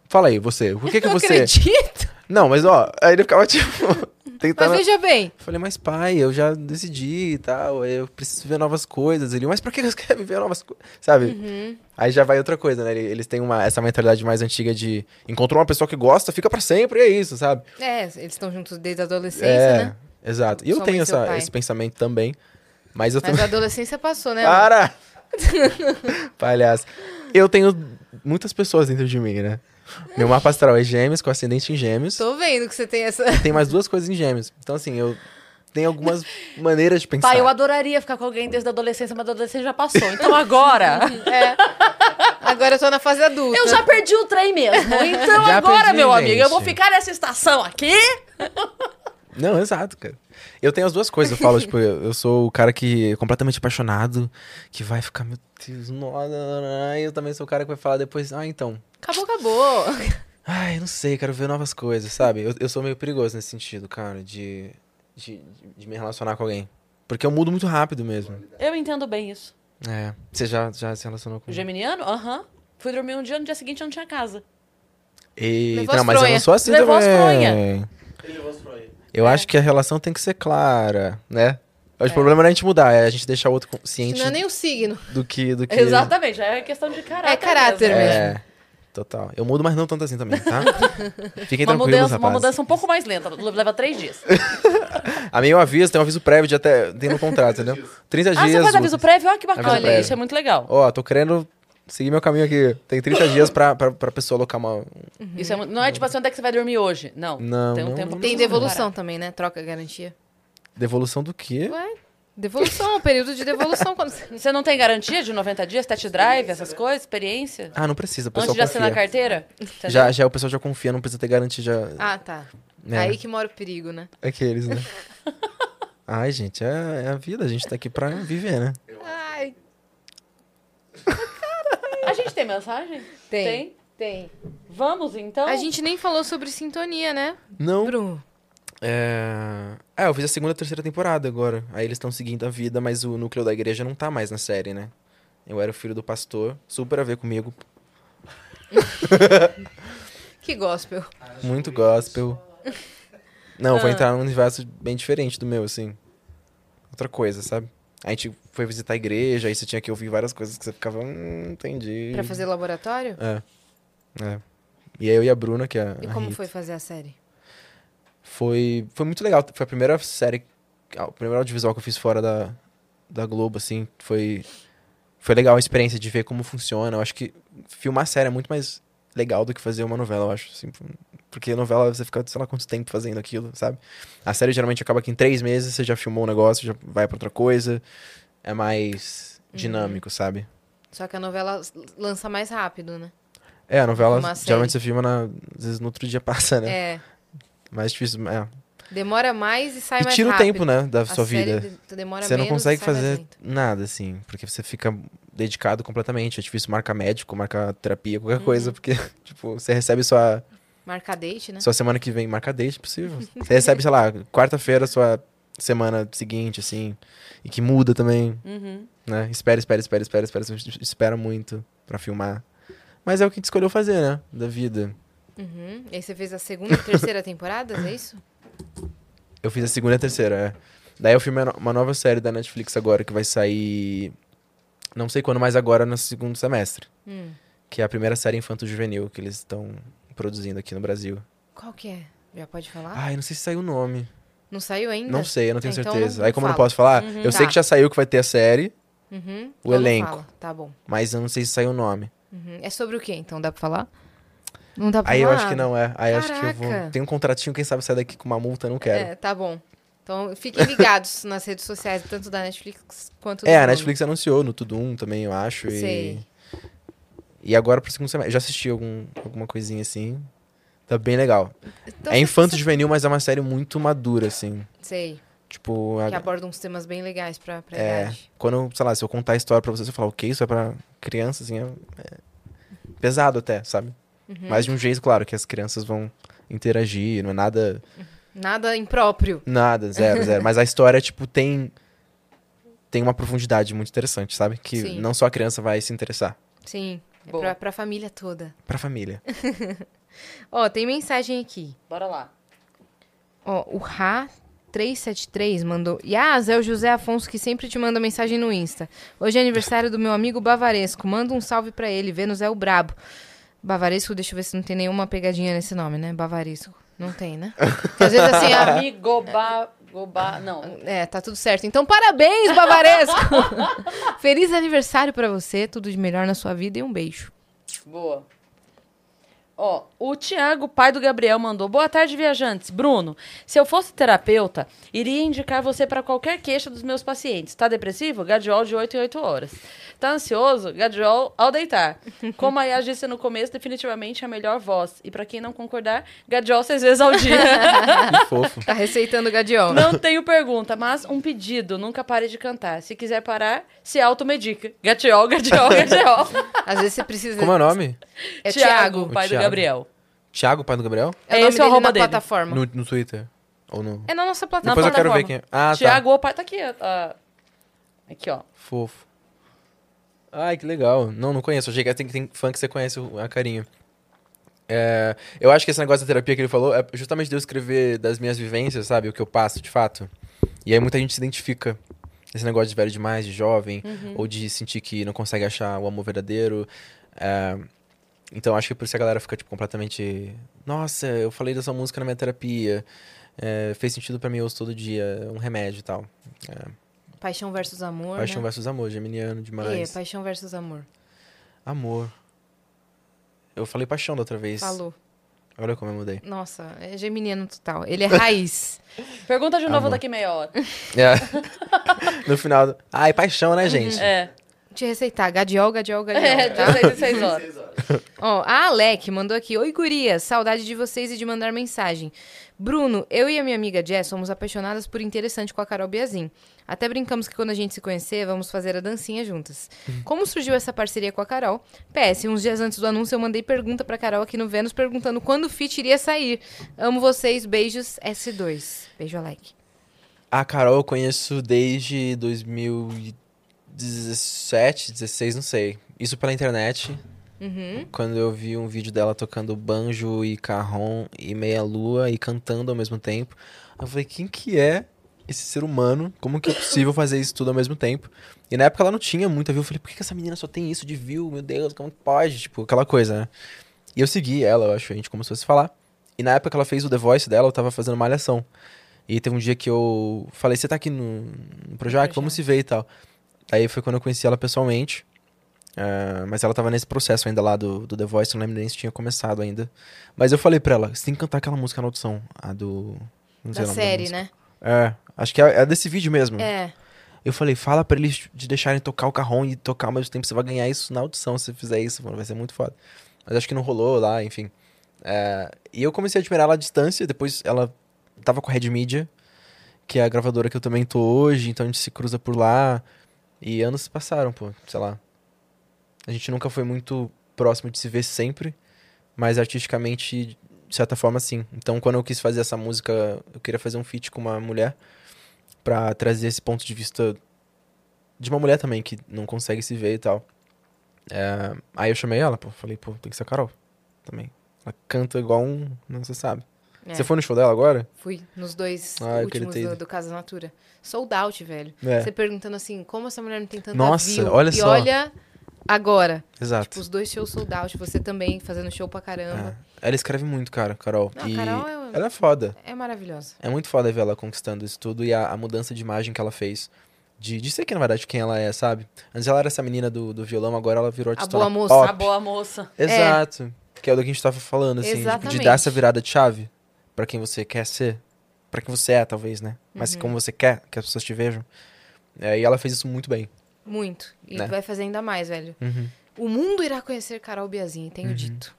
Fala aí, você. O que que eu você. acredito. Não, mas ó. Aí ele ficava, tipo, Mas tentando. veja bem. Eu Falei, mas pai, eu já decidi e tal. Eu preciso ver novas coisas. Ele, mas pra que você quer viver novas coisas? Sabe? Uhum. Aí já vai outra coisa, né? Ele- Eles têm uma, essa mentalidade mais antiga de encontrou uma pessoa que gosta, fica pra sempre, e é isso, sabe? É, eles estão juntos desde a adolescência, é, né? exato. E eu Sua mãe e tenho seu essa- pai. esse pensamento também. Mas eu também. Mas a adolescência passou, né? Para! Palhaço. Eu tenho muitas pessoas dentro de mim, né? Meu mapa astral é gêmeos, com ascendente em gêmeos. Tô vendo que você tem essa. Tem mais duas coisas em gêmeos. Então, assim, eu tenho algumas maneiras de pensar. Pai, eu adoraria ficar com alguém desde a adolescência, mas a adolescência já passou. Então agora. É. Agora eu tô na fase adulta. eu já perdi o trem mesmo. Então Já agora, perdi, meu amigo, eu vou gente. ficar nessa estação aqui. Não, exato, cara. Eu tenho as duas coisas. Eu falo, tipo, eu eu sou o cara que é completamente apaixonado, que vai ficar, meu Deus, nossa. Eu também sou o cara que vai falar depois, ah, então, Acabou, acabou. Ai, não sei, quero ver novas coisas, sabe? Eu, eu sou meio perigoso nesse sentido, cara, de, de, de me relacionar com alguém. Porque eu mudo muito rápido mesmo. Eu entendo bem isso. É. Você já, já se relacionou com. O geminiano? Aham. Fui dormir um dia, no dia seguinte eu não tinha casa. Eita, Levou as não, mas eu fronha. não sou assim Levou as É. também. Ele mostrou aí. Eu acho que a relação tem que ser clara, né? Mas O problema não é a gente mudar, é a gente deixar o outro consciente Não é nem o signo. do que. Do que... Exatamente, já é questão de caráter. É caráter mesmo. mesmo. É. Total. Eu mudo, mas não tanto assim também, tá? Fiquem Uma tranquilos, mudança, uma rapaz. mudança um pouco mais lenta, leva três dias. A meio aviso, tem um aviso prévio de até. Tem no contrato, entendeu? 30 Ah, você dias. faz úteis. aviso prévio? Olha que bacana, Aviso prévio. isso é muito legal. Ó, tô querendo seguir meu caminho aqui. Tem 30 dias pra, pra, pra pessoa alocar uma. Isso é mu- não é tipo assim, onde é que você vai dormir hoje? Não, Uhum. Não, tem um não, tempo não. pra Tem você devolução também, né? Troca garantia. Devolução do quê? Ué? Devolução, é o período de devolução. Quando... preparar. Você não tem garantia de 90 dias, test drive, essas coisas, experiência? né? Ah, não precisa, o Antes pessoal de assinar a né? confia. carteira? Entendeu? Já, já o pessoal já confia, não precisa ter garantia já. Ah, tá. né? Aí que mora o perigo, né? Aqueles, né? Ai, gente, é, é a vida, a gente tá aqui pra viver, né? Ai, A gente tem mensagem? tem. Tem. Vamos então? A gente nem falou sobre sintonia, né, Não. Bruno? É... é, eu fiz a segunda e terceira temporada agora. Aí eles estão seguindo a vida, mas o núcleo da igreja não tá mais na série, né? Eu era o filho do pastor, super a ver comigo, Que gospel. Muito gospel. Não, Ah. vou entrar num universo bem diferente do meu, assim. Outra coisa, sabe? A gente foi visitar a igreja, aí você tinha que ouvir várias coisas que você ficava, hum, entendi. Pra fazer laboratório? É. É. E aí eu e a Bruna, que é a. E a como Rita, foi fazer a série? Foi, foi muito legal. Foi a primeira série, a- o primeiro audiovisual que eu fiz fora da, da Globo, assim. Foi, foi legal a experiência de ver como funciona. Eu acho que filmar série é muito mais legal do que fazer uma novela, eu acho. Assim, porque a novela você fica, sei lá, quanto tempo fazendo aquilo, sabe? A série geralmente acaba que em três meses você já filmou um negócio, já vai pra outra coisa. É mais Uhum. dinâmico, sabe? Só que a novela lança mais rápido, né? É, a novela, Filmar a série. geralmente você filma, na, às vezes no outro dia passa, né? É. Mais difícil. é. Demora mais e sai E mais tira o rápido. tempo, né, da A sua série vida. de- demora Você não menos e consegue sai mais fazer lento. nada, assim, porque você fica dedicado completamente. É difícil marcar médico, marcar terapia, qualquer Uhum. coisa, porque, tipo, você recebe sua, Marcar date, né? sua semana que vem, marca date, possível. Você recebe, sei lá, quarta-feira, sua semana seguinte, assim, e que muda também, Uhum. né? Espera, espera, espera, espera, espera, espera muito pra filmar. Mas é o que tu escolheu fazer, né? Da vida. Uhum. E aí você fez a segunda e terceira temporada, é isso? Eu fiz a segunda e a terceira, é. Daí eu filmei uma no- uma nova série da Netflix agora que vai sair. Não sei quando, mas agora no segundo semestre. Hum. Que é a primeira série infanto-juvenil que eles estão produzindo aqui no Brasil. Qual que é? Já pode falar? Ai, não sei se saiu o nome. Não saiu ainda? Ah, Não sei, eu não tenho Então certeza. não Aí, como eu não fala. posso falar, eu sei tá. que já saiu que vai ter a série, Uhum. O Então não elenco. fala. Tá bom. mas eu não sei se saiu o nome. Uhum. É sobre o que, então? Dá pra falar? Não dá pra Aí eu falar? acho que não é. Aí eu acho que eu Tá. Caraca. vou. Tem um contratinho, quem sabe sai daqui com uma multa, não quero. É, tá bom. Então fiquem ligados nas redes sociais, tanto da Netflix quanto do É, a Globo. Netflix anunciou no Tudum também, eu acho. E, Sei. e agora pro segundo semestre. Já assisti algum, alguma coisinha assim. Tá bem legal. Então, é você- infanto juvenil, mas é uma série muito madura, assim. você- Sei. Tipo, a- Que aborda uns temas bem legais pra, pra É. idade. quando, sei lá, se eu contar a história pra você, você falar, o que isso é pra criança, assim, é, é pesado até, sabe? Uhum. Mas de um jeito, claro, que as crianças vão interagir, não é nada. Nada impróprio. Nada, zero, zero. Mas a história, tipo, tem. Tem uma profundidade muito interessante, sabe? Que Sim. não só a criança vai se interessar. Sim. É Boa. pra, pra família toda. Pra família. Ó, tem mensagem aqui. Bora lá. Ó, o Ra 373 mandou. Yas, é o José Afonso que sempre te manda mensagem no Insta. Hoje é aniversário do meu amigo Bavaresco. Manda um salve pra ele. Vênus é o brabo. Bavaresco, deixa eu ver se não tem nenhuma pegadinha nesse nome, né? Bavaresco. Não tem, né? Porque às vezes assim, a, Amigo ba, goba, não. É, tá tudo certo. Então, parabéns, Bavaresco! Feliz aniversário pra você, tudo de melhor na sua vida e um beijo. Boa. Ó, o Tiago, pai do Gabriel, mandou: Boa tarde, viajantes. Bruno, se eu fosse terapeuta, iria indicar você para qualquer queixa dos meus pacientes. Tá depressivo? Gadiol de 8 em 8 horas. Tá ansioso? Gadiol ao deitar. Como a Yas disse no começo, definitivamente é a melhor voz. E para quem não concordar, Gadiol seis vezes ao dia. Que fofo. Tá receitando o Gadiol. Não tenho pergunta, mas um pedido. Nunca pare de cantar. Se quiser parar, se automedica. Gatiol, gatiol, gatiol. Às vezes você precisa. Como é o nome? É Tiago, Thiago. pai do Thiago. Gabriel. Thiago, pai do Gabriel? É o Esse é o nome dele arroba na dele. plataforma. No, no Twitter? Ou no. É na nossa plataforma. Depois eu quero ver quem é. Ah, tá. Tiago, o pai. Tá aqui, ó, ó. Aqui, ó. Fofo. Ai, que legal. Não, não conheço. Achei que tem, tem fã que você conhece o- a carinha. É, eu acho que esse negócio da terapia que ele falou é justamente de eu escrever das minhas vivências, sabe? O que eu passo, de fato. E aí muita gente se identifica. Esse negócio de velho demais, de jovem, ou de sentir que não consegue achar o amor verdadeiro. É, então acho que por isso a galera fica tipo, completamente. Nossa, eu falei dessa música na minha terapia. É, fez sentido pra mim, eu ouço todo dia. é Um remédio e tal. Paixão versus amor. é. Paixão né? versus amor, geminiano demais. É, paixão versus amor. Amor. Eu falei paixão da outra vez. Falou. Olha como eu mudei. Nossa, é geminiano total. Ele é raiz. Pergunta de novo Amor. daqui meia hora. É. no final. Ai, paixão, né, gente? É. Te receitar. Gadiol, Gadiol, Gadiol. É, tá? de seis em seis horas. Seis horas. Ó, a Alec mandou aqui. Oi, gurias. Saudade de vocês e de mandar mensagem. Bruno, eu e a minha amiga Jess somos apaixonadas por Interessante com a Carol Biazin. Até brincamos que quando a gente se conhecer, vamos fazer a dancinha juntas. Hum. Como surgiu essa parceria com a Carol? PS, uns dias antes do anúncio, eu mandei pergunta pra Carol aqui no Vênus perguntando quando o feat iria sair. Amo vocês. Beijos, S2. Beijo, Alec. A Carol eu conheço desde 2017, 16, não sei. Isso pela internet. Uhum. Quando eu vi um vídeo dela tocando banjo e carrom e meia-lua e cantando ao mesmo tempo. Eu falei, quem que é esse ser humano? Como que é possível fazer isso tudo ao mesmo tempo? E na época ela não tinha muita view. Eu falei, por que que essa menina só tem isso de view? Meu Deus, como que pode? Tipo, aquela coisa, né? E eu segui ela, eu acho, a gente começou a se falar. E na época que ela fez o The Voice dela, eu tava fazendo malhação. E teve um dia que eu falei, você tá aqui no, no Projac? Projac. Vamos se ver e tal. Aí foi quando eu conheci ela pessoalmente. Ah, mas ela tava nesse processo ainda lá do, do The Voice, não lembro nem se tinha começado ainda. Mas eu falei pra ela, você tem que cantar aquela música na audição, a do... Não sei Da o nome série, música. né? É, acho que é, é desse vídeo mesmo. É. Eu falei, fala pra eles de deixarem tocar o carrão e tocar ao mesmo tempo, você vai ganhar isso na audição se você fizer isso, mano, vai ser muito foda. Mas acho que não rolou lá, enfim. É, e eu comecei a admirar ela à distância, depois ela tava com a Red Media, que é a gravadora que eu também tô hoje, então a gente se cruza por lá. E anos se passaram, pô, sei lá. A gente nunca foi muito próximo de se ver sempre, mas artisticamente, de certa forma, sim. Então, quando eu quis fazer essa música, eu queria fazer um feat com uma mulher pra trazer esse ponto de vista de uma mulher também que não consegue se ver e tal. É, aí eu chamei ela, pô. Falei, pô, tem que ser a Carol também. Ela canta igual um. Não, você sabe. É. Você foi no show dela agora? Fui nos dois Ah, eu queria últimos ter ido. do, do Casa Natura. Sold out, velho. É. Você perguntando assim, como essa mulher não tem tanta Nossa, view? olha e só. olha agora. Exato. É. Tipo, os dois shows sold out, você também fazendo show pra caramba. Ela escreve muito, cara, Carol. Não, a e Carol é uma- Ela é foda. É maravilhosa. É muito foda ver ela conquistando isso tudo e a, a mudança de imagem que ela fez. De, de ser que, na verdade, quem ela é, sabe? Antes ela era essa menina do, do violão, agora ela virou artista boa na moça, pop. A boa moça. Exato. Que é do que a gente tava falando, assim. tipo, de É. Exatamente. dar essa virada de chave pra quem você quer ser. pra quem você é, talvez, né? Uhum. Mas como você quer que as pessoas te vejam. É, e ela fez isso muito bem. Muito. E Né? vai fazer ainda mais, velho. Uhum. O mundo irá conhecer Carol Biazin, tenho dito.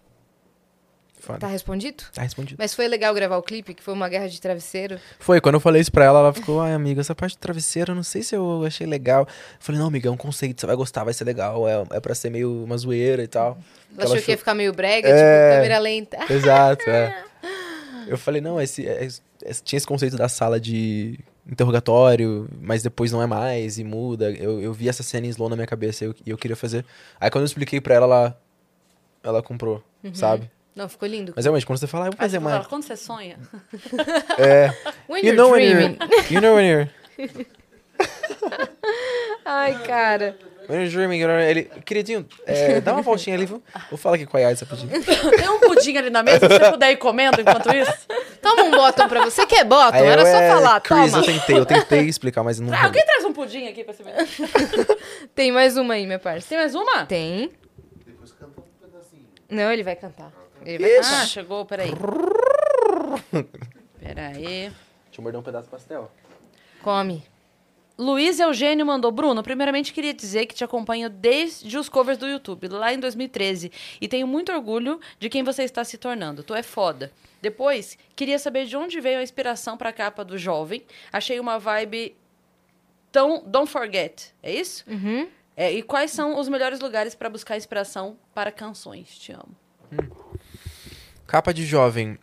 Foda. Tá Tá, respondido? respondido. Mas foi legal gravar o clipe, que foi uma guerra de travesseiro. Foi, quando eu falei isso pra ela, ela ficou, ai, amiga, essa parte do travesseiro, eu não sei se eu achei legal. Eu falei, não, amiga, é um conceito, você vai gostar, vai ser legal. É, é pra ser meio uma zoeira e tal. Ela achou que ia ficar meio brega, É. tipo, câmera lenta. Exato, é. Eu falei, não, esse, é- é- tinha esse conceito da sala de interrogatório, mas depois não é mais e muda. Eu, eu vi essa cena em slow na minha cabeça e eu, e eu queria fazer. Aí quando eu expliquei pra ela, ela, ela comprou, Uhum. sabe? Não, ficou lindo. Mas realmente, quando você fala, ah, eu vou fazer Ela, mais. É. quando você sonha, When you're You know when dreaming. you're... You know when you're... Ai, cara. When you're dreaming, you know, ele... Queridinho, é, dá uma voltinha ali, vou, vou falar aqui com a Yaya rapidinho. tem um pudim ali na mesa, se você puder ir comendo enquanto isso. Toma um bottom pra você. Quer bottom? Era eu, só é, falar, Chris, toma. eu tentei, eu tentei explicar, mas não... Ah, alguém traz um pudim aqui pra você ver. Tem mais uma aí, minha parça. Tem mais uma? Tem. Depois canta um pedacinho. Não, ele vai cantar. Ele vai Ixi. Ah, chegou, peraí. Peraí. Deixa eu morder um pedaço de pastel. Come. Luiz Eugênio mandou, Bruno, primeiramente queria dizer que te acompanho desde os covers do YouTube, lá em 2013, e tenho muito orgulho de quem você está se tornando. Tu é foda. Depois, queria saber de onde veio a inspiração para a capa do Jovem. Achei uma vibe tão Don't Forget, é isso? Uhum. É, e quais são os melhores lugares para buscar inspiração para canções? Te amo. Capa de jovem.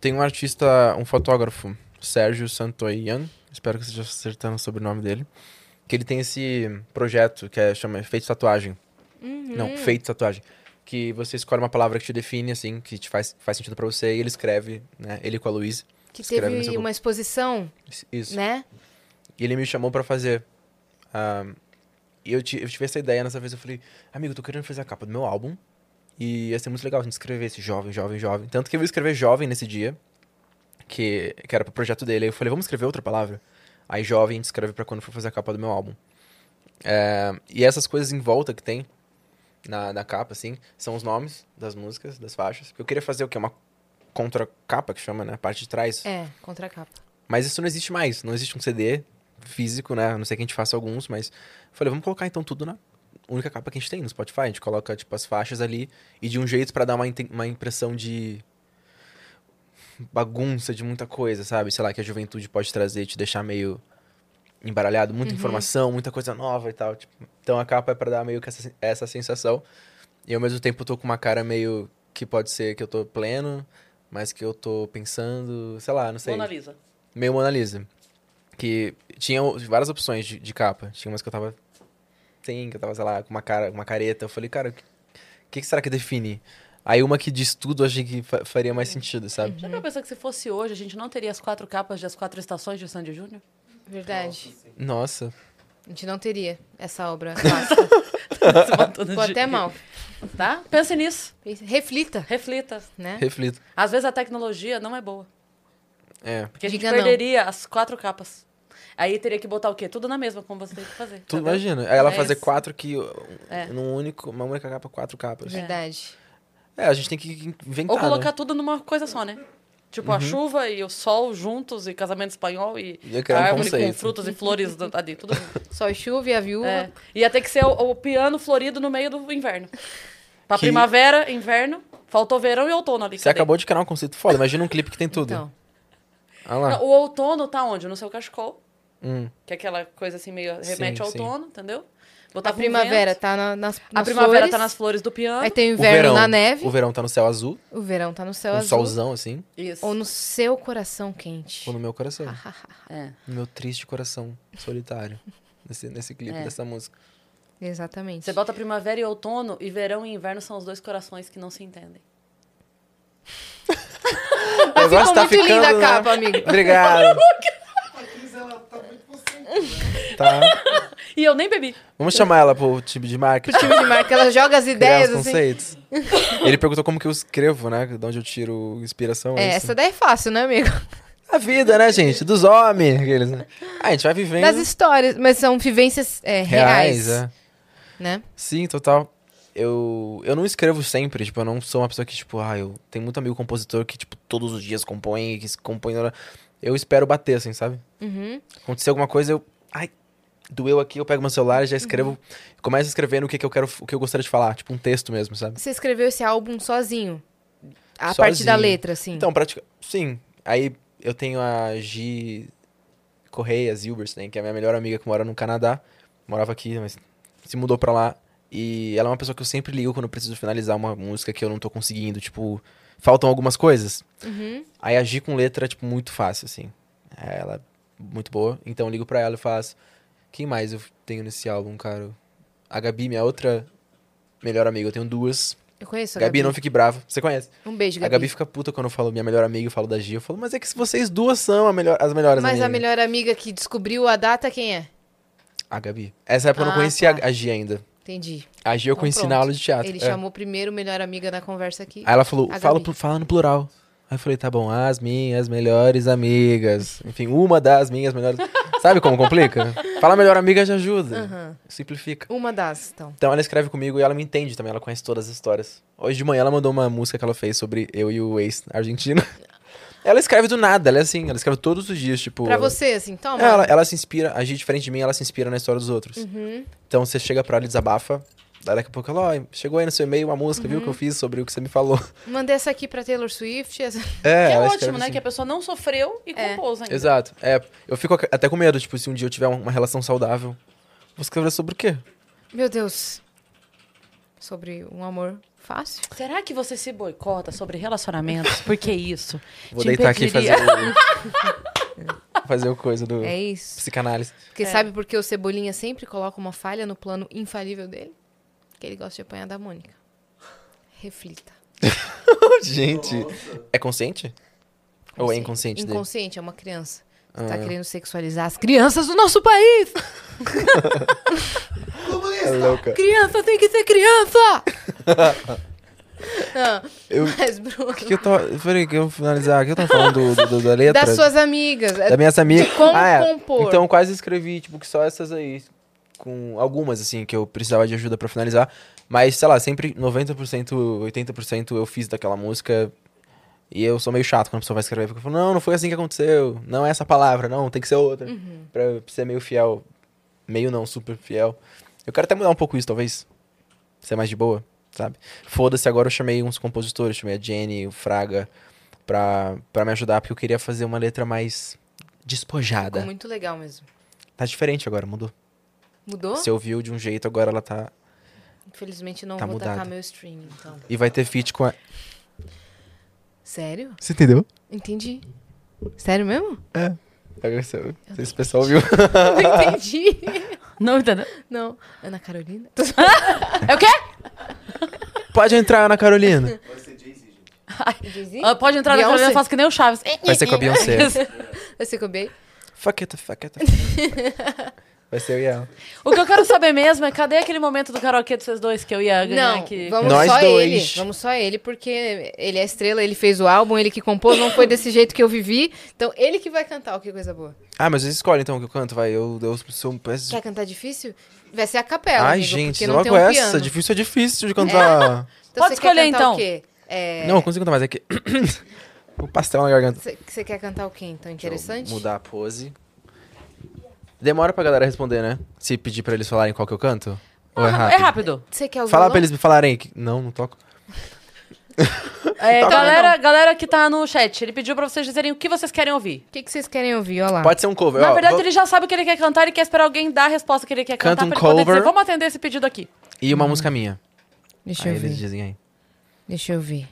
Tem um artista, um fotógrafo, Sérgio Santoyan, espero que esteja acertando o sobrenome dele, que ele tem esse projeto que é chama Feito Tatuagem. Não, Feito Tatuagem. Que você escolhe uma palavra que te define, assim, que te faz, faz sentido pra você, e ele escreve, né? Ele com a Luiz. Que Escreve no seu teve Google. uma exposição, Isso. né? E ele me chamou pra fazer. Ah, e eu, ti- eu tive essa ideia nessa vez. Eu falei, amigo, eu tô querendo fazer a capa do meu álbum. E ia ser muito legal a gente escrever esse jovem, jovem, jovem. Tanto que eu ia escrever jovem nesse dia, que, que era pro projeto dele. Aí eu falei, vamos escrever outra palavra? Aí jovem a gente escreve pra quando for fazer a capa do meu álbum. É, e essas coisas em volta que tem na, na capa, assim, são os nomes das músicas, das faixas. Porque eu queria fazer o quê? Uma contracapa que chama, né? A parte de trás. É, contra a capa. Mas isso não existe mais. Não existe um CD físico, né? A não sei que a gente faça alguns, mas. Falei, vamos colocar então tudo na única capa que a gente tem no Spotify. A gente coloca, tipo, as faixas ali e de um jeito pra dar uma, inten- uma impressão de bagunça de muita coisa, sabe? Sei lá, que a juventude pode trazer, te deixar meio embaralhado, muita informação, muita coisa nova e tal. tipo. então a capa é pra dar meio que essa, essa sensação. E ao mesmo tempo eu tô com uma cara meio que pode ser que eu tô pleno, mas que eu tô pensando, sei lá, não sei Mona Lisa. meio Mona Lisa. Que tinha o- várias opções de, de capa. Tinha umas que eu tava sem, que eu tava, sei lá, com uma, cara, uma careta. Eu falei, cara, o que, que que será que define? Aí uma que diz tudo, eu achei que fa- faria mais sentido, sabe? Já pra pensar que se fosse hoje, a gente não teria as quatro capas de As Quatro Estações de Sandy Júnior? Verdade. Nossa. A gente não teria essa obra clássica. Ficou até mal. Tá? Pense nisso. Reflita, Reflita. né? Reflito. Às vezes a tecnologia não é boa. É. Porque a gente Diga não. perderia as quatro capas. Aí teria que botar o quê? Tudo na mesma, como você tem que fazer. Tá Tu entendeu? imagina. Aí ela É fazer isso. quatro que. um, É. Num único, uma única capa, quatro capas. É, Verdade. a gente tem que inventar. Ou colocar né? tudo numa coisa só, né? Tipo, Uhum. a chuva e o sol juntos, e casamento espanhol, e Ia a criar um árvore com conceito. frutos e flores do- ali, tudo junto. Só chuva e a viúva. É. Ia ter que ser o, o piano florido no meio do inverno. Pra Que- primavera, inverno, faltou verão e outono ali. Você cadê? acabou de criar um conceito foda. Imagina um clipe que tem tudo. Então, Olha lá. Não, O outono tá onde? No seu cachecol, Hum. que é aquela coisa assim meio remete Sim, ao sim. outono, entendeu? Botar a com primavera vento. tá na, nas A nas primavera flores, tá nas flores do piano. Aí tem o O inverno verão, na neve. O verão tá no céu azul, O verão tá no céu um azul. solzão assim. Isso. Ou no seu coração quente. Ou no meu Ah. coração. É. No meu triste coração solitário. Nesse, nesse clipe É. dessa música. Exatamente. Você bota primavera e outono, e verão e inverno são os dois corações que não se entendem. Mas ficou muito linda a capa, amigo. tá né? A Obrigado. Cris, ela tá muito concentrada. Tá. E eu nem bebi. Vamos chamar ela pro time de marca. Pro time de marca, ela joga as Criar os ideias, assim. conceitos. Ele perguntou como que eu escrevo, né? De onde eu tiro inspiração. É, isso. essa daí é fácil, né, amigo? A vida, né, gente? Dos homens. Aqueles, né? Ah, a gente vai vivendo. Das histórias, mas são vivências é, reais, reais, é. né? Sim, total. Eu, eu não escrevo sempre, tipo, eu não sou uma pessoa que, tipo, ah, eu tenho muito amigo compositor que, tipo, todos os dias compõe, que se compõe. Eu espero bater, assim, sabe? Uhum. Acontecer alguma coisa, eu. Ai, doeu aqui, eu pego meu celular e já escrevo. Começo escrevendo o que, que eu quero, o que eu gostaria de falar, tipo, um texto mesmo, sabe? Você escreveu esse álbum sozinho? A Sozinho. partir da letra, assim. Então, pratica... sim. Aí eu tenho a Gi Correia Zilberstein, que é a minha melhor amiga que mora no Canadá. Morava aqui, mas se mudou pra lá. E ela é uma pessoa que eu sempre ligo quando eu preciso finalizar uma música que eu não tô conseguindo. Tipo, faltam algumas coisas. Uhum. Aí agir com letra é, tipo, muito fácil, assim. É, Ela é muito boa. Então eu ligo pra ela e faço... Quem mais eu tenho nesse álbum, cara? A Gabi, minha outra melhor amiga. Eu tenho duas. Eu conheço a Gabi, Gabi. não fique brava. Você conhece? Um beijo, A Gabi. Gabi fica puta quando eu falo minha melhor amiga, eu falo da Gia. Eu falo, mas é que se vocês duas são a melhor, as melhores Mas a amigas. melhor amiga que descobriu a data, quem é? A Gabi. Essa época eu Ah, não conhecia tá. a Gia ainda. Entendi. A Gia eu Então, conheci na pronto. aula de teatro. Ele é. chamou primeiro o melhor amiga na conversa aqui. Aí ela falou, A fala, Gabi. pro- fala no plural. Aí eu falei, tá bom, as minhas melhores amigas. Enfim, uma das minhas melhores. Sabe como complica? Fala melhor amiga já ajuda. Aham. Simplifica. Uma das, então. Então ela escreve comigo e ela me entende também, ela conhece todas as histórias. Hoje de manhã ela mandou uma música que ela fez sobre eu e o ex argentino. ela escreve do nada, ela é assim, ela escreve todos os dias, tipo. Pra ela- você, assim, toma. É, Ela, ela se inspira, agir diferente de mim, ela se inspira na história dos outros. Uhum. Então você chega pra ela e desabafa. daí Daqui a pouco ela, ó, chegou aí no seu e-mail uma música, Uhum. viu, que eu fiz sobre o que você me falou. Mandei essa aqui pra Taylor Swift. essa- É, que é ela ótimo, escreve né? assim. Que a pessoa não sofreu e compôs ainda. Exato. É, eu fico ac- até com medo, tipo, se um dia eu tiver uma, uma relação saudável, vou escrever sobre o quê? Meu Deus. Sobre um amor fácil. Será que você se boicota sobre relacionamentos? Por que isso? Vou Te deitar aqui e impediria- fazer o... fazer o coisa do É isso. psicanálise. Porque sabe por que o Cebolinha sempre coloca uma falha no plano infalível dele? Que ele gosta de apanhar da Mônica. Reflita. Gente, é consciente? Ou é inconsciente dele? Ah. Inconsciente, é uma criança. Você tá querendo sexualizar as crianças do nosso país! É louca. Criança tem que ser criança! Não, Eu- Ah, Mas, Bruno, O que, que eu tava... Peraí, que eu vou finalizar. O que eu tava falando do, do- do- da letra? das suas amigas. Da minhas amigas. como compor. Então eu quase escrevi, tipo, que só essas aí. Com algumas, assim, que eu precisava de ajuda pra finalizar. Mas, sei lá, sempre 90%, 80% eu fiz daquela música. E eu sou meio chato quando a pessoa vai escrever. Porque eu falo, não, não foi assim que aconteceu. Não é essa palavra, não, tem que ser outra. Pra eu ser meio fiel. Meio não, super fiel. Eu quero até mudar um pouco isso, talvez. Ser mais de boa, sabe? Foda-se, agora eu chamei uns compositores. Chamei a Jenny, o Fraga, pra, pra me ajudar. Porque eu queria fazer uma letra mais despojada. Ficou muito legal mesmo. Tá diferente agora, mudou. Mudou? Você ouviu de um jeito, agora ela tá. Infelizmente não Tá vou mudado. tacar meu streaming, então. E vai ter feat com a. Sério? Você entendeu? Entendi. Sério mesmo? Agora você- Não sei se o pessoal ouviu. Não entendi. Não entendeu? Não. Ana Carolina? É o quê? Pode entrar, Ana Carolina. Vai ser Jay-Z, gente. Ah, pode entrar na Beyoncé. Carolina, eu faço que nem o Chaves. É Vai ser com a Beyoncé. Eu sei que eu bem. fuck it, fuck it. fuck it. Vai ser eu e ela. O que eu quero saber mesmo é cadê aquele momento do karaokê dos vocês dois que eu ia ganhar Não, aqui? vamos Nós só dois. ele. Vamos só ele, porque ele é estrela, ele fez o álbum, ele que compôs, não foi desse jeito que eu vivi. Então ele que vai cantar, ó, que coisa boa. Ah, mas vocês escolhem então o que eu canto, vai. Eu, eu sou um péssimo. Quer cantar difícil? Vai ser a capela, Ai, amigo, gente, porque não tem logo um essa. piano. Difícil é difícil de cantar. Então, Pode você quer escolher, cantar então. O quê? É, Não, eu consigo cantar mais. É que. o pastel na garganta. Você você quer cantar o quê, então? Interessante? Deixa eu Mudar a pose. Demora pra galera responder, né? Se pedir pra eles falarem qual que eu canto? Ah, Ou é É rápido? rápido. Você quer o Falar violão? pra eles me falarem que. Não, não toco. É, Tá bom, galera, galera que tá no chat, ele pediu pra vocês dizerem o que vocês querem ouvir. O que, que vocês querem ouvir? Olha lá. Pode ser um cover. Na ó, verdade, vou- ele já sabe o que ele quer cantar, ele quer esperar alguém dar a resposta que ele quer cantar Canta um pra ele poder cover. dizer, vamos atender esse pedido aqui. E uma música minha. Deixa Aí eu ver. eles dizem aí. Deixa eu ver.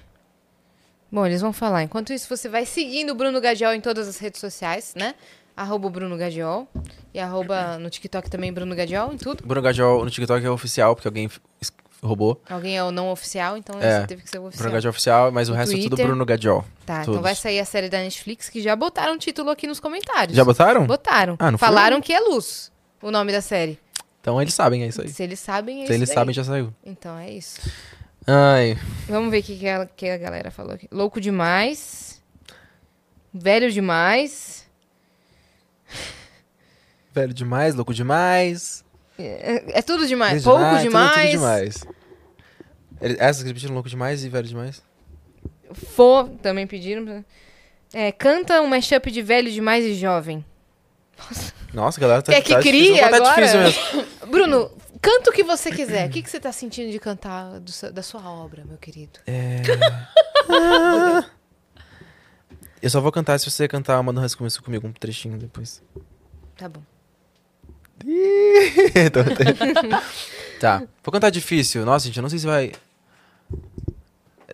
Bom, eles vão falar. Enquanto isso, você vai seguindo o Bruno Gadiel em todas as redes sociais, né? arroba o Bruno Gadiol. E arroba no TikTok também Bruno Gadiol e tudo. Bruno Gadiol no TikTok é oficial, porque alguém f- es- roubou. Alguém é o não oficial, então É, esse teve que ser o oficial. Bruno Gadiol oficial, mas o No resto é tudo Twitter. Bruno Gadiol. Tá, Todos. então vai sair a série da Netflix que já botaram o título aqui nos comentários. Já botaram? Botaram. Ah, não foi Falaram que é Luz, o nome da série. Então eles sabem, é isso aí. Se eles sabem, é Se isso eles daí. sabem, já saiu. Então é isso. Ai, Vamos ver o que, que, a, que a galera falou aqui. Louco demais. Velho demais. velho demais, louco demais. É, é tudo demais. velho Pouco demais, tudo- demais. Tudo, demais. Ele- Essas que repetiram louco demais e velho demais. Fo, também pediram. É, canta um mashup de velho demais e jovem. Nossa, galera, tá, Quer É que tá difícil. cria Tá agora? difícil mesmo. Bruno, canta o que você quiser. O que, que você tá sentindo de cantar do seu- da sua obra, meu querido? É. Eu só vou cantar se você cantar Manda um Rascunho comigo, um trechinho depois. Tá bom. Tô- tá, vou cantar difícil. Nossa, gente, eu não sei se vai...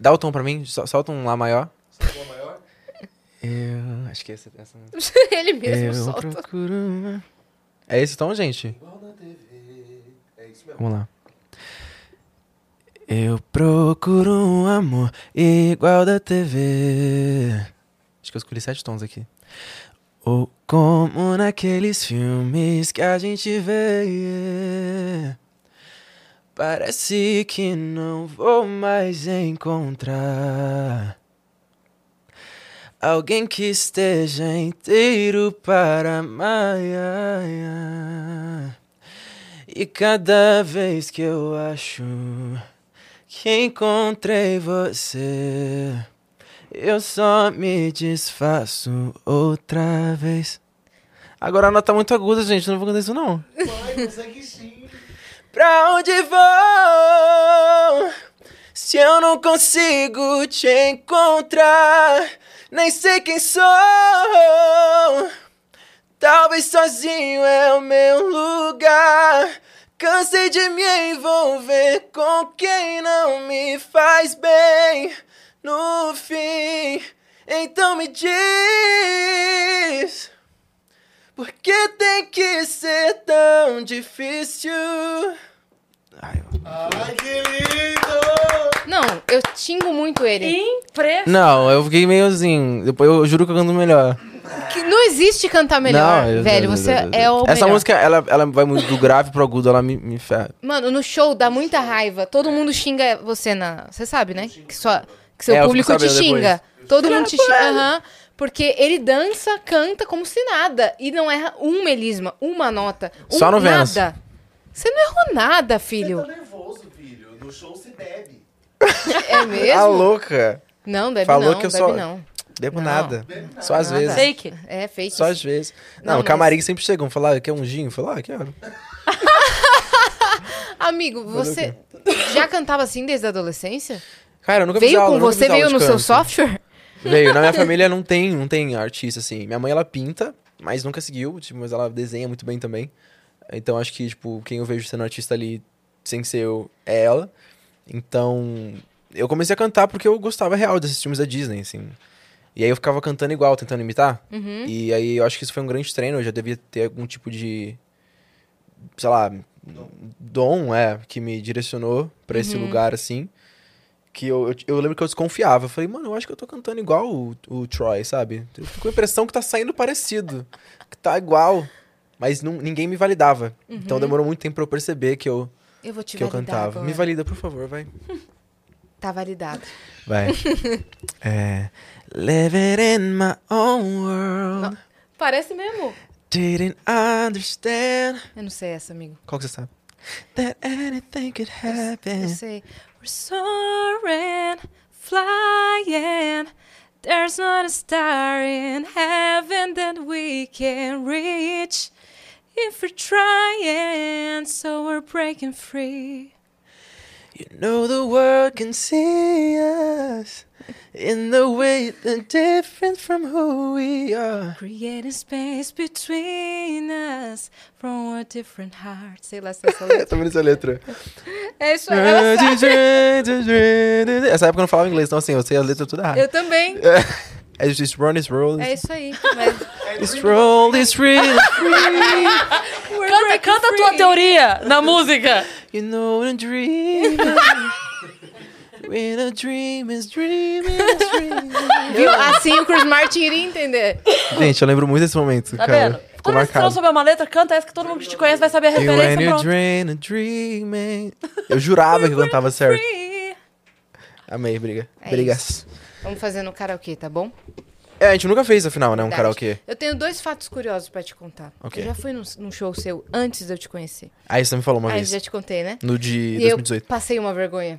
Dá o tom pra mim, sol- solta um Lá maior. Eu... Acho que essa... essa... Ele mesmo É, eu solta. procuro uma... É esse tom, gente? Vamos lá. Eu procuro um amor igual da TV. Acho que eu escolhi sete tons aqui. Ou como naqueles filmes que a gente vê. Parece que não vou mais encontrar alguém que esteja inteiro para amar. E cada vez que eu acho que encontrei você, eu só me desfaço outra vez. Agora a nota tá muito aguda, gente. Não vou cantar isso, não. Vai, consegue sim. Pra onde vou? Se eu não consigo te encontrar, nem sei quem sou. Talvez sozinho é o meu lugar. Cansei de me envolver com quem não me faz bem. No fim, então me diz. Por que tem que ser tão difícil? Ai, eu- Ai, que lindo! Não, eu xingo muito ele. Impressionante. Não, eu fiquei meio assim. Depois eu juro que eu canto melhor. Que não existe cantar melhor, Não, eu- velho. eu- eu- você eu- é o Essa melhor. música, ela, ela vai muito do grave pro agudo, ela me, me ferra. Mano, no show dá muita raiva. Todo mundo xinga você na. Você sabe, né? Que, sua, que seu É, eu fico público te sabendo xinga. Todo mundo te xinga. Aham. Porque ele dança, canta como se nada. E não erra um melisma, uma nota. Um Só no Vênus. nada. Você não errou nada, Você tá filho. nervoso, filho. No show se bebe. É mesmo? Ah, louca! Não, bebe Falou não, que eu bebe só- não. Devo Não. nada. Só às Nada. vezes. Fake. É fake. Só às vezes. Não, Não, o camarim sempre chegam, falar, ah, quer um gin? Falar, ah, quero. Amigo, Fazer você já cantava assim desde a adolescência? Cara, eu nunca fiz Veio aula, com eu nunca fiz você, aula veio de no seu canto. software? Veio. Na minha família não tem, não tem artista, assim. Minha mãe, ela pinta, mas nunca seguiu, tipo, mas ela desenha muito bem também. Então, acho que, tipo, quem eu vejo sendo artista ali, sem ser eu, é ela. Então, eu comecei a cantar porque eu gostava real desses filmes da Disney, assim. E aí eu ficava cantando igual, tentando imitar. E aí eu acho que isso foi um grande treino, eu já devia ter algum tipo de, sei lá, dom, é, que me direcionou pra esse lugar, assim que eu, eu, eu lembro que eu desconfiava. Eu falei, mano, eu acho que eu tô cantando igual o, o Troy, sabe? Eu fico com a impressão que tá saindo parecido, que tá igual. Mas não, ninguém me validava. Então demorou muito tempo pra eu perceber que eu, Eu vou Uhum. te que eu validar cantava. agora. Me valida, por favor, vai. Tá validado. Vai. é. Living in my own world. Parece mesmo. Didn't understand. Eu não sei essa, amigo. Qual que você sabe? That anything could happen. Eu sei. We're soaring, flying. There's not a star in heaven that we can reach. If we're trying, so we're breaking free. You know the world can see us in the way that different from who we are. Creating space between us from a different heart. Sei lá se essa letra. Tô vendo essa letra. É isso aí, ela sabe. Essa época eu não falava inglês, então assim, eu sei a letra toda errada. Eu também. É just run his roll. É isso aí. Mas É This world is real, Canta, canta a tua teoria na música. you know a dream. When a dream is dreaming, is dreaming. Viu? Assim o Chris Martin iria entender. Gente, eu lembro muito desse momento, Tá cara. vendo? Ficou Toda vez que você não marcado. souber uma letra, canta essa que todo mundo que te conhece vai saber a You and referência. your Pronto. dream, a dreaming. Eu jurava que eu cantava certo. Amei, briga. É Brigas. Vamos fazer no karaokê, tá bom? É, a gente nunca fez, afinal, né? Um karaokê. Eu tenho dois fatos curiosos pra te contar. Ok. Eu já fui num, num show seu antes de eu te conhecer. Aí você me falou uma Ah, eu vez. já te contei, né? No de E 2018. eu passei uma vergonha.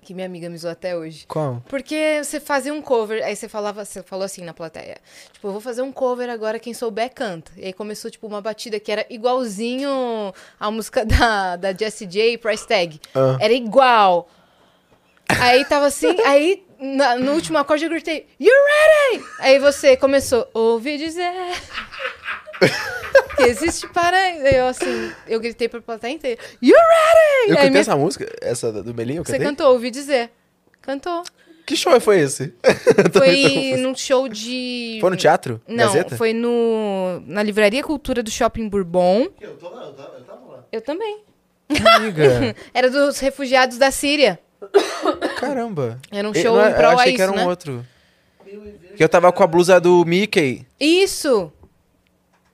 Que minha amiga me zoou até hoje. Qual? Porque você fazia um cover, aí você falava, você falou assim na plateia. Tipo, eu vou fazer um cover agora, quem souber canta. E aí começou, tipo, uma batida que era igualzinho à música da, da Jessie J Price Tag. Ah. Era igual. Aí tava assim, aí na- no último acorde eu gritei, You ready? Aí você começou, ouvi dizer. Que existe paraíso. Aí Eu assim, eu gritei pra plateia inteira. You ready? Eu aí cantei minha- essa música, essa do Belinho, eu você cantei? cantou, ouvi dizer. Cantou. Que show foi esse? Foi num show de. Foi no teatro? Não, Gazeta? foi no na Livraria Cultura do Shopping Bourbon. Eu tô lá, eu tava, eu tava lá. Eu também. Amiga, Era dos refugiados da Síria. caramba. Era um Eu- show não, em prol Eu achei a que era isso, um né? outro. Que eu tava com a blusa do Mickey, Isso!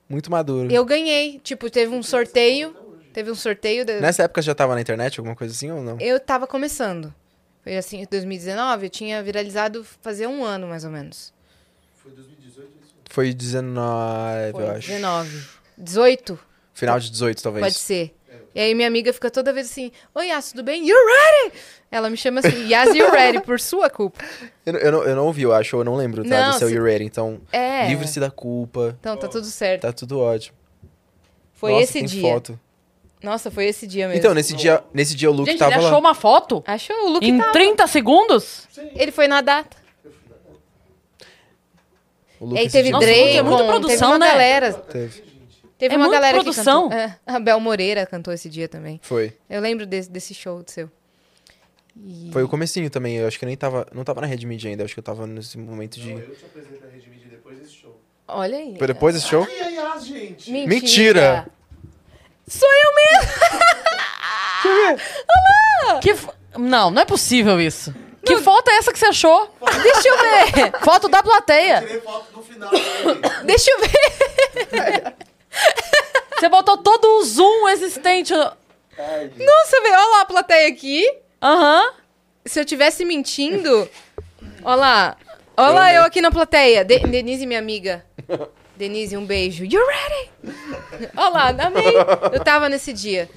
muito maduro. Eu ganhei. Tipo, teve um sorteio. Teve um sorteio. da- Nessa época já tava na internet, alguma coisa assim ou não? Eu tava começando. Foi assim, em 2019, eu tinha viralizado fazia um ano, mais ou menos. Foi 19, Foi eu acho. 19. 18? Final de 18, talvez. Pode ser. E aí minha amiga fica toda vez assim, Oi, Yas, tudo bem? You ready? Ela me chama assim, Yas, you ready? Por sua culpa. Eu, não- eu não, eu não ouvi, eu acho, eu não lembro, tá? Não, do seu se- You Ready. Então, É. livre-se da culpa, Então, tá tudo certo. tá tudo ótimo. Foi Nossa, esse tem dia. foto. Nossa, foi esse dia mesmo. Então, nesse dia, nesse dia o Luke Gente, tava ele lá. achou uma foto? Achou o look em É tava. 30 segundos? Ele foi na data. O E Luke aí esse teve dia- Nossa, o Luke é Drake, muito produção, teve uma né? galera. Teve. Teve É uma muito galera produção. que cantou. É, a Bel Moreira cantou esse dia também. Foi. Eu lembro desse, desse show do seu. E- Foi o comecinho também, eu acho que eu nem tava, não tava na Red Media ainda, eu acho que eu tava nesse momento de... Eu te apresento a Rede Mídia depois desse show. Olha aí. Foi depois desse show? E aí, ah, gente? Mentira. Mentira! Sou eu mesmo! Que f- Não, não é possível isso. Que foto é essa que você achou? Deixa eu ver! Foto da plateia. Tirei foto no final. né? Deixa eu ver! Você botou todo o zoom existente. no- Ai, gente. Nossa, velho, olha lá a plateia aqui. Aham. Se eu tivesse mentindo. Olha lá. Olha lá eu aqui na plateia. De- Denise, minha amiga. Denise, um beijo. You ready? Olha lá, amei. Eu tava nesse dia.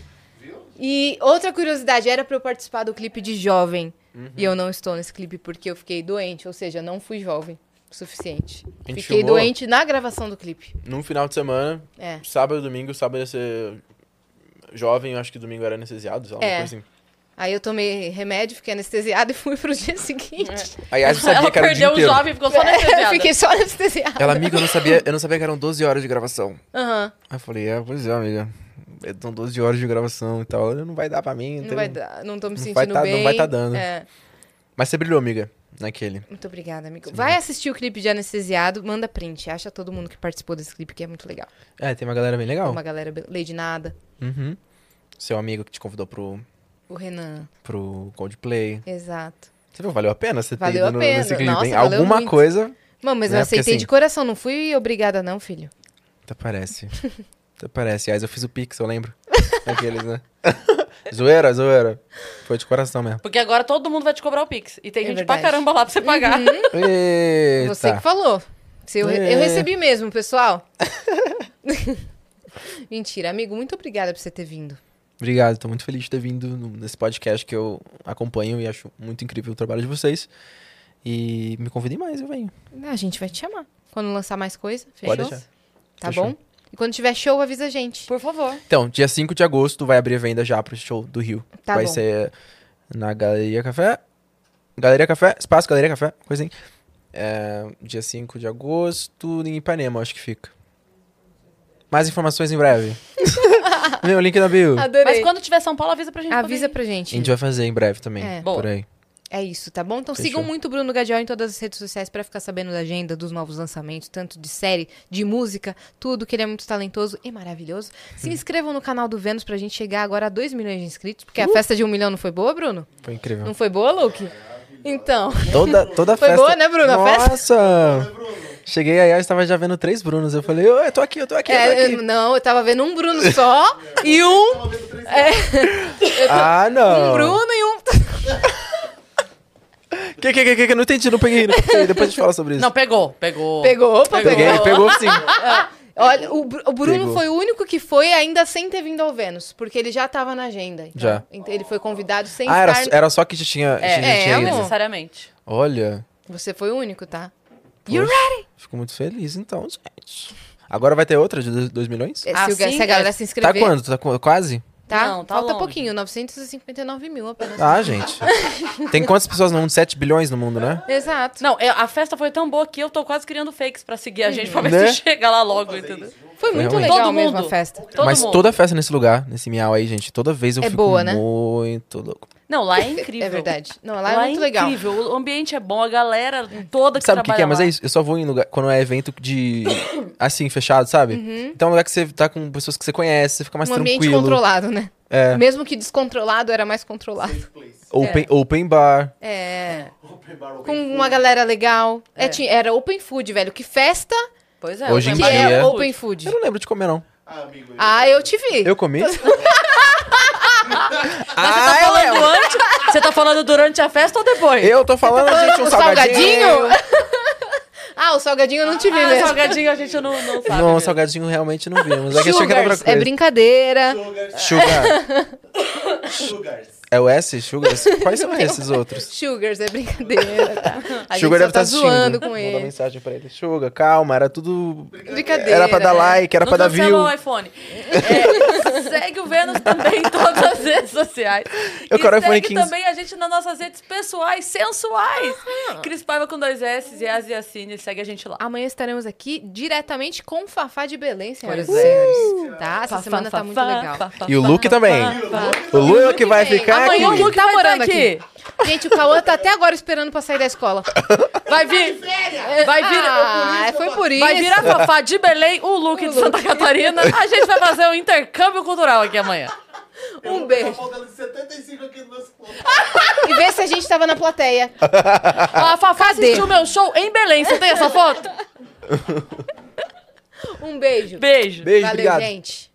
E outra curiosidade, era pra eu participar do clipe de jovem. E eu não estou nesse clipe porque eu fiquei doente, ou seja, não fui jovem o suficiente. A gente Fiquei filmou? doente na gravação do clipe. Num final de semana, É. sábado e domingo, sábado ia ser jovem, eu acho que domingo era anestesiado, sei lá, uma É. coisa assim. Aí eu tomei remédio, fiquei anestesiada e fui pro dia seguinte. Aí a gente sabia Ela que era o dia perdeu o inteiro. jovem e ficou só eu anestesiada. fiquei só anestesiada. Ela, amiga, eu não sabia, eu não sabia que eram 12 horas de gravação. Aham. Aí eu falei, é, pois é, amiga. São 12 horas de gravação e tal. Não vai dar pra mim. Não tem- vai dar, não tô me não sentindo vai tá- não bem. vai tá dando. É. Mas você brilhou, amiga, naquele. Muito obrigada, amigo. Vai assistir o clipe de Anestesiado, manda print. Acha todo mundo que participou desse clipe, que é muito legal. É, tem uma galera bem legal. Uma galera be- Lady Nada, Uhum. Seu amigo que te convidou pro, o Renan. pro Coldplay. Exato. Você viu, valeu a pena você ter Valeu ido a no- pena. nesse clipe, Nossa, hein? valeu Alguma muito. coisa. Mano, mas eu Né? Porque, aceitei assim- de coração, não fui obrigada não, filho. Até parece. Até parece. Aliás, eu fiz o Pix, eu lembro. Aqueles, né? zoeira, zoeira. Foi de coração mesmo. Porque agora todo mundo vai te cobrar o Pix. E tem É gente verdade. pra caramba lá pra você pagar. Uhum. Eita. Você que falou. Se eu, re- É. eu recebi mesmo, pessoal. Mentira, amigo, muito obrigada por você ter vindo. Obrigado, tô muito feliz de ter vindo no- nesse podcast que eu acompanho e acho muito incrível o trabalho de vocês. E me convidem mais, eu venho. Ah, A gente vai te chamar quando lançar mais coisa, fechou? Pode deixar. Tá Fechou. bom? E quando tiver show, avisa a gente. Por favor. Então, dia 5 de agosto vai abrir a venda já pro show do Rio. Tá vai bom. ser na Galeria Café. Galeria Café, espaço Galeria Café, coisa assim. É, dia 5 de agosto em Ipanema, acho que fica. Mais informações em breve. Meu link na bio. Adorei. Mas quando tiver São Paulo, avisa pra gente. Avisa poder ir. pra A gente. gente vai fazer em breve também. É. Por Boa. aí. É isso, tá bom? Então Fechou. sigam muito o Bruno Gadiol em todas as redes sociais pra ficar sabendo da agenda, dos novos lançamentos, tanto de série, de música, tudo, que ele é muito talentoso e maravilhoso. Hum. Se inscrevam no canal do Vênus pra gente chegar agora a 2 milhões de inscritos, porque Uh! a festa de um milhão não foi boa, Bruno? Foi incrível. Não foi boa, Luke? Então, Toda, toda a Foi festa. boa, né, Bruno, a festa? Nossa! Cheguei aí, eu estava já vendo três Brunos. Eu falei, "Ô, eu tô aqui, eu tô aqui, eu tô é, aqui. eu- não, eu tava vendo um Bruno só e um, Ah, um não. Bruno e um... Que, que, que, que, que, não entendi, não peguei, não peguei. Depois a gente fala sobre isso. Não, pegou, pegou. Pegou, opa, Pegou. peguei, pegou. pegou sim. Olha, o, Bru- o Bruno Pegou. foi o único que foi ainda sem ter vindo ao Vênus, porque ele já tava na agenda. Então, Já. ent- Ele foi convidado sem Ah, era, estar... era só que já tinha, É, já é, tinha ido. amor. Necessariamente. Olha, Você foi o único, tá? Poxa. You're fico muito feliz então, gente. Agora vai ter outra de 2 milhões? É, Se, Ah, o- sim? se a galera se Tá inscrever. quando? Tá qu- quase? tá? Não, tá Falta longe. pouquinho, 959 mil apenas. Ah, gente. Tem quantas pessoas no mundo? 7 bilhões no mundo, né? Exato. Não, é, a festa foi tão boa que eu tô quase criando fakes pra seguir a gente pra ver Né? se chega lá logo, entendeu? Foi muito Realmente. legal Todo mesmo a mundo. festa. Todo Mas mundo. toda festa nesse lugar, nesse miau aí, gente, toda vez eu É fico boa, né? muito louco. Não, lá é incrível. É verdade. Não, lá, é muito incrível. legal. O ambiente é bom, a galera toda que Sabe o que, trabalha que é? Mas lá. é isso. Eu só vou em lugar quando é evento de. assim, fechado, sabe? Então é um lugar que você tá com pessoas que você conhece, você fica mais um ambiente tranquilo. É. controlado, né? Mesmo que descontrolado, era mais controlado. Open, open bar. É. Open bar, open Com food. uma galera legal. É, tinha- era open food, velho. Que festa Pois é. Hoje em o que trabalho dia- Ah, é do open food. food. Eu não lembro de comer, não. Ah, amigo. Ah, eu te vi. Eu comi? Ah, Mas você tá falando antes? Você tá falando durante a festa ou depois? é, Ah, Eu tô falando, gente, um o salgadinho. salgadinho? ah, o salgadinho eu não te vi Ah, mesmo. salgadinho a gente não, não sabe. né? Não, mesmo. salgadinho realmente não vimos. É que achei que era outra Sugars, é coisa. brincadeira. Sugars. Sugar. Sugars. É o S? Sugar? Quais são esses outros? Sugars é brincadeira, tá? A gente Sugar só deve tá estar assistindo. zoando com Mandar ele. mensagem pra ele. Sugar, calma, era tudo. Brincadeira, Era pra dar né? like, era não pra dar cancela view. o iPhone. É, segue o Vênus também em todas as redes sociais. Eu e quero segue iPhone 15. também a gente nas nossas redes pessoais, sensuais. Cris Paiva com dois S e as e Cine. Segue a gente lá. Amanhã estaremos aqui diretamente com Fafá de Belém, senhoras Pois e é. senhores. Tá? Essa semana tá muito legal. E o Luke também. O Lu é o que vai vem. ficar Amanhã o aqui. Luke tá morando aqui. Gente, o Cauã tá até agora esperando pra sair da escola. Vai vir. Vai vir. Ah, foi por isso. Vai vir a Fafá de Belém, o Luke de Santa Catarina. A gente vai fazer um intercâmbio cultural aqui amanhã. Um beijo. Tá faltando 75 aqui no nosso ponto. E ver se a gente tava na plateia. A Fafá Cadê? assistiu meu show em Belém. Você tem essa foto? Um beijo. Beijo. Beijo, Um Valeu, obrigado. gente.